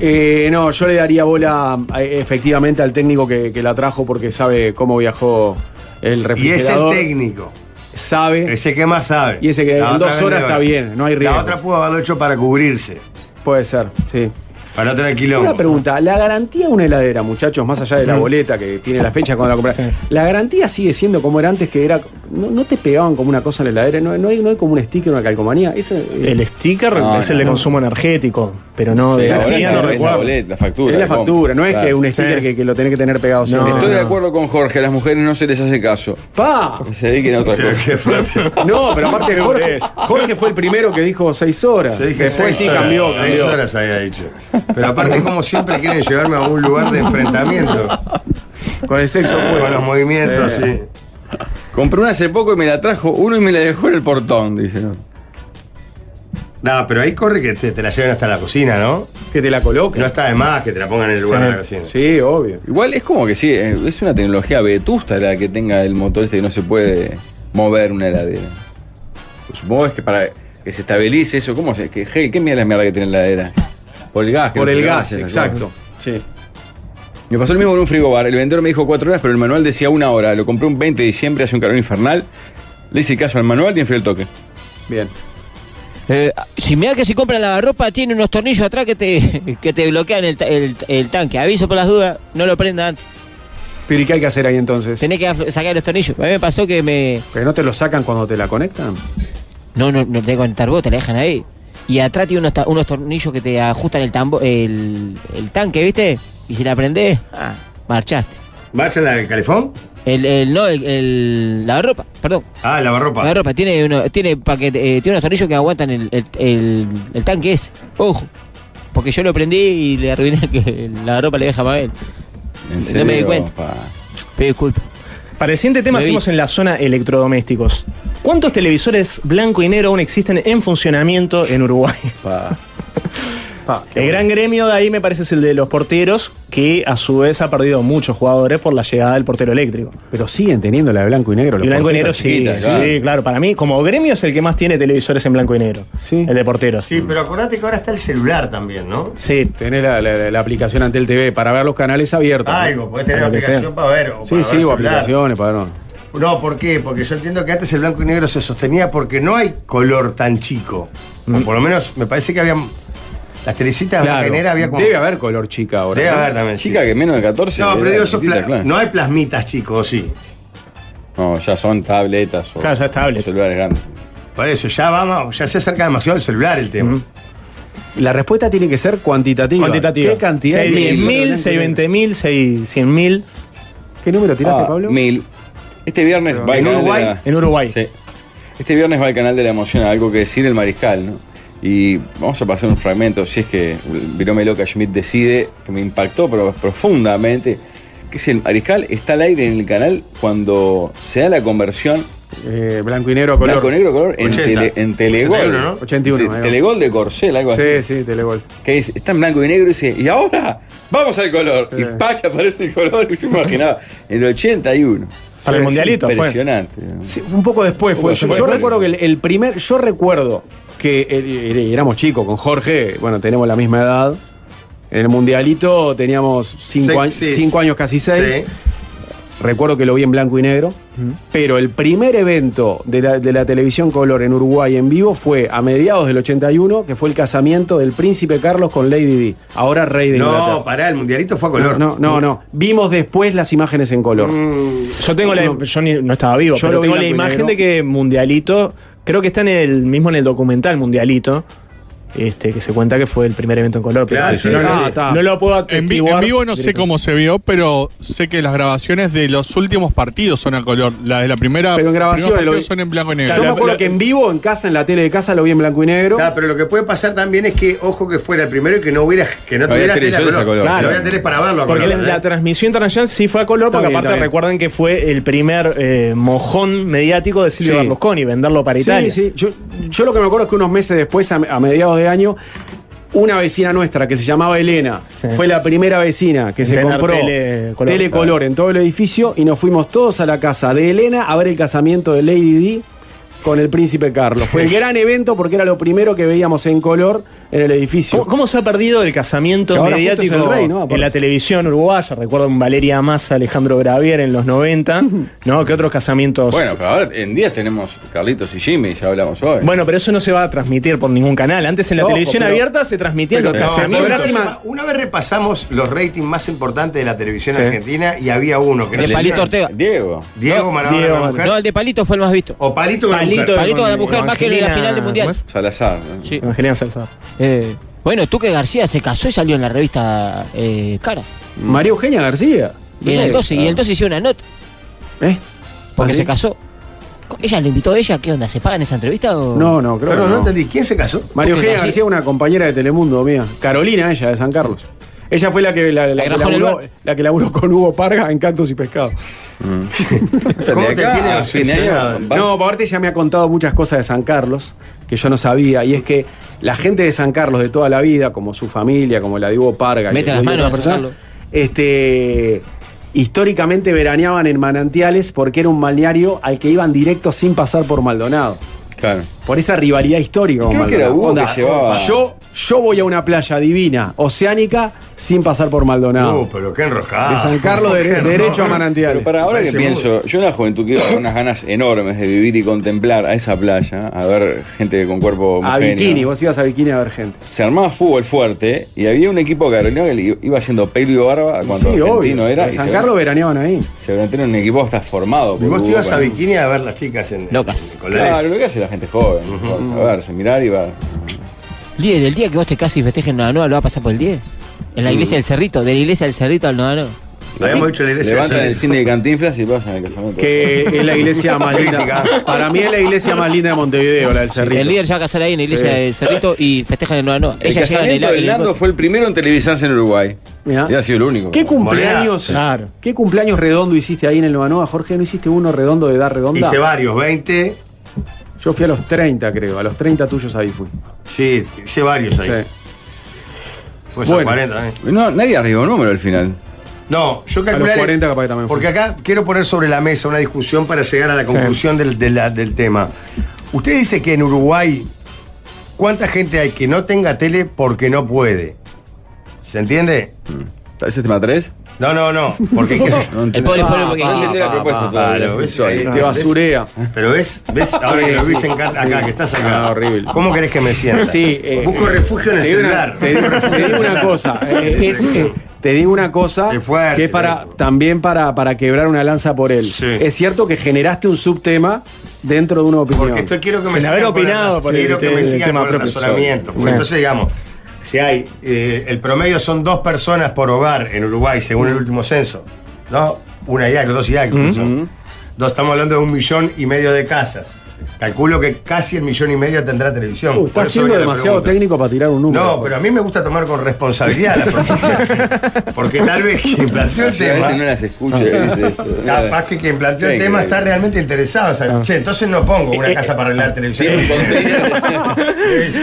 Eh, no, yo le daría bola eh, efectivamente al técnico que, que la trajo porque sabe cómo viajó el Y es el refrigerador. técnico. Sabe. Ese que más sabe. Y ese que en otra dos horas está bien, no hay riesgo. La otra pudo haberlo hecho para cubrirse, Puede ser, sí. para no tener quilombo. Una pregunta, la garantía de una heladera, muchachos, más allá de la boleta que tiene la fecha cuando la compras, la garantía sigue siendo como era antes, que era. No, no te pegaban como una cosa en la heladera, no, no hay, no hay como un sticker, una calcomanía. Ese, eh, El sticker No, es no, el de no. consumo energético, pero no de Sí, ahora garantía, es la- no es la recuerdo. boleta, la factura. es la ¿cómo? factura, no es Claro. que un sticker Sí. que, que lo tenés que tener pegado siempre. No, Estoy de no. acuerdo con Jorge, a las mujeres no se les hace caso. ¡Pa! Que Se dediquen a otras cosas. Qué fuerte. No, pero aparte Jorge, Jorge fue el primero que dijo seis horas. Sí, que Después seis sí horas, cambió, Seis cambió. horas había dicho. Pero aparte, como siempre quieren llevarme a un lugar de enfrentamiento. Con el sexo Con los bueno. movimientos, sí. Compré una hace poco y me la trajo uno y me la dejó en el portón, dice. No, pero ahí corre que te, te la lleven hasta la cocina, ¿no? Que te la coloque. No está de más que te la pongan en el lugar de la cocina. Sí, obvio. Igual es como que sí, eh, es una tecnología vetusta la que tenga el motor este que no se puede mover una heladera. Supongo es que para que se estabilice eso, ¿cómo se? Que, hey, ¿Qué mierda es mierda que tiene la heladera? Por el gas. que Por no se el le gas, vaya, exacto. Sí. Me pasó lo mismo con un frigobar. El vendedor me dijo cuatro horas, pero el manual decía una hora. Lo compré un 20 de diciembre, hace un calor infernal. Le hice caso al manual y enfrié el toque. Bien. Eh, si mirá que si compran la ropa, tiene unos tornillos atrás que te, que te bloquean el, ta- el- el tanque. Aviso por las dudas, no lo prenda antes. Pero ¿y qué hay que hacer ahí entonces? Tenés que af- sacar los tornillos. A mí me pasó que me. ¿Pero no te lo sacan cuando te la conectan? No, no, no te que conectar vos, te la dejan ahí. Y atrás tiene unos, ta- unos tornillos que te ajustan el, tambo, el, el tanque, ¿viste? Y si la prendés, ah, marchaste. ¿Marcha la del calefón? El, el- no, el, el- la ropa, perdón. Ah, lavarropa. La ropa tiene, uno, tiene, paquete, eh, tiene unos tornillos que aguantan el, el, el- el tanque ese. Ojo. Porque yo lo prendí y le arruiné que la ropa le deja a Mabel. ¿En No me di serio? cuenta. Pa. Pido disculpas. Para el siguiente tema, Me vi. seguimos en la zona electrodomésticos. ¿Cuántos televisores blanco y negro aún existen en funcionamiento en Uruguay? Pa. El gran gremio de ahí me parece es el de los porteros, que a su vez ha perdido muchos jugadores por la llegada del portero eléctrico. Pero siguen teniendo la de blanco y negro. los Y blanco y negro porteros. sí, chiquitas, claro. sí, claro. Para mí, como gremio es el que más tiene televisores en blanco y negro. Sí. El de porteros. Sí, pero acordate que ahora está el celular también, ¿no? Sí. Tenés la, la- la aplicación ante el TV para ver los canales abiertos. ¿no? Algo, podés tener Para lo que sea. aplicación para ver. O Sí, para sí, ver o celular. aplicaciones, para no. No, ¿por qué? Porque yo entiendo que antes el blanco y negro se sostenía porque no hay color tan chico. Mm. O por lo menos me parece que habían. Las telecitas de blanco y negro había como. Debe haber color chica ahora. Debe ¿no? haber también. sí. Chica que menos de 14. No, pero era digo, esos chiquitita, pla- claro. no hay plasmitas, chicos, sí. No, ya son tabletas o Claro, ya es tablet. celulares grandes. Por eso, ya vamos, ya se acerca demasiado el celular el tema. La respuesta tiene que ser cuantitativa. Cuantitativa. ¿Qué cantidad? Si hay de televisores 10.000, blanco y si hay negro? 20.000, si hay 100.000 ¿Qué número tiraste, Ah, Pablo? Mil. Este viernes va el canal ¿En de Uruguay? la- en Uruguay. Sí. Este viernes va al canal de la emoción, algo que decir el mariscal, ¿no? Y vamos a pasar un fragmento, si es que Virome Loca Schmidt decide, que me impactó pero profundamente, que es el mariscal está al aire en el canal cuando se da la conversión Eh, blanco y negro, color. blanco, negro, color en, 80. tele- en Telegol. 81, ¿no? 81, Te- ahí va. telegol de Corcel, algo así. Sí, sí, telegol. Que dice, está en blanco y negro y dice, y ahora vamos al color. Y pac, aparece el color que yo imaginaba. En el 81. Para el Es mundialito fue. Impresionante. Sí, fue un poco después fue. Poco Yo, después. yo recuerdo que el, el primer. Yo recuerdo que el- el- éramos chicos con Jorge, bueno, tenemos la misma edad. En el mundialito teníamos Sí, cinco, años, sí. cinco años, casi seis. Sí. Recuerdo que lo vi en blanco y negro, pero el primer evento de la, de la televisión color en Uruguay en vivo fue a mediados del 81, que fue el casamiento del príncipe Carlos con Lady Di, ahora rey de No, Inglaterra. pará, el mundialito fue a color. No, no, no. Vimos después las imágenes en color. Mm. Yo tengo la. No. Yo ni- no estaba vivo, Yo pero lo vi tengo la blanco y imagen negro. de que Mundialito. Creo que está en el mismo en el documental Mundialito. Este, que se cuenta que fue el primer evento en color. pero Claro, sí, sí. no, lo- Ah, está. no lo puedo En, vi- en atestiguar vivo no sé directamente. cómo se vio, pero sé que las grabaciones de los últimos partidos son a color. La de la Ah, primera. Pero en grabaciones primeros lo partidos vi- son en blanco y negro. Yo me acuerdo la- que en vivo, en casa, en la tele de casa, lo vi en blanco y negro. Claro, pero lo que puede pasar también es que, ojo, que fuera el primero y que no hubiera, que no No había tuviera tele a televisores color. a color. Que Claro. No había tele para verlo a Porque la, color, ¿eh? la transmisión internacional sí fue a color, Está porque bien, aparte está bien. recuerden que fue el primer eh, mojón mediático de Silvio Sí. Berlusconi, venderlo para Italia. Sí, sí. Yo, yo lo que me acuerdo es que unos meses después, a, a mediados de año, una vecina nuestra que se llamaba Elena Sí. fue la primera vecina que se Tener compró telecolor. telecolor en todo el edificio y nos fuimos todos a la casa de Elena a ver el casamiento de Lady Di con el príncipe Carlos. Fue el gran evento porque era lo primero que veíamos en color en el edificio. ¿Cómo, cómo se ha perdido el casamiento Que ahora justo mediático es el rey, ¿no? Aparte. en la televisión uruguaya? Recuerdo un Valeria Massa, Alejandro Gravier en los 90, ¿no? ¿Qué otros casamientos? Bueno, pues. pero ahora en días tenemos Carlitos y Jimmy, ya hablamos hoy. Bueno, pero eso no se va a transmitir por ningún canal. Antes en la Ojo, televisión pero- abierta se transmitían pero los no, No, casamientos. podrás ima- una vez repasamos los ratings más importantes de la televisión Sí. argentina y había uno que De no sé- Palito Ortega. Diego. Diego Maradona Diego la mujer. No, el de Palito fue el más visto. o Palito con la Palito mujer. Palito con a la mujer, más que en la Evangelina- final del Mundial. ¿cómo es? Salazar. ¿no? Sí. Evangelina Salazar. Eh, bueno, Tuque García se casó y salió en la revista eh, Caras. Mm. María Eugenia García. Y en el 12, y el 12 hizo una nota, ¿Eh? porque ¿Ah, sí? se casó. Ella lo invitó a ella, ¿qué onda? ¿Se pagan esa entrevista o.? No, no, creo Pero que no no. entendí, ¿quién se casó? Porque María Eugenia así- García, una compañera de Telemundo mía. Carolina, ella, de San Carlos. Ella fue la que, la, la La que que rajó en el laburó, bar. la que laburó con Hugo Parga en Cactus y Pescado. Hasta ¿Cómo de te acá tiene a ah, fin de año obsesionado? vas- No, aparte ella me ha contado muchas cosas de San Carlos que yo no sabía. Y es que la gente de San Carlos de toda la vida, como su familia, como la de Hugo Parga, Mete y las y manos otra en San Carlos. este, históricamente veraneaban en manantiales porque era un balneario al que iban directo sin pasar por Maldonado. Claro. por esa rivalidad histórica. con Creo que era Maldonado. Hugo que llevaba- Yo, yo voy a una playa divina, oceánica, sin pasar por Maldonado. Uh, pero qué enroscada. de San Carlos, de- Qué enroscada. derecho a manantiales. Pero para ahora que Parece pienso, yo en la juventud quiero unas ganas enormes de vivir y contemplar a esa playa, a ver gente con cuerpo a homogéneo. bikini, vos ibas a bikini a ver gente. se armaba fútbol fuerte y había un equipo carolino que le iba haciendo pelo y barba cuando sí, argentino obvio. era. de y San se- Carlos veraneaban ahí. Seguramente era un equipo hasta formado. Y por vos te Hugo ibas a Parga. bikini a ver las chicas en. Locas. en colores. Claro, lo que hace la gente joven. A verse, mirar y va. Líder, el día que vos te cases y festejen Novanoa, lo va a pasar por el 10. En la iglesia del Cerrito, de la iglesia del Cerrito al Novanoa. Lo habíamos dicho en la iglesia. Levantan hacer- el cine de Cantinflas y pasan el casamiento. Que es la iglesia más linda. Crítica. Para mí es la iglesia más linda de Montevideo, la del Cerrito. El líder se va a casar ahí en la iglesia Sí. de Cerrito y festejan el Nueva Noa. El casamiento de Nando fue el primero en televisarse en Uruguay. Mirá. Y ha sido el único. ¿Qué cumpleaños, Claro. ¿Qué cumpleaños redondo hiciste ahí en el Novanoa, Jorge? ¿No hiciste uno redondo de edad redonda? Hice varios, 20. Yo fui a los 30, creo. A los 30 tuyos ahí fui. Sí, hice varios ahí. Sí. Pues a Bueno. 40, ¿eh? No, nadie arriba un número al final. No, yo calculé. los 40 capaz que también fue. Porque acá quiero poner sobre la mesa una discusión para llegar a la conclusión del, de la- del tema. Usted dice que en Uruguay, ¿cuánta gente hay que no tenga tele porque no puede? ¿Se entiende? ¿Ese tema 3? No, no, no. Porque hay que- El pobre Ah, pobre porque. pa, No entendí la pa, propuesta pa. todavía. Claro, ves, Sorry. ahí Te ¿Ves? basurea. Pero ves, ves, ahora que lo ves en ca- acá, que estás acá. Ah, horrible. ¿Cómo querés que me sienta? Sí, eh, Busco sí. refugio en el Te digo una- celular. Te digo, te digo una cosa. eh, es, eh, te digo una cosa Es fuerte, que es para, loco. también para, para quebrar una lanza por él. Sí. Es cierto que generaste un subtema dentro de una opinión. Porque esto quiero que me Sin haber sigan con el opinado raz- por el quiero que te- me el sigan tema con el propio. razonamiento. Porque Sí. entonces, digamos, si hay. eh, el promedio son dos personas por hogar en Uruguay, según Mm. el último censo. ¿No? Una IAC, dos IAC. Mm-hmm. incluso. Dos, estamos hablando de un millón y medio de casas. Calculo que casi el millón y medio tendrá televisión. Uh, Por está eso siendo viene la demasiado pregunta. técnico para tirar un número. No, pero a mí me gusta tomar con responsabilidad la pregunta. Porque tal vez quien Yo a planteó el tema. veces no las escucho. dice esto. Capaz que quien planteó el Sí, tema que- está realmente interesado. O Ah. sea, che, entonces no pongo una casa para arreglar televisión. Tiene un contenido. Esta,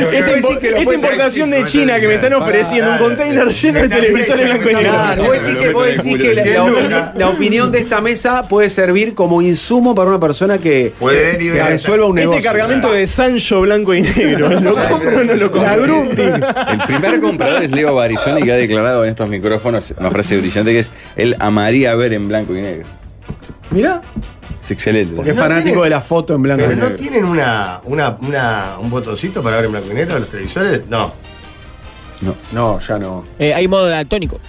Este impo- esta importación de China que me están ofreciendo, un container lleno de televisores blanco y negro. Claro, vos decís que, vos decís que la, la opinión, la opinión de esta mesa puede servir como insumo para una persona que, Puede que liberar- resuelva un negocio. Este cargamento de Sancho blanco y negro, ¿lo compro o no lo compro? La Grundig. El primer comprador es Leo Barizoni que ha declarado en estos micrófonos una frase brillante que es él amaría ver en blanco y negro. Mirá, Es excelente. que es fanático tiene- de la foto en blanco Pero y no negro. tienen una, una, una- un botoncito para ver en blanco y negro los televisores. No. No, ya no. Eh, hay modo daltónico.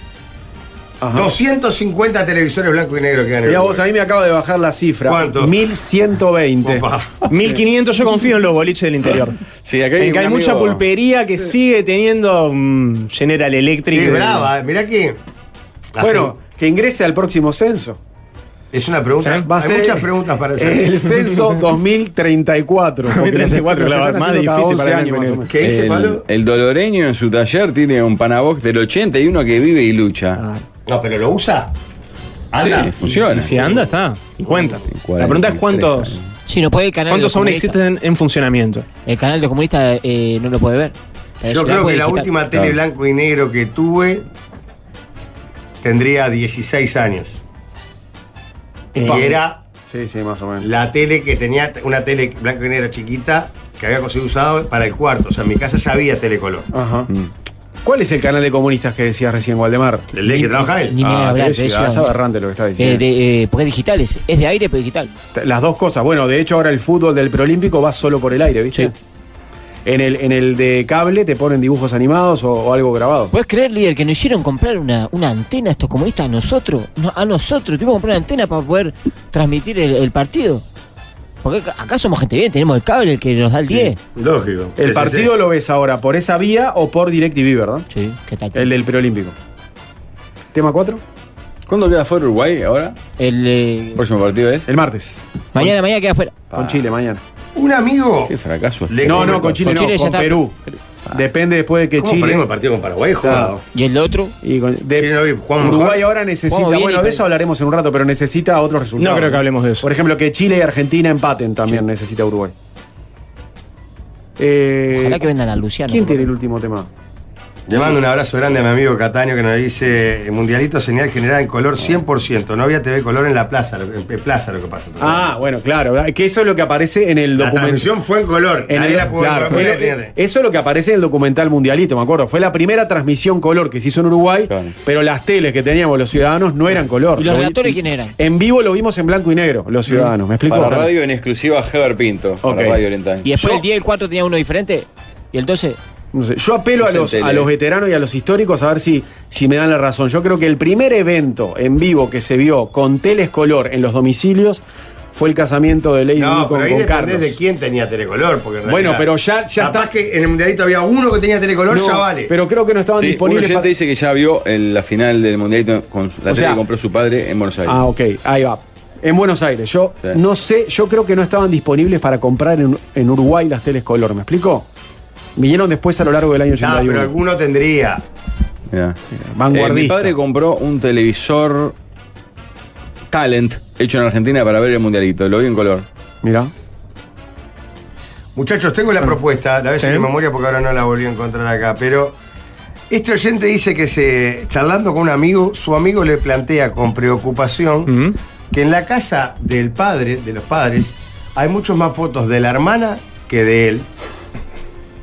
Ajá. 250 televisores blanco y negro que han Mirá vos, a mí me acaba de bajar la cifra. ¿Cuánto? 1120. 1500 yo confío en los boliches del interior. Sí, acá En que hay un mucha amigo- pulpería que sigue teniendo mm, General Electric. Qué de- brava, eh. mirá que. Bueno, que ingrese al próximo censo. Es una pregunta. Va a Hay ser muchas preguntas para hacer. El censo 2034. porque 2034, lo claro, están más haciendo cada difícil 11 para años, más o mantener. menos. ¿Qué dice, El, Pablo? el doloreño en su taller tiene un panabox del 81 que vive y lucha. Ah, No, pero lo usa. Anda. sí, funciona. y si anda, está. Y cuenta. Cuarenta La pregunta es y tres cuántos, años. Si no puede el canal. de cuántos los aún comunistas. existen en funcionamiento. El canal de comunista eh, no lo puede ver. Yo creo que la digital. última tele Claro. blanco y negro que tuve tendría 16 años. Eh, Y era Sí, sí, más o menos. la tele que tenía, una tele blanco y negro chiquita que había conseguido usado para el cuarto. O sea, en mi casa ya había telecolor. Ajá. ¿Cuál es el canal de comunistas que decías recién, Waldemar? El día que trabaja Ni él. me Ah, hablar es, de eso. es aberrante lo que está Eh, diciendo. de, eh, porque es digital, es, es de aire, pero digital. Las dos cosas. Bueno, de hecho ahora el fútbol del preolímpico va solo por el aire, ¿viste? Sí. En el, en el de cable te ponen dibujos animados o, o algo grabado. ¿Puedes creer, líder, que nos hicieron comprar una, una antena estos comunistas a nosotros? No, a nosotros, tuvimos que comprar una antena para poder transmitir el, el partido. Porque ac- acá somos gente bien, tenemos el cable el que nos da el 10. Lógico. Sí, El sí, partido sí. lo ves ahora por esa vía o por DirecTV, ¿verdad? Sí, ¿qué tal? El El, del preolímpico. ¿Tema 4? ¿Cuándo queda fuera Uruguay ahora? eh, ¿El próximo partido es? Ah. El martes. mañana, mañana queda afuera. Con Chile, mañana. Un amigo. Qué fracaso. este. Ah. Le- No, no, con Con Chile no, Chile ya con está. Perú. Depende después de que ¿Cómo Chile. perdimos el partido con Paraguay? Jugado. Y el otro, Y con- de- Chile no vi- jugamos mejor. Uruguay ahora necesita, Jugamos bien bueno, y de eso perdimos. hablaremos en un rato, pero necesita otros resultados. No creo que hablemos de eso. Por ejemplo, que Chile y Argentina empaten también necesita Uruguay. Eh, ojalá que vendan a Luciano. ¿Quién tiene el último tema? Le mando un abrazo grande a mi amigo Cataño que nos dice Mundialito señal generada en Ah. color 100%. No había TV color en la plaza, lo que- en plaza lo que pasa. Ah, bueno, claro, que eso es lo que aparece en el la documento. transmisión fue en color. En Nadie el- la pudo- claro, la- pero- la- eso es lo que aparece en el documental mundialito, me acuerdo. Fue la primera transmisión color que se hizo en Uruguay, Claro. pero las teles que teníamos los ciudadanos no eran color. ¿Y los Lo- relatores quién eran? En vivo lo vimos en blanco y negro, Mm. los ciudadanos. ¿Me explico? Para radio en exclusiva Heber Pinto. Ok. Para Radio Oriental. Y después Yo- el 10 y el 4 tenía uno diferente. Y el 12, No sé, yo apelo No a se los, entere. a los veteranos y a los históricos a ver si, si me dan la razón. Yo creo que el primer evento en vivo que se vio con teles color en los domicilios fue el casamiento de Lady Di No, con, pero ahí con dependés Carlos. de quién tenía telecolor. Porque en Bueno, realidad- pero ya- ya Capaz está- que en el mundialito había uno que tenía telecolor, No, ya vale. Pero creo que no estaban Sí, un disponibles. oyente pa- dice que ya vio el- la final del Mundialito con la O tele sea- que compró su padre en Buenos Aires. Ah, ok, ahí va. En Buenos Aires, yo Sí. no sé, yo creo que no estaban disponibles para comprar en, en Uruguay las teles color, ¿me explico? Vinieron después a lo largo del año No, 81. Ah, pero alguno tendría. Mirá. Vanguardista. Eh, mi padre compró un televisor Talent hecho en Argentina para ver el mundialito. Lo vi en color. Mirá. Muchachos, tengo Ah. la propuesta, la vez Sí. en memoria porque ahora no la volví a encontrar acá, pero este oyente dice que se, charlando con un amigo, su amigo le plantea con preocupación Ujú. que en la casa del padre, de los padres, hay muchas más fotos de la hermana que de él.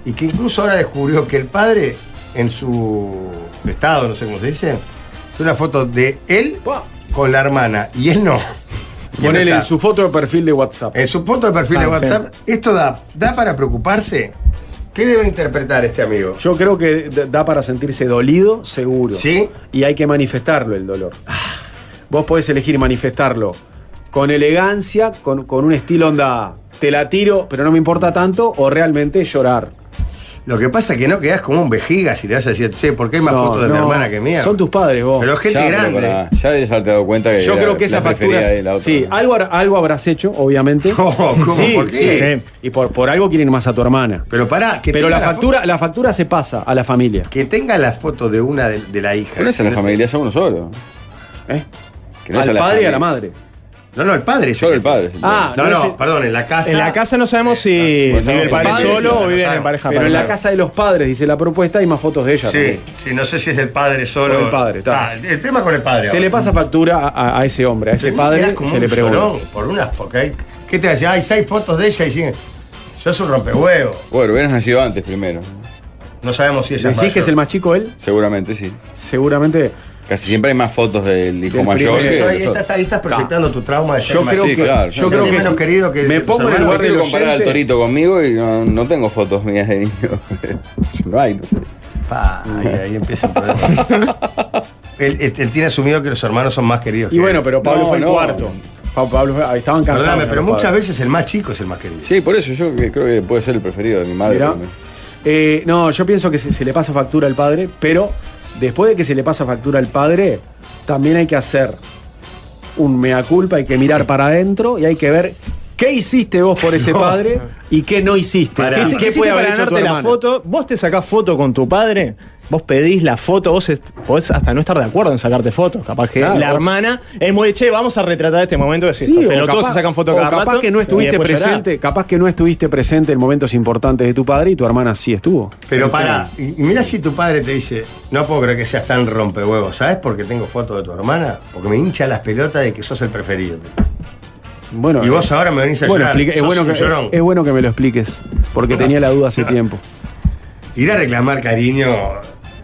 Y que incluso ahora descubrió que el padre, en su estado, no sé cómo se dice, es una foto de él Pa. con la hermana y él no. Y él no Ponele está. en su foto de perfil de WhatsApp. En su foto de perfil de Ah, sí. WhatsApp, ¿esto da, da para preocuparse? ¿Qué debe interpretar este amigo? Yo creo que d- da para sentirse dolido, seguro. Sí. Ah. Y hay que manifestarlo el dolor. Vos podés elegir manifestarlo con elegancia, con, con un estilo onda, te la tiro, pero no me importa tanto, o realmente llorar. Lo que pasa es que no quedás como un vejiga si te vas a decir, che, ¿por qué hay más No, fotos de no, mi hermana que mía? Son tus padres vos. Pero gente Ya, pero grande. pará, ya debes haberte dado cuenta que Yo era creo que la esa preferida factura. de la otra. Sí, algo, har- algo habrás hecho, obviamente. No, ¿cómo? Sí, ¿Por qué? sí, sí. Y por, por algo quieren más a tu hermana. Pero pará, que Pero tenga la factura, la factura se pasa a la familia. fo- que tenga la foto de una de, de la hija. Pero esa es la familia, es a uno solo. Este- ¿eh? Que no es Al a padre y a familia. la madre. No, no, el padre. es Solo el padre. Ah, No, no no, es el- perdón, en la casa. En la casa no sabemos si pues vive el sabemos padre que vive solo solo, o viven en sabemos. pareja. Pero en la aparte. casa de los padres, dice la propuesta, hay más fotos de ella. Sí, también. sí, no sé si es el padre solo. Con el padre, está. Ah, el tema con el padre. Se ahora. le pasa factura a, a- a ese hombre, a ese Pero padre, quedás como se un le pregunta. llorón Por unas, porque hay. ¿Qué te decía? Hay seis fotos de ella y siguen. Yo soy un rompehuevo. Bueno, hubieras nacido antes primero. No sabemos si ella ¿Decís mayor. que es el más chico él? Seguramente sí. Seguramente. Casi siempre hay más fotos del hijo Del mayor. primero. que Eso de ahí, los estás, otros. ahí estás proyectando tu trauma de ser Yo más- creo sí, que. claro. Yo Se creo siente que. menos sí. querido que me tus pongo en el hermanos. Yo lugar del quiero comparar al oyente. Torito conmigo y no, no tengo fotos mías de niño. no hay, no sé. Pa, ahí, ahí empieza el problema. él, él- él tiene asumido que los hermanos son más queridos. Y que bueno, él. pero Pablo No, fue el no. cuarto. Pa- Pablo fue- ah, estaban cansados. Perdóname, pero los muchas padres. veces el más chico es el más querido. Sí, por eso yo que- creo que puede ser el preferido de mi madre. Mirá. también. Eh, no, yo pienso que se, se le pasa factura al padre, pero después de que se le pasa factura al padre, también hay que hacer un mea culpa, hay que mirar para adentro y hay que ver qué hiciste vos por ese padre y qué no hiciste. Pará. ¿Qué, ¿Qué qué hiciste puede haber para hecho tu ganarte la hermana? foto? Vos te sacás foto con tu padre, vos pedís la foto, vos est- podés hasta no estar de acuerdo en sacarte fotos. Capaz que Claro, la vos- hermana es muy de, che, vamos a retratar este momento. Decís, Sí, pero o todos se sacan fotos o cada capaz rato que no y estuviste después llorar. presente, capaz que no estuviste presente en momentos importantes de tu padre y tu hermana sí estuvo. Pero pará, y, y mirá si tu padre te dice, no puedo creer que seas tan rompehuevos, ¿sabes por qué tengo fotos de tu hermana? Porque me hincha las pelotas de que sos el preferido. Bueno, eh, Y vos ahora me venís a bueno, llorar, explica- es, sos bueno un que, eh, llorón. es bueno que me lo expliques, porque tenía la duda hace tiempo. Ir a reclamar cariño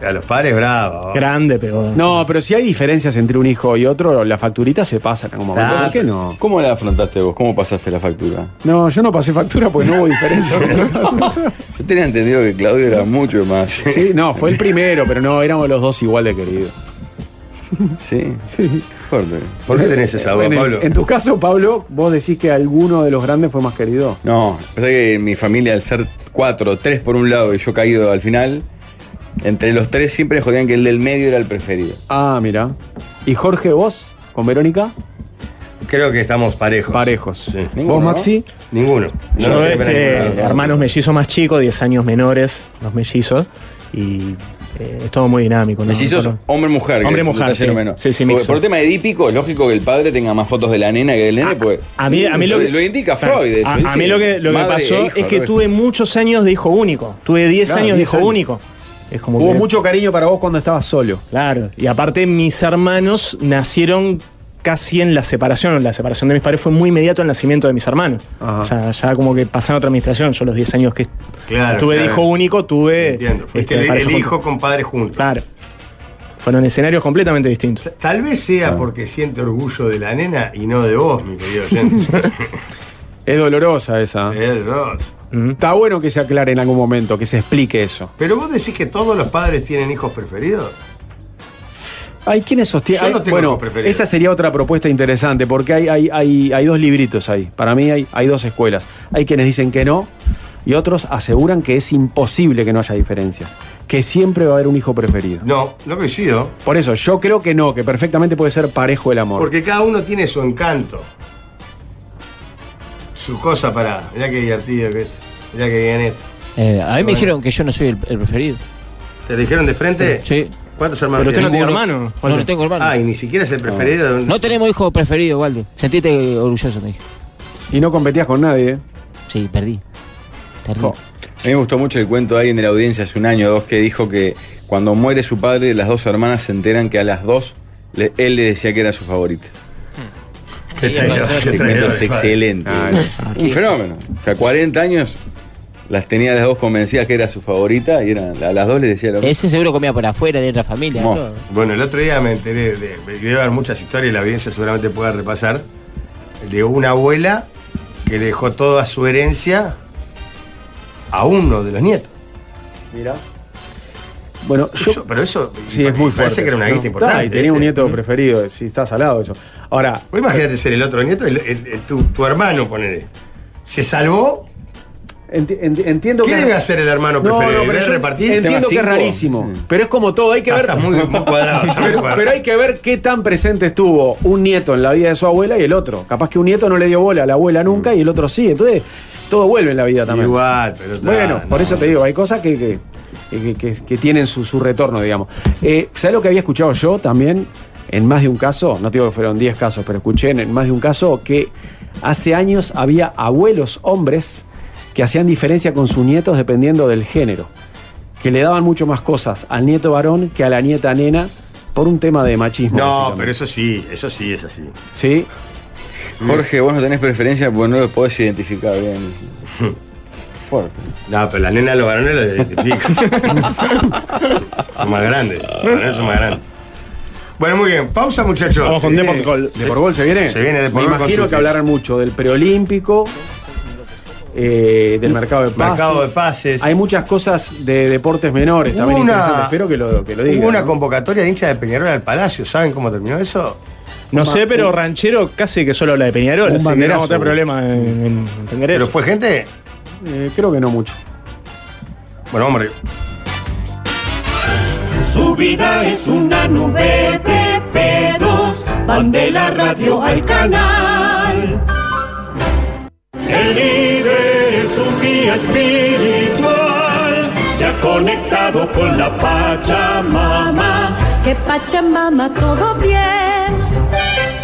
a los padres, bravo. Grande, pero. No, pero si hay diferencias entre un hijo y otro, la facturita se pasa en algún momento. Claro. ¿Por qué no? ¿Cómo la afrontaste vos? ¿Cómo pasaste la factura? No, yo no pasé factura porque no hubo diferencia. Yo tenía entendido que Claudio era mucho más. sí, no, fue el primero, pero no, éramos los dos igual de queridos. Sí. Sí. Joder. ¿Por qué tenés esa voz, en, el- Pablo? en tu caso, Pablo, vos decís que alguno de los grandes fue más querido. No, pasa que en mi familia, al ser cuatro, tres por un lado y yo caído al final, entre los tres siempre jodían que el del medio era el preferido. Ah, mira. ¿Y Jorge, vos? ¿Con Verónica? Creo que estamos parejos. Parejos. Sí. ¿Vos, Ninguno, Maxi? Ninguno. Yo, No, este, ninguno. hermanos mellizos más chicos, 10 años menores, los mellizos. Y eh, es todo muy dinámico. ¿no? Mellizos, Todo- hombre-mujer. que es un Hombre-mujer, detalle sí. menos. Sí, sí, Porque mixto. Por tema edípico, es lógico que el padre tenga más fotos de la nena que del nene, pues. Ah, A mí, a mí lo, que, lo indica Freud. de hecho, A, a dice, mí lo que, lo que madre e pasó hijo, es que ¿no? tuve muchos años de hijo único. Tuve 10 Claro, años de 10 hijo años. único. Es como Hubo que- mucho cariño para vos cuando estabas solo. Claro. Y aparte, mis hermanos nacieron casi en la separación. La separación de mis padres fue muy inmediato al nacimiento de mis hermanos. Ajá. O sea, ya como que pasaron a otra administración. Yo los 10 años que Claro, tuve de claro. hijo único, tuve. Entiendo. este, Fuiste el- pareja el, junta. hijo con padres juntos. Claro. Fueron escenarios completamente distintos. Tal vez sea porque siente orgullo de la nena y no de vos, mi querido oyente. Es dolorosa esa. Es Ross. Mm. Está bueno que se aclare en algún momento, que se explique eso. Pero vos decís que todos los padres tienen hijos preferidos. Hay quienes sostienen. Yo no hay- tengo bueno, uno preferido. esa sería otra propuesta interesante, porque hay, hay, hay, hay dos libritos ahí. Para mí hay, hay dos escuelas. Hay quienes dicen que no, y otros aseguran que es imposible que no haya diferencias. Que siempre va a haber un hijo preferido. No, no coincido. Por eso, yo creo que no, que perfectamente puede ser parejo el amor. Porque cada uno tiene su encanto. Su cosa para. Mirá qué divertido que es. Mirá que bien es. Eh, a mí Bueno. me dijeron que yo no soy el, el preferido. ¿Te lo dijeron de frente? Sí. ¿Cuántos hermanos Pero usted no tiene? tiene hermano. No, Walter. no tengo hermano. Ah, y ni siquiera es el preferido. de un- No tenemos hijo preferido, Walde. Sentiste orgulloso, me dije. Y no competías con nadie. ¿eh? Sí, perdí. Perdí. Jo. A mí me gustó mucho el cuento de alguien de la audiencia hace un año o dos que dijo que cuando muere su padre, las dos hermanas se enteran que a las dos le- él le decía que era su favorita. Qué traidor, qué El cuento traidor, es mi padre. excelente. Ah, un fenómeno. O sea, 40 años las tenía las dos convencidas que era su favorita y eran, a las dos le decía lo mismo. Ese seguro comía por afuera de otra familia. Mo. todo. Bueno, el otro día me enteré de. me- Debe haber muchas historias, la audiencia seguramente pueda repasar. De una abuela que le dejó toda su herencia a uno de los nietos. Mira. Bueno, yo. pero eso. Sí, es muy fuerte. Parece que era una eso, guita ¿no? importante. Ah, y tenía un ¿viste? nieto preferido, si estás al lado de eso. Ahora, Vos imagínate ser el otro nieto, el- el- el- tu, tu hermano, ponele. Se salvó. enti- enti- entiendo ¿Qué que. debe hacer el hermano No, preferido? no, pero ¿Debe yo repartir? Tema Entiendo que es cinco. rarísimo. Sí. Pero es como todo, hay que ver. Estás Ah, muy, muy cuadrado. estás muy Pero, cuadrado. pero hay que ver qué tan presente estuvo un nieto en la vida de su abuela y el otro. Capaz que un nieto no le dio bola a la abuela nunca y el otro sí. Entonces, todo vuelve en la vida también. Igual, pero. Bueno, no, por eso no. te digo, hay cosas que, que, eh, que- que- que tienen su, su retorno, digamos. Eh, ¿Sabes lo que había escuchado yo también? En más de un caso, no te digo que fueron 10 casos, pero escuché en, en más de un caso que hace años había abuelos hombres que hacían diferencia con sus nietos dependiendo del género. Que le daban mucho más cosas al nieto varón que a la nieta nena por un tema de machismo. No, básicamente. pero eso sí, eso sí es así. Sí, Jorge, vos no tenés preferencia porque no lo podés identificar bien. Fuerte. No, pero la nena los varones los identifican. son más grandes. Los varones son más grandes. Bueno, muy bien. Pausa, muchachos. Vamos con Se viene- Depor Gol. ¿De por gol se viene? Se viene de por Me gol imagino con- que hablaran mucho del preolímpico, eh, del mercado de pases. Mercado de pases. Hay muchas cosas de deportes menores Hubo también una- interesantes. Espero que lo, que lo digan. Hubo una ¿no? convocatoria de hinchas de Peñarol al Palacio. ¿Saben cómo terminó eso? No sé, pero Ranchero casi que solo habla de Peñarol, Un así que no banderazo, vamos a tener güey. problema en, en entender Pero eso. fue gente. Eh, creo que no mucho. Bueno, vamos arriba. Su vida es una nube de pedos. Van de la radio al canal. El líder es un guía espiritual. Se ha conectado con la Pachamama. Que Pachamama todo bien.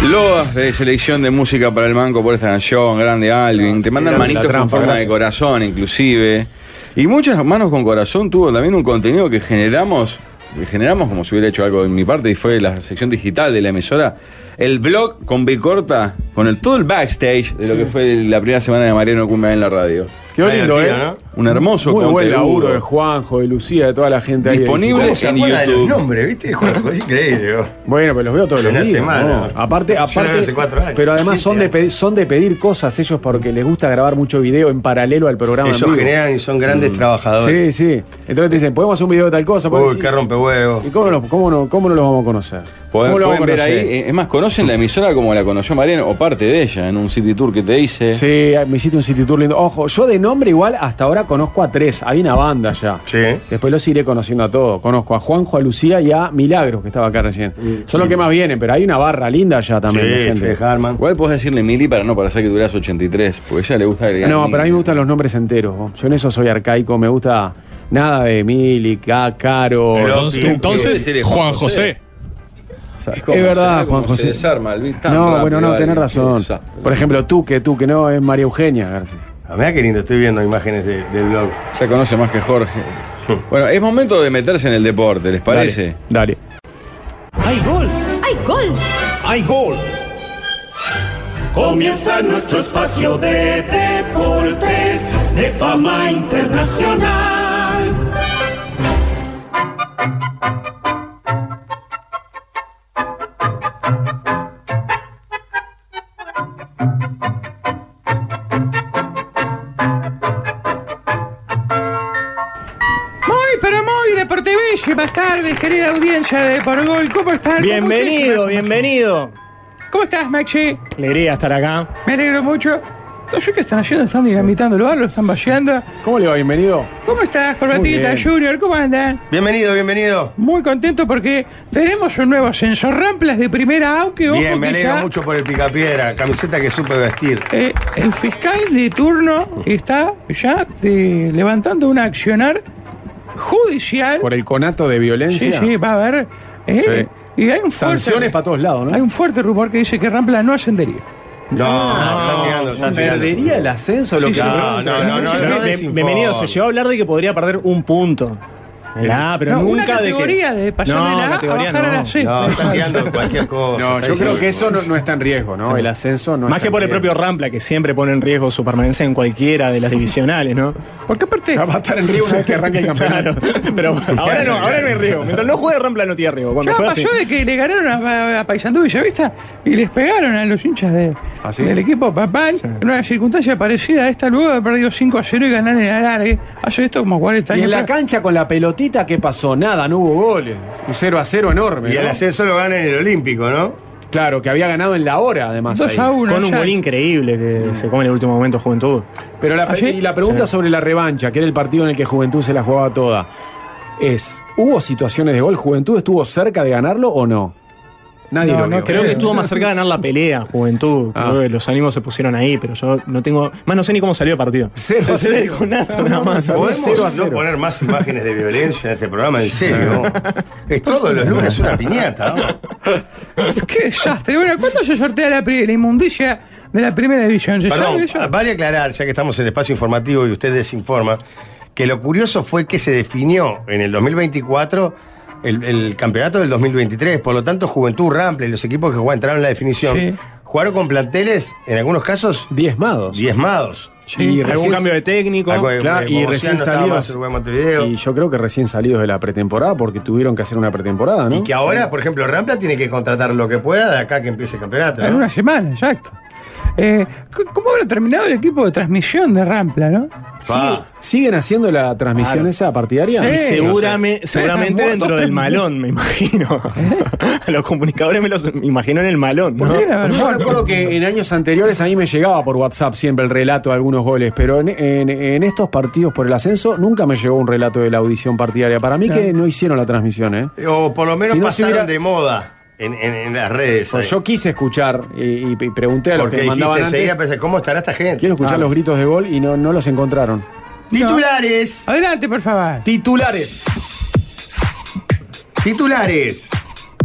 Loas de selección de música para el manco por esta canción, grande Alvin. Te mandan Grande manitos la trampa, con forma de gracias. corazón, inclusive. Y muchas manos con corazón tuvo también un contenido que generamos, que generamos como si hubiera hecho algo en mi parte, y fue la sección digital de la emisora. El blog con B corta, con el, todo el backstage de lo que fue la primera semana de Mariano Cumbia en la radio. Qué lindo, ¿eh? Divertido, ¿no? Un hermoso Muy buen contenido. laburo de Juanjo, de Lucía, de toda la gente ahí. Disponible. ¿Cómo se en acuerda de los YouTube. nombres, viste? Juanjo? Es increíble. vos. Bueno, pero los veo todos En los la días. semana. ¿no? Aparte, Yo la veo aparte hace cuatro años. pero además Siete son de, años. pedir, son de pedir cosas ellos porque les gusta grabar mucho video en paralelo al programa. en Ellos vivo. generan y son grandes Mm. Sí, trabajadores. sí. Entonces te dicen, podemos hacer un video de tal cosa. Podemos Uy, decir- qué rompehuevos. ¿Y cómo, lo- cómo no, cómo no los vamos a conocer? Pueden, ¿Cómo lo pueden ver ahí, conocer? eh, es más, conocen la emisora como la conoció Mariano, o parte de ella, en un city tour que te hice. Sí, me hiciste un city tour lindo. Ojo, yo de nombre igual hasta ahora conozco a tres. Hay una banda ya. Sí. Después los iré conociendo a todos. Conozco a Juanjo, a Lucía y a Milagros, que estaba acá recién. Son los que más vienen, pero hay una barra linda ya también. de Sí, gente. sí, Harman. Igual podés decirle Mili para no parecer que duras 83, porque a ella le gusta agregar. No, Mili. pero a mí me gustan los nombres enteros. ¿no? Yo en eso soy arcaico. Me gusta nada de Mili, Ca- Caro. Pero- Entonces, entonces, Juan José. ¿Sabés cómo Es verdad, será? ¿Cómo Juan José. Se desarma, el beat tan no, rápido, bueno, no, dale, tenés eh, qué razón. desastre. Por ejemplo, tú, que tú, que no, es María Eugenia García. Ah, mirá qué lindo, estoy viendo imágenes de- del blog. Ya conoce más que Jorge. Bueno, es momento de meterse en el deporte, ¿les parece? Dale. ¡Hay gol! ¡Ay, gol! ¡Hay gol! Comienza nuestro espacio de deportes de fama internacional. ¡Muy Muy, pero muy deportivísimas tardes, querida audiencia de Por Gol. ¿Cómo están? Con Bienvenido, muchísimas- bienvenido. ¿Cómo estás, Maxi? Alegría estar acá. Me alegro mucho. No sé qué están haciendo, están dinamitando el bar, lo están vaciando. ¿Cómo le va? Bienvenido. ¿Cómo estás, Muy Corbatita bien. Junior? ¿Cómo andan? Bienvenido, bienvenido. Muy contento porque tenemos un nuevo sensor ramplas de primera, aunque ojo Bien, me alegro quizá, mucho por el picapiedra, camiseta que supe vestir. eh, el fiscal de turno está ya eh, levantando un accionar judicial. Por el conato de Sí, violencia. sí, va a haber. eh, Y hay un fuerte, Sanciones para todos lados, ¿no? Hay un fuerte rumor que dice que Rampla no ascendería. No, están tirando, están tirando. Perdería el ascenso Sí, lo sí, que sí. No, no, no, no, Bien- no, bien- desinforme. bienvenido, se llegó a hablar de que podría perder un punto. Eh, Ah, pero No, nunca una categoría de, de, que... pasar de la A a bajar a la C. No, están tirando cualquier cosa. No, está yo creo diciendo que eso no, no está en riesgo, ¿no? El ascenso no Más está que en por el propio riesgo. Rampla, que siempre pone en riesgo su permanencia en cualquiera de las divisionales, ¿no? Porque aparte, Va a estar en riesgo una vez que arranque el campeonato. Claro. Pero ahora no, ahora no hay riesgo. Mientras no juegue Rampla no tiene riesgo. Cuando ya juega, pasó sí. de que le ganaron a, a- a Paysandú Villavista y les pegaron a los hinchas de, ¿Ah, sí? del equipo papal en una circunstancia parecida a esta, luego de haber perdido 5 a 0 y ganar en alargue. Hace esto como 40 Y años. en la atrás. cancha con la pelotita, ¿qué pasó? Nada, no hubo goles. Un 0 a 0 enorme. Y el ¿no? ascenso lo gana en el Olímpico, ¿no? Claro, que había ganado en la hora, además. 2 ahí. a 1. Con un gol increíble que se come en el último momento Juventud. Pero la, ¿Ah, sí? y la pregunta sobre la revancha, que era el partido en el que Juventud se la jugaba toda, es: ¿hubo situaciones de gol? ¿Juventud estuvo cerca de ganarlo o no? Nadie No, lo no vio. Creo que estuvo más cerca de ganar la pelea, Juventud. Ah. Creo que los ánimos se pusieron ahí, pero yo no tengo. Más no sé ni cómo salió el partido. Cero a No sé cero. de Conato, nada más. no, Podemos cero a cero. no poner más imágenes de violencia en este programa, en serio. es todos los lunes una piñata. ¿no? Qué desastre. Bueno, ¿cuándo se sortea la, pri- la inmundicia de la primera división? ¿Se Perdón, sabe eso? vale aclarar, ya que estamos en el espacio informativo y usted desinforma, que lo curioso fue que se definió en el 2024 el, el campeonato del 2023. Por lo tanto, Juventud Rample y los equipos que jugaron, entraron en la definición Sí. jugaron con planteles, en algunos casos, Diezmados. diezmados. Y Algún recién- cambio de técnico. Algo de- Claro, y Bogosian recién no estaba salidos. más, Uruguay Montevideo. Y yo creo que recién salidos de la pretemporada, porque tuvieron que hacer una pretemporada, ¿no? Y que ahora, por ejemplo, Rampla tiene que contratar lo que pueda de acá que empiece el campeonato. En ¿no? una semana, exacto. Eh, c- ¿Cómo habrá terminado el equipo de transmisión de Rampla, no? Pa. ¿Siguen haciendo la transmisión Claro. esa partidaria? Sí. Y segurame- sé. seguramente Tres dentro muertos, del tres malón, me imagino. los comunicadores me los imagino en el malón. ¿Por ¿no? qué? A ver, Yo bueno. recuerdo que en años anteriores a mí me llegaba por WhatsApp siempre el relato de algunos goles, pero en, en- en estos partidos por el ascenso nunca me llegó un relato de la audición partidaria. Para mí que no hicieron la transmisión, ¿eh? O por lo menos Si no se pasaron hubiera- de moda en, en- en las redes. Pues ahí. yo quise escuchar y, y- y pregunté a los Porque que me dijiste mandaban enseguida, antes. pensé, ¿cómo estará esta gente? Quiero escuchar Ah. los gritos de gol y no, no los encontraron. Titulares. Adelante, por favor. Titulares. Titulares.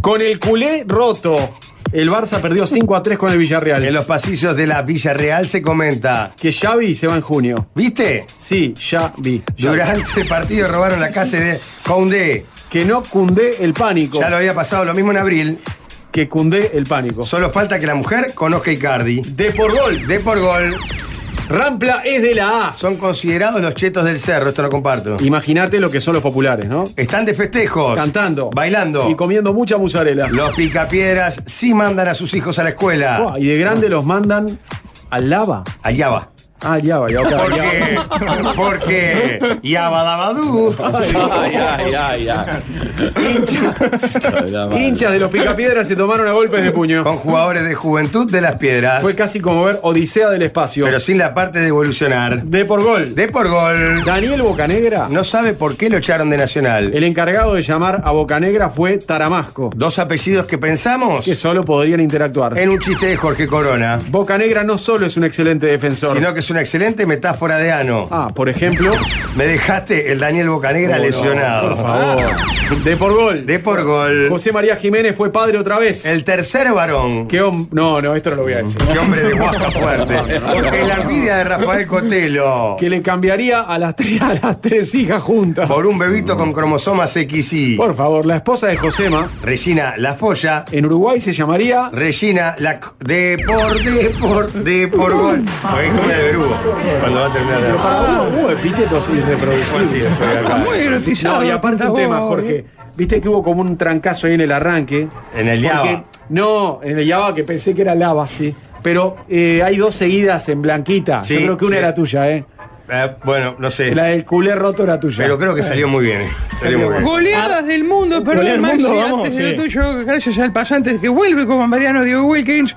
Con el culé roto. El Barça perdió 5 a 3 con el En Villarreal. los pasillos de la Villa Real se comenta. Que Xavi se va en junio. ¿Viste? Sí, ya vi. Ya vi. Durante el partido robaron la casa de Conde. Que no cundé el pánico. Ya lo había pasado lo mismo en abril. Que cundé el pánico. Solo falta que la mujer conozca a Icardi. De por gol. De por gol. Rampla es de la A. Son considerados los chetos del cerro. Esto lo comparto. Imagínate lo que son los populares, ¿no? Están de festejos. Cantando. Bailando. Y comiendo mucha mozzarella. Los picapiedras sí mandan a sus hijos a la escuela. Buah, y de grande los mandan al lava. Allá va. Ah, lava, ya, ok, ya. Porque, porque Yabadabadú. Ay, ay, ay, ay. Hinchas de los picapiedras se tomaron a golpes de puño. Con jugadores de Juventud de las Piedras. Fue casi como ver Odisea del espacio. Pero sin la parte de evolucionar. De por gol. De por gol. Daniel Bocanegra, No sabe por qué lo echaron de Nacional. el encargado de llamar a Bocanegra fue Taramasco, Dos apellidos que pensamos que solo podrían interactuar. en un chiste de Jorge Corona. Bocanegra no solo es un excelente defensor. Sino que es una excelente metáfora de ano. Ah, por ejemplo, Me dejaste el Daniel Bocanegra Oh, no, lesionado. por favor. de por gol. De por gol. José María Jiménez fue padre otra vez. El tercer varón. Qué hom- No, no, esto no lo voy a decir. Qué hombre de guasca fuerte. En la envidia de Rafael Cotelo. Que le cambiaría a las tres, a las tres hijas juntas. Por un bebito con cromosomas XY. Por favor, la esposa de Josema Regina La Folla. en Uruguay se llamaría. Regina, la c- de por, de por, de por gol. Porque es como la de Berugo, cuando va a terminar Pero la... para vos hubo epítetos Pues sí, irreproducibles. soy acá. Muy erotizado. No, y aparte un Vos, tema, Jorge. Viste que hubo como un trancazo ahí en el arranque. En el Porque- Java. No, en el Java que pensé que era lava, sí. Pero eh, hay dos seguidas en blanquita. Sí, Yo creo que una sí. era tuya, ¿eh? Eh, bueno, no sé. La del culé roto era tuya. Pero creo que salió muy bien. eh. Salió muy bien. Goleadas del mundo, Golea perdón, del Maxi, mundo, vamos, antes de sí. lo tuyo, gracias al pasante que vuelve como Mariano Diego Wilkins.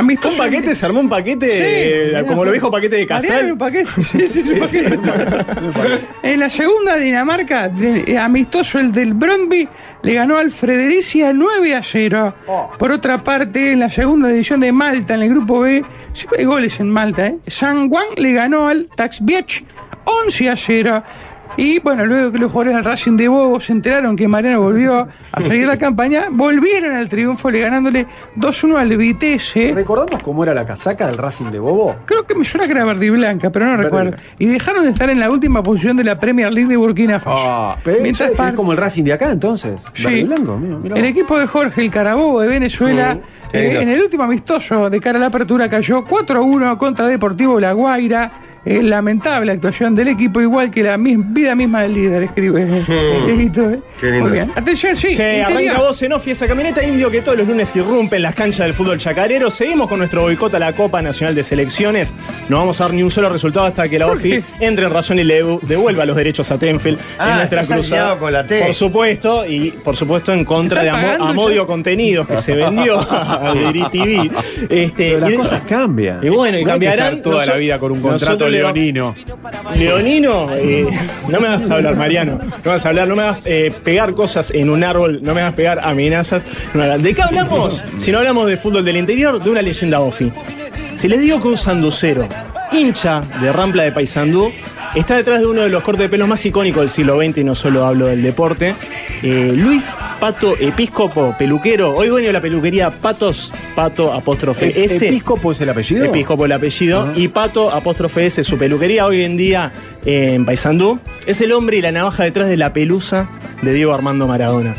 Un paquete, se armó un paquete, eh, como lo dijo paquete de Casal. Mariano, un paquete, sí, sí, sí, un paquete. En la segunda Dinamarca, de- eh, amistoso el del Brøndby, le ganó al Fredericia 9 a 0. Oh. Por otra parte, en la segunda división de Malta, en el grupo B, siempre hay goles en Malta, ¿eh? San Juan le ganó al Taxbiech 11 a 0. Y bueno, luego que los jugadores del Racing de Bobo se enteraron que Mariano volvió a seguir la campaña, volvieron al triunfo, le ganándole 2-1 al Vitesse. ¿Recordamos cómo era la casaca del Racing de Bobo? Creo que me suena que era verde y blanca, pero no recuerdo. Y dejaron de estar en la última posición de la Premier League de Burkina Faso. Mientras Ah, es par- como el Racing de acá entonces. Sí. Verde y blanco, mira, mira. el equipo de Jorge, el Carabobo de Venezuela, Sí. eh, Qué lindo. en el último amistoso de cara a la apertura cayó 4-1 contra Deportivo La Guaira. Eh, lamentable actuación del equipo, igual que la mis- vida misma del líder, escribe. Dieguito, eh. Qué lindo. Muy bien. Atención, sí. Che, interior. arranca vos en off y esa camioneta indio que todos los lunes irrumpe en las canchas del fútbol chacarero. Seguimos con nuestro boicot a la Copa Nacional de Selecciones. No vamos a dar ni un solo resultado hasta que la OFI entre en razón y le devuelva los derechos a Tenfield Ah, en nuestra estás cruzada. aliado con la T. Por supuesto, y por supuesto en contra de ¿Estás Amo- pagando Amodio ya? Contenidos que se vendió a Diri TV. Este, Pero las y- cosas cambian. Y bueno, y No hay que cambiarán. estar toda la Noso- vida con un contrato nosotros le va- leonino. Leonino, eh, no me vas a hablar, Mariano. No me vas a hablar, no me vas a pegar cosas en un árbol, no me vas a pegar amenazas. no me vas- ¿De qué hablamos? Si no hablamos de fútbol del interior, de una leyenda ofi. Si les digo que un sanducero, hincha de Rampla de Paysandú, está detrás de uno de los cortes de pelos más icónicos del siglo XX, y no solo hablo del deporte, eh, Luis Pato Episcopo, peluquero, hoy dueño de la peluquería Patos, Pato apóstrofe ¿E- S. ¿Episcopo es el apellido? Episcopo el apellido. Y Pato, apóstrofe S, su peluquería hoy en día eh, en Paysandú. Es el hombre y la navaja detrás de la pelusa de Diego Armando Maradona.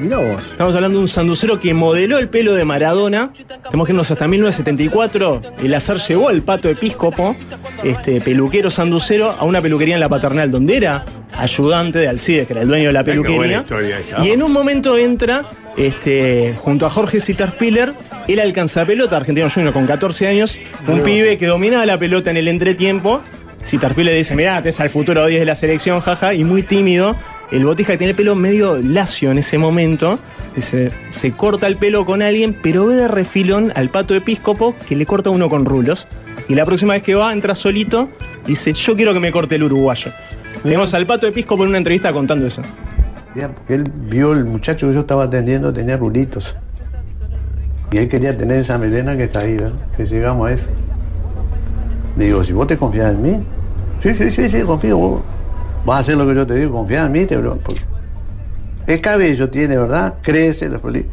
Mirá vos. Estamos hablando de un sanducero que modeló el pelo de Maradona. Tenemos que irnos hasta 1974. El azar llevó al Pato Episcopo, este peluquero sanducero, a una peluquería en la paternal, donde era ayudante de Alcides, que era el dueño de la Mirá qué buena peluquería. historia esa. Y en un momento entra, este, junto a Jorge Citar Spiller, el alcanzapelota argentino junior con 14 años, un pibe que dominaba la pelota en el entretiempo. Citar Spiller dice, mirá, te es al futuro 10 de la selección, jaja, y muy tímido. El botija que tiene el pelo medio lacio en ese momento, dice, se corta el pelo con alguien, pero ve de refilón al pato episcopo que le corta uno con rulos. Y la próxima vez que va, entra solito, dice, yo quiero que me corte el uruguayo. Tenemos al pato episcopo en una entrevista contando eso. Él vio el muchacho que yo estaba atendiendo, tenía rulitos. Y él quería tener esa melena que está ahí, ¿verdad? Que llegamos a eso. Le digo, si vos te confías en mí, sí, sí, sí, sí, confío vos. Vas a hacer lo que yo te digo, confía en mí, te bro- porque El cabello tiene, ¿verdad? Crece, los peli-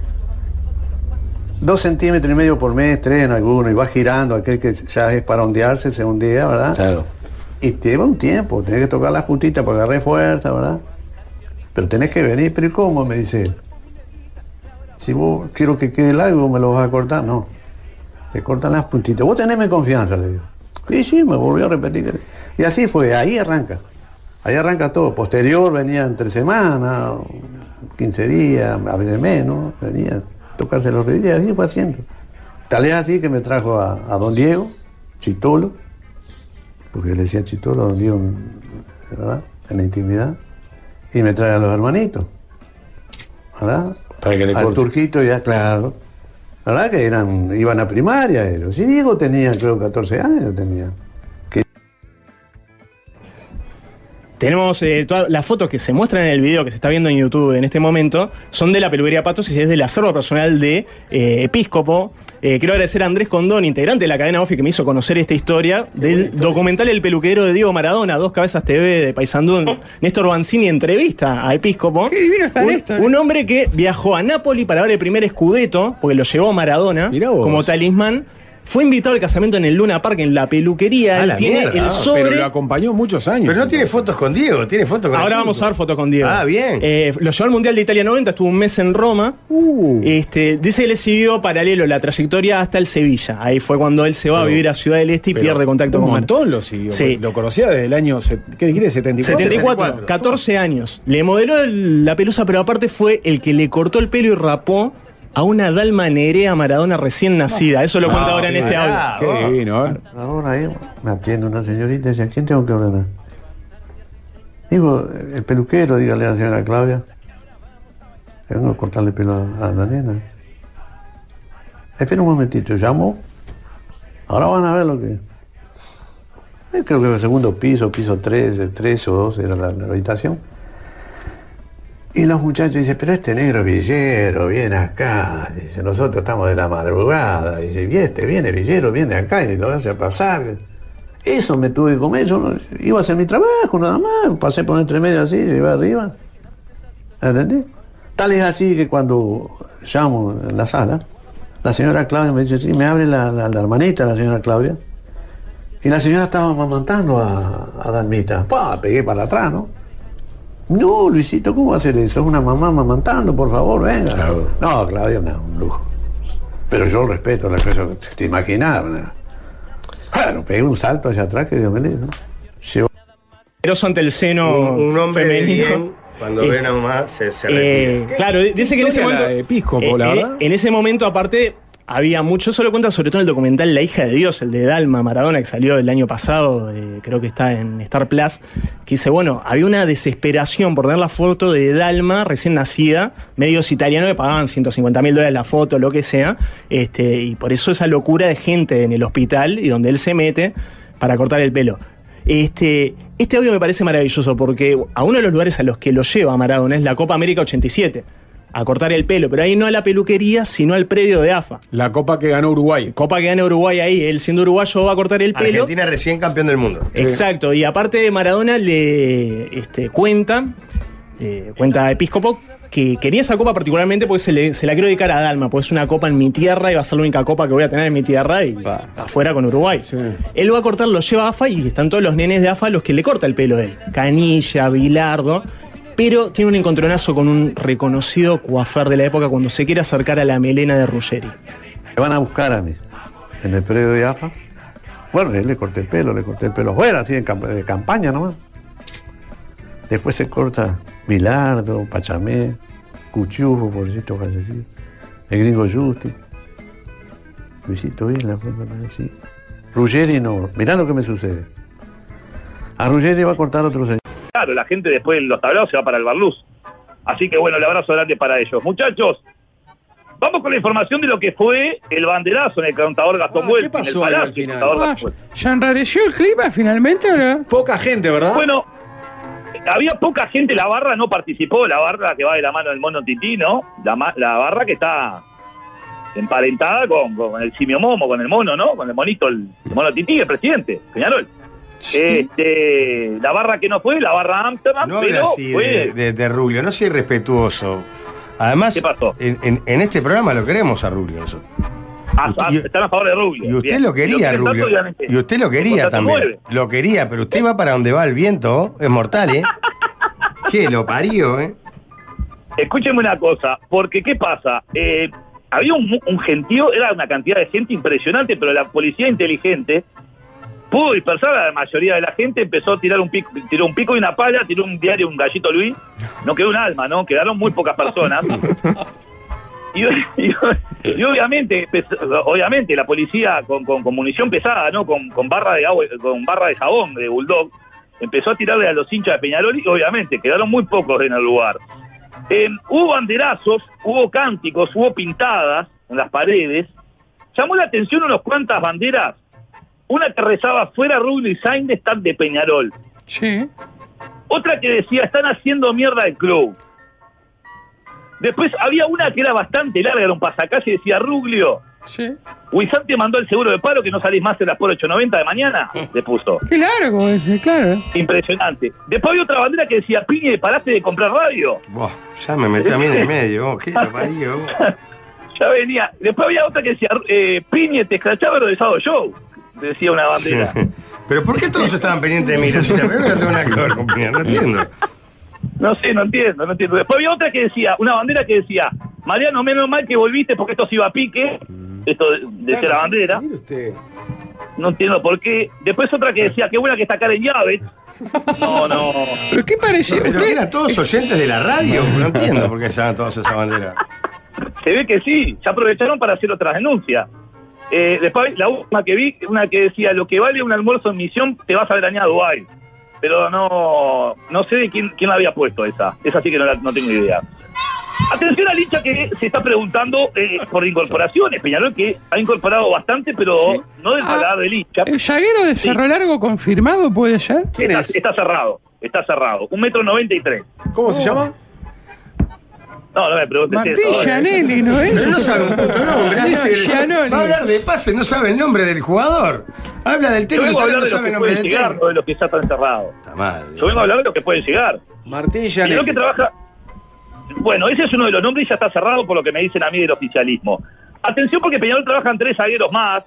Dos centímetros y medio por mes, tres en alguno, y va girando, aquel que ya es para ondearse, se ondea, ¿verdad? Claro. Y te lleva un tiempo, tenés que tocar las puntitas para agarrar fuerza, ¿verdad? Pero tenés que venir, pero ¿y cómo? Me dice él. Si vos quiero que quede largo, me lo vas a cortar. No. Te cortan las puntitas. Vos tenés mi confianza, le digo. Sí, sí, me volvió a repetir. Y así fue, ahí arranca. Ahí arranca todo. Posterior venía entre semanas, 15 días, a veces menos, venía a tocarse los rodillas, así fue haciendo. Tal es así que me trajo a, a don Diego, Chitolo, porque le decía Chitolo a don Diego, ¿verdad? En la intimidad y me trae a los hermanitos. ¿Verdad? Para que le Al corte. turquito ya, claro. ¿Verdad? Que eran, iban a primaria ellos. Sí, Diego tenía, creo, 14 años tenía. Tenemos eh, todas las fotos que se muestran en el video que se está viendo en YouTube en este momento, son de la peluquería Patos y es del acervo personal de eh, Episcopo. Eh, quiero agradecer a Andrés Condón, integrante de la cadena OFI, que me hizo conocer esta historia del documental El peluquero de Diego Maradona, Dos Cabezas TV de Paysandú. Néstor Banzini entrevista a Episcopo. Oh. Qué divino está un, Néstor. Un hombre que viajó a Nápoli para ver el primer escudeto, porque lo llevó Maradona como talismán. Fue invitado al casamiento en el Luna Park, en la peluquería. Ah, Él la tiene mierda, el ah, sobre. pero lo acompañó muchos años. Pero no tiene fotos con Diego, tiene fotos con Ahora el vamos grupo. a ver fotos con Diego. Ah, bien. Eh, lo llevó al Mundial de Italia 90, estuvo un mes en Roma. Este, dice que le siguió paralelo la trayectoria hasta el Sevilla. Ahí fue cuando él se va a vivir a Ciudad del Este y Pero pierde contacto un con Mar- montón lo siguió. Sí. Lo conocía desde el año. se- ¿Qué dijiste? 74. 74, 14 años. Le modeló el- la pelusa, pero aparte fue el que le cortó el pelo y rapó a una Dalma Nerea Maradona recién nacida. Eso lo No, cuenta ahora en este audio. mirá, Qué Ah, ¿eh? vos. Ahora ahí me atiende una señorita y dice, ¿a quién tengo que ordenar? Digo, el peluquero, dígale a la señora Claudia. que Vengo a cortarle pelo a, a la nena. Espera un momentito, llamo. Ahora van a ver lo que. Eh, Creo que en el segundo piso, piso 3, de 3 o 2 era la, la habitación. Y los muchachos dicen, pero este negro villero viene acá. Dice, nosotros estamos de la madrugada. Dice, y este viene villero, viene acá y lo hace pasar. Eso me tuve que comer, yo no- iba a hacer mi trabajo nada más, pasé por entre medio así, llevé arriba. ¿Entendés? Tal es así que cuando llamo en la sala, la señora Claudia me dice, sí, me abre la, la- la hermanita, la señora Claudia. Y la señora estaba amamantando a, a Dalmita. ¡Pah! Pegué para atrás, ¿no? No, Luisito, ¿cómo va a hacer eso? Es una mamá amamantando, por favor, venga. No, Claudia me da un lujo. Pero yo respeto las cosas que te imaginar. ¿no? Claro, pegué un salto hacia atrás que Dios me libre, ¿no? Llevo- Poderoso ante el seno Un- un hombre de femenino. bien, Cuando Eh, ven a mamá, se, se Eh, retira. claro, di- dice que en ese Historia momento. eh, la de Pisco, po, la verdad. En ese momento, aparte, había mucho. Eso lo cuenta sobre todo en el documental La hija de Dios, el de Dalma Maradona, que salió el año pasado, eh, creo que está en Star Plus. Que dice, bueno, había una desesperación por tener la foto de Dalma recién nacida. Medios italianos le pagaban 150 mil dólares la foto, lo que sea. Este, y por eso esa locura de gente en el hospital y donde él se mete para cortar el pelo. Este, este audio me parece maravilloso porque a uno de los lugares a los que lo lleva Maradona es la Copa América 87, a cortar el pelo, pero ahí no a la peluquería, sino al predio de AFA. La copa que ganó Uruguay. Copa que gana Uruguay ahí, él siendo uruguayo va a cortar el pelo. Argentina recién campeón del mundo. Eh, Exacto, y aparte de Maradona le este, cuenta, eh, cuenta Episcopo, que quería esa copa particularmente porque se, le- se la quiero dedicar a Dalma, porque es una copa en mi tierra y va a ser la única copa que voy a tener en mi tierra y afuera con Uruguay. Él va a cortar, lo lleva a AFA y están todos los nenes de AFA los que le corta el pelo a él. Canilla, Bilardo. Pero tiene un encontronazo con un reconocido coafer de la época cuando se quiere acercar a la melena de Ruggeri. Me van a buscar a mí en el predio de AFA. Bueno, él le corté el pelo, le corté el pelo afuera, así en camp- de campaña nomás. Después se corta Bilardo, Pachamé, Cuchufo, Pobrecito Callecito, el gringo Justi, Luisito Isla, fue, me parece. Ruggeri no, mirá lo que me sucede. A Ruggeri va a cortar otro señor. Claro, la gente después de los tablados se va para el Barluz. Así que bueno, el abrazo grande para ellos. Muchachos, vamos con la información de lo que fue el banderazo en el contador Gastón Buelfi, en el Ah, pasó ahí Palacio, al final? el contador Ah, Gastón Buelfi. ¿Se enrareció el clima finalmente o no? Poca gente, ¿verdad? Bueno, había poca gente, la barra no participó, la barra que va de la mano del mono Titino, la, ma- la barra que está emparentada con, con el simio momo, con el mono, ¿no? Con el monito, el, el mono Tití, el presidente, Peñarol. Este, la barra que no fue, la barra Amsterdam, No hable pero pues, así fue... de, de- de Rubio, no sea irrespetuoso. Además, En, en- en este programa lo queremos a Rubio. nosotros. Ah, ah, están a favor de Rubio. Y usted Bien. lo Y quería, usted, Rubio. obviamente, Y usted su lo quería contrato también. mueve. Lo quería, pero usted va para donde va el viento, es mortal, ¿eh? que lo parió, ¿eh? Escúcheme una cosa, porque ¿qué pasa? Eh, había un, un gentío, era una cantidad de gente impresionante, pero la policía inteligente pudo dispersar a la mayoría de la gente, empezó a tirar un pico, tiró un pico y una pala, tiró un diario, un gallito Luis, no quedó un alma, ¿no? Quedaron muy pocas personas. Y, y- y obviamente, empezó- obviamente la policía con, con- con munición pesada, ¿no? Con, con barra de agua, con barra de jabón de Bulldog, empezó a tirarle a los hinchas de Peñarol y obviamente quedaron muy pocos en el lugar. Eh, hubo banderazos, hubo cánticos, hubo pintadas en las paredes. Llamó la atención unas cuantas banderas. Una que rezaba fuera Rubio y Sainz están de Peñarol. Sí. Otra que decía están haciendo mierda el club. Después había una que era bastante larga, era un pasacalle, decía Ruglio. Sí. Huizán te mandó el seguro de paro que no salís más en las por 8.90 de mañana, le puso. Qué largo ese, claro. Impresionante. Después había otra bandera que decía, Piñe, paraste de comprar radio. Buah, ya Ah, me metí a mí en el medio, oh, qué lo parió. ya venía. Después había otra que decía, eh, Piñe, te escrachaba lo de Sado Show, decía una bandera. Sí. Pero ¿por qué todos estaban pendientes de mí? Yo ya veo que no tengo nada que ver con Piñar, no entiendo. No sé, no entiendo, no entiendo. Después había otra que decía, una bandera que decía, Mariano, menos mal que volviste porque esto se iba a pique, esto de- de ser la bandera. No entiendo por qué. Después otra que decía, qué buena que está Karen Llaves. No, no. ¿Pero qué parecía? Pero eran todos oyentes de la radio, no entiendo por qué estaban todos esa bandera. Sí, Se ve que sí, se aprovecharon para hacer otras denuncias. Eh, después, la última que vi, una que decía, lo que vale un almuerzo en misión, te vas a veranear a Dubái. Pero no, no sé de quién, quién la había puesto esa. Esa sí que no, la- no tengo idea. Atención al hincha que se está preguntando eh, por incorporaciones. Peñarol que ha incorporado bastante, pero no del paladar del hincha. ¿El zaguero de Cerro Largo confirmado puede ser? Está, está cerrado, está cerrado. Un metro noventa y tres. ¿Cómo se llama? No, no me preguntes Martín eso. Gianelli, ¿no es? Pero no sabe un puto nombre. dice- Gianoli. va a hablar de pase, no sabe el nombre del jugador. Habla del Yo técnico, vengo a sabe- hablar no de los sabe que el nombre pueden del llegar, técnico. no de los que ya están cerrados. Yo vengo a hablar de los que pueden llegar. Martín Y lo que trabaja. Bueno, ese es uno de los nombres y ya está cerrado por lo que me dicen a mí del oficialismo. Atención porque Peñarol trabajan tres zagueros más.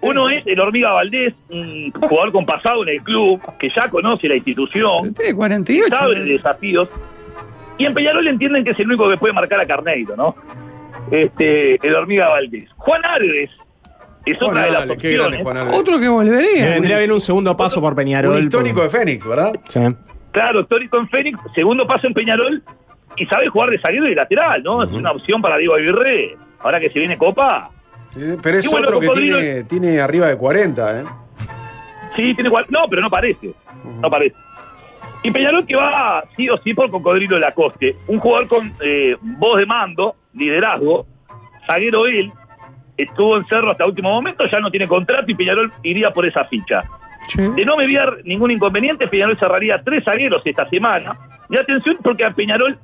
Uno es el Hormiga Valdés, un jugador con pasado en el club, que ya conoce la institución, Tiene 48. sabe de desafíos. Y en Peñarol entienden que es el único que puede marcar a Carneiro, ¿no? Este, el Hormiga Valdés. Juan Alves es Juan otra de las Alves, qué grande opciones. Juan Alves. Otro que volvería. Me vendría bien un segundo paso por Peñarol. Un histórico por- de Fénix, ¿verdad? Sí. Claro, histórico en Fénix, segundo paso en Peñarol y sabe jugar de salida y de lateral, ¿no? Es una opción para Diego Aguirre. Ahora que se viene Copa, Eh, Pero es Y bueno, otro que Cocodrilo- tiene, tiene arriba de 40, ¿eh? sí, tiene cual... No, pero no parece. No parece. Y Peñarol que va sí o sí por Cocodrilo Lacoste. Un jugador con eh, voz de mando, liderazgo, zaguero él, estuvo en Cerro hasta último momento, ya no tiene contrato y Peñarol iría por esa ficha. De no mediar ningún inconveniente, Peñarol cerraría tres zagueros esta semana. Y atención porque a Peñarol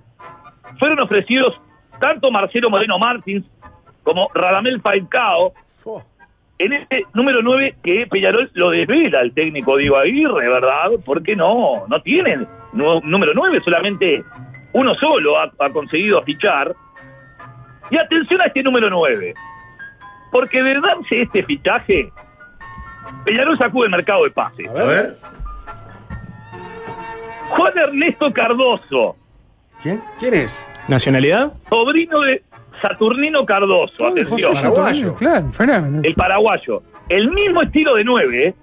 fueron ofrecidos tanto Marcelo Moreno Martins como Radamel Falcao. En este número 9 que Peñarol lo desvela al técnico Diego Aguirre, ¿verdad? Porque no, no tienen nu- número 9, solamente uno solo ha, ha conseguido fichar. Y atención a este número 9, porque de darse este fichaje, Peñarol sacude el mercado de pase. A ver. Juan Ernesto Cardoso, ¿Quién? ¿Quién es? ¿Nacionalidad? sobrino de Saturnino Cardoso, atención. Claro, fenómeno. El paraguayo. El mismo estilo de 9,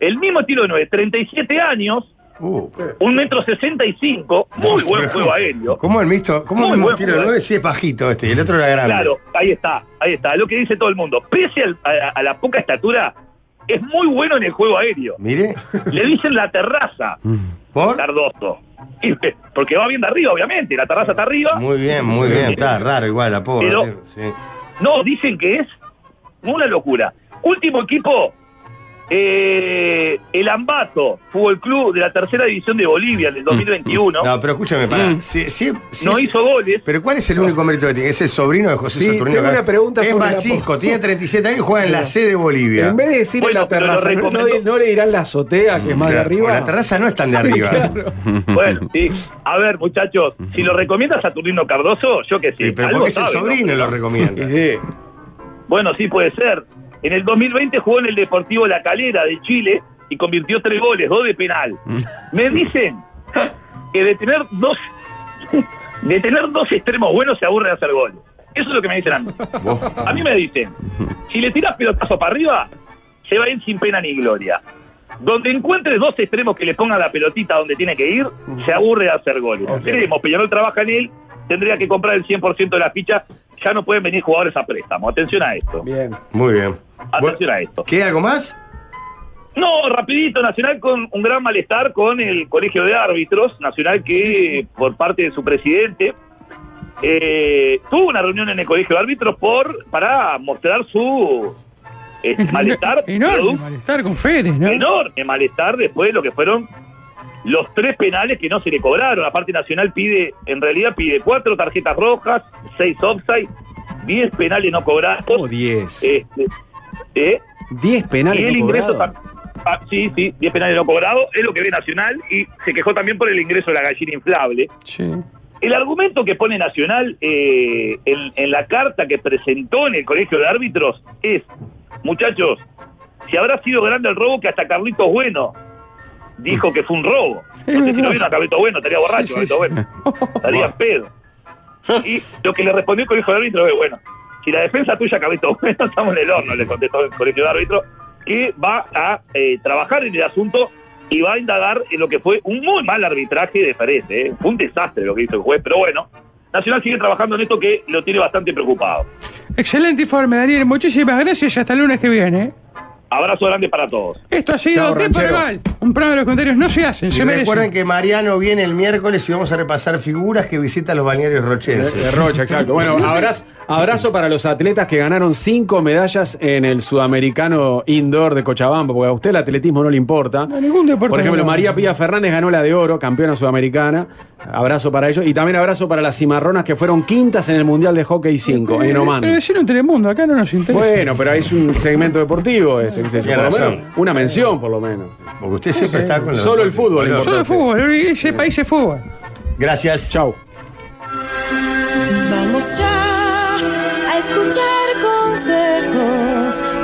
El mismo estilo de 9. 37 años. Uh. Un metro 65. Muy buen Pero, juego aéreo. ¿Cómo el mixto? ¿Cómo Muy el mismo buen tiro de juego. nueve? Sí, es bajito este, y el otro era grande. Claro, ahí está, ahí está. Lo que dice todo el mundo. Pese al- a, a la poca estatura, es muy bueno en el juego aéreo. Mire. Le dicen la terraza. ¿Por? Cardoso. Y- eh, Porque va bien de arriba, obviamente. La terraza está arriba. Muy bien, muy bien. Está raro igual la pobre. Pero- tío, sí. No, dicen que es una locura. Último equipo, eh, el Ambato, Fútbol Club de la Tercera División de Bolivia en el 2021. No, pero escúchame, pará. Mm. Sí, sí, sí, No sí. hizo goles. Pero ¿cuál es el único mérito que tiene? Es el sobrino de José Sí, Saturnino. tengo Car- una pregunta es sobre más la- chico, tiene 37 años y juega en la Sí. C de Bolivia. En vez de decir Bueno, en la pero lo terraza, ¿no- ¿no, recomiendo. no le dirán la azotea, que es más de Claro, arriba? La terraza no es tan de Sí, arriba. claro. Bueno, sí. A ver, muchachos, si lo recomiendas a Saturnino Cardoso, yo que sí. Sí, pero algo porque es el sabe, ¿no? sobrino lo recomienda. Bueno, sí puede ser. En el 2020 jugó en el Deportivo La Calera de Chile y convirtió tres goles, dos de penal. Me dicen que de tener dos de tener dos extremos buenos se aburre de hacer goles. Eso es lo que me dicen a mí. A mí me dicen, si le tiras pelotazo para arriba, se va a ir sin pena ni gloria. Donde encuentres dos extremos que le pongan la pelotita donde tiene que ir, se aburre de hacer goles. Tenemos, Peñarol trabaja en él, tendría que comprar el 100% de las fichas, ya no pueden venir jugadores a préstamo. Atención a esto. Bien. Muy bien. Atención a esto. ¿Qué, algo más? No, rapidito, Nacional con un gran malestar con el Colegio de Árbitros, Nacional que por parte de su presidente eh, tuvo una reunión en el Colegio de Árbitros por para mostrar su eh, malestar, Enorme producto- malestar con Férez, ¿no? enorme malestar después de lo que fueron los tres penales que no se le cobraron. La parte nacional pide, en realidad pide cuatro tarjetas rojas, seis offside, diez penales no cobrados. Oh, ¿Cómo 10? Este, ¿eh? 10 penales. y el no ingreso cobrados. tam- ah, sí, sí, 10 penales no cobrados, es lo que ve Nacional y se quejó también por el ingreso de la gallina inflable. El argumento que pone Nacional eh, en, en la carta que presentó en el Colegio de Árbitros es, muchachos, si habrá sido grande el robo que hasta Carlitos Bueno dijo que fue un robo. No sé si lo vieron a Carlitos Bueno, estaría borracho Carlitos Bueno. Estaría en pedo. Y lo que le respondió el colegio de árbitro es, bueno, si la defensa tuya, Carlitos Bueno, estamos en el horno, le contestó el colegio de árbitro, que va a eh, trabajar en el asunto y va a indagar en lo que fue un muy mal arbitraje de Pérez. ¿eh? Fue un desastre lo que hizo el juez, pero bueno, Nacional sigue trabajando en esto que lo tiene bastante preocupado. Excelente informe, Daniel. Muchísimas gracias y hasta el lunes que viene. eh. Abrazo grande para todos. Esto ha sido Chao, Tiempo ranchero. Verbal. Un programa de los comentarios no se hacen, Y se recuerden merecen. que Mariano viene el miércoles y vamos a repasar figuras que visitan los balnearios rochenses. De Eh, Rocha, exacto. Bueno, abrazo, abrazo para los atletas que ganaron cinco medallas en el sudamericano indoor de Cochabamba, porque a usted el atletismo no le importa. A ningún deporte. Por ejemplo, no. María Pía Fernández ganó la de oro, campeona sudamericana. Abrazo para ellos. Y también abrazo para las cimarronas que fueron quintas en el Mundial de Hockey 5 en Oman. Pero decirlo en Telemundo, acá no nos interesa. Bueno, pero es un segmento deportivo este. qué sé yo. Tiene Por lo razón. menos, una mención, por lo menos. Porque usted siempre está con los Solo el fútbol. Solo Solo fútbol, ese país es fútbol. Gracias. Chau. Vamos ya a escuchar consejos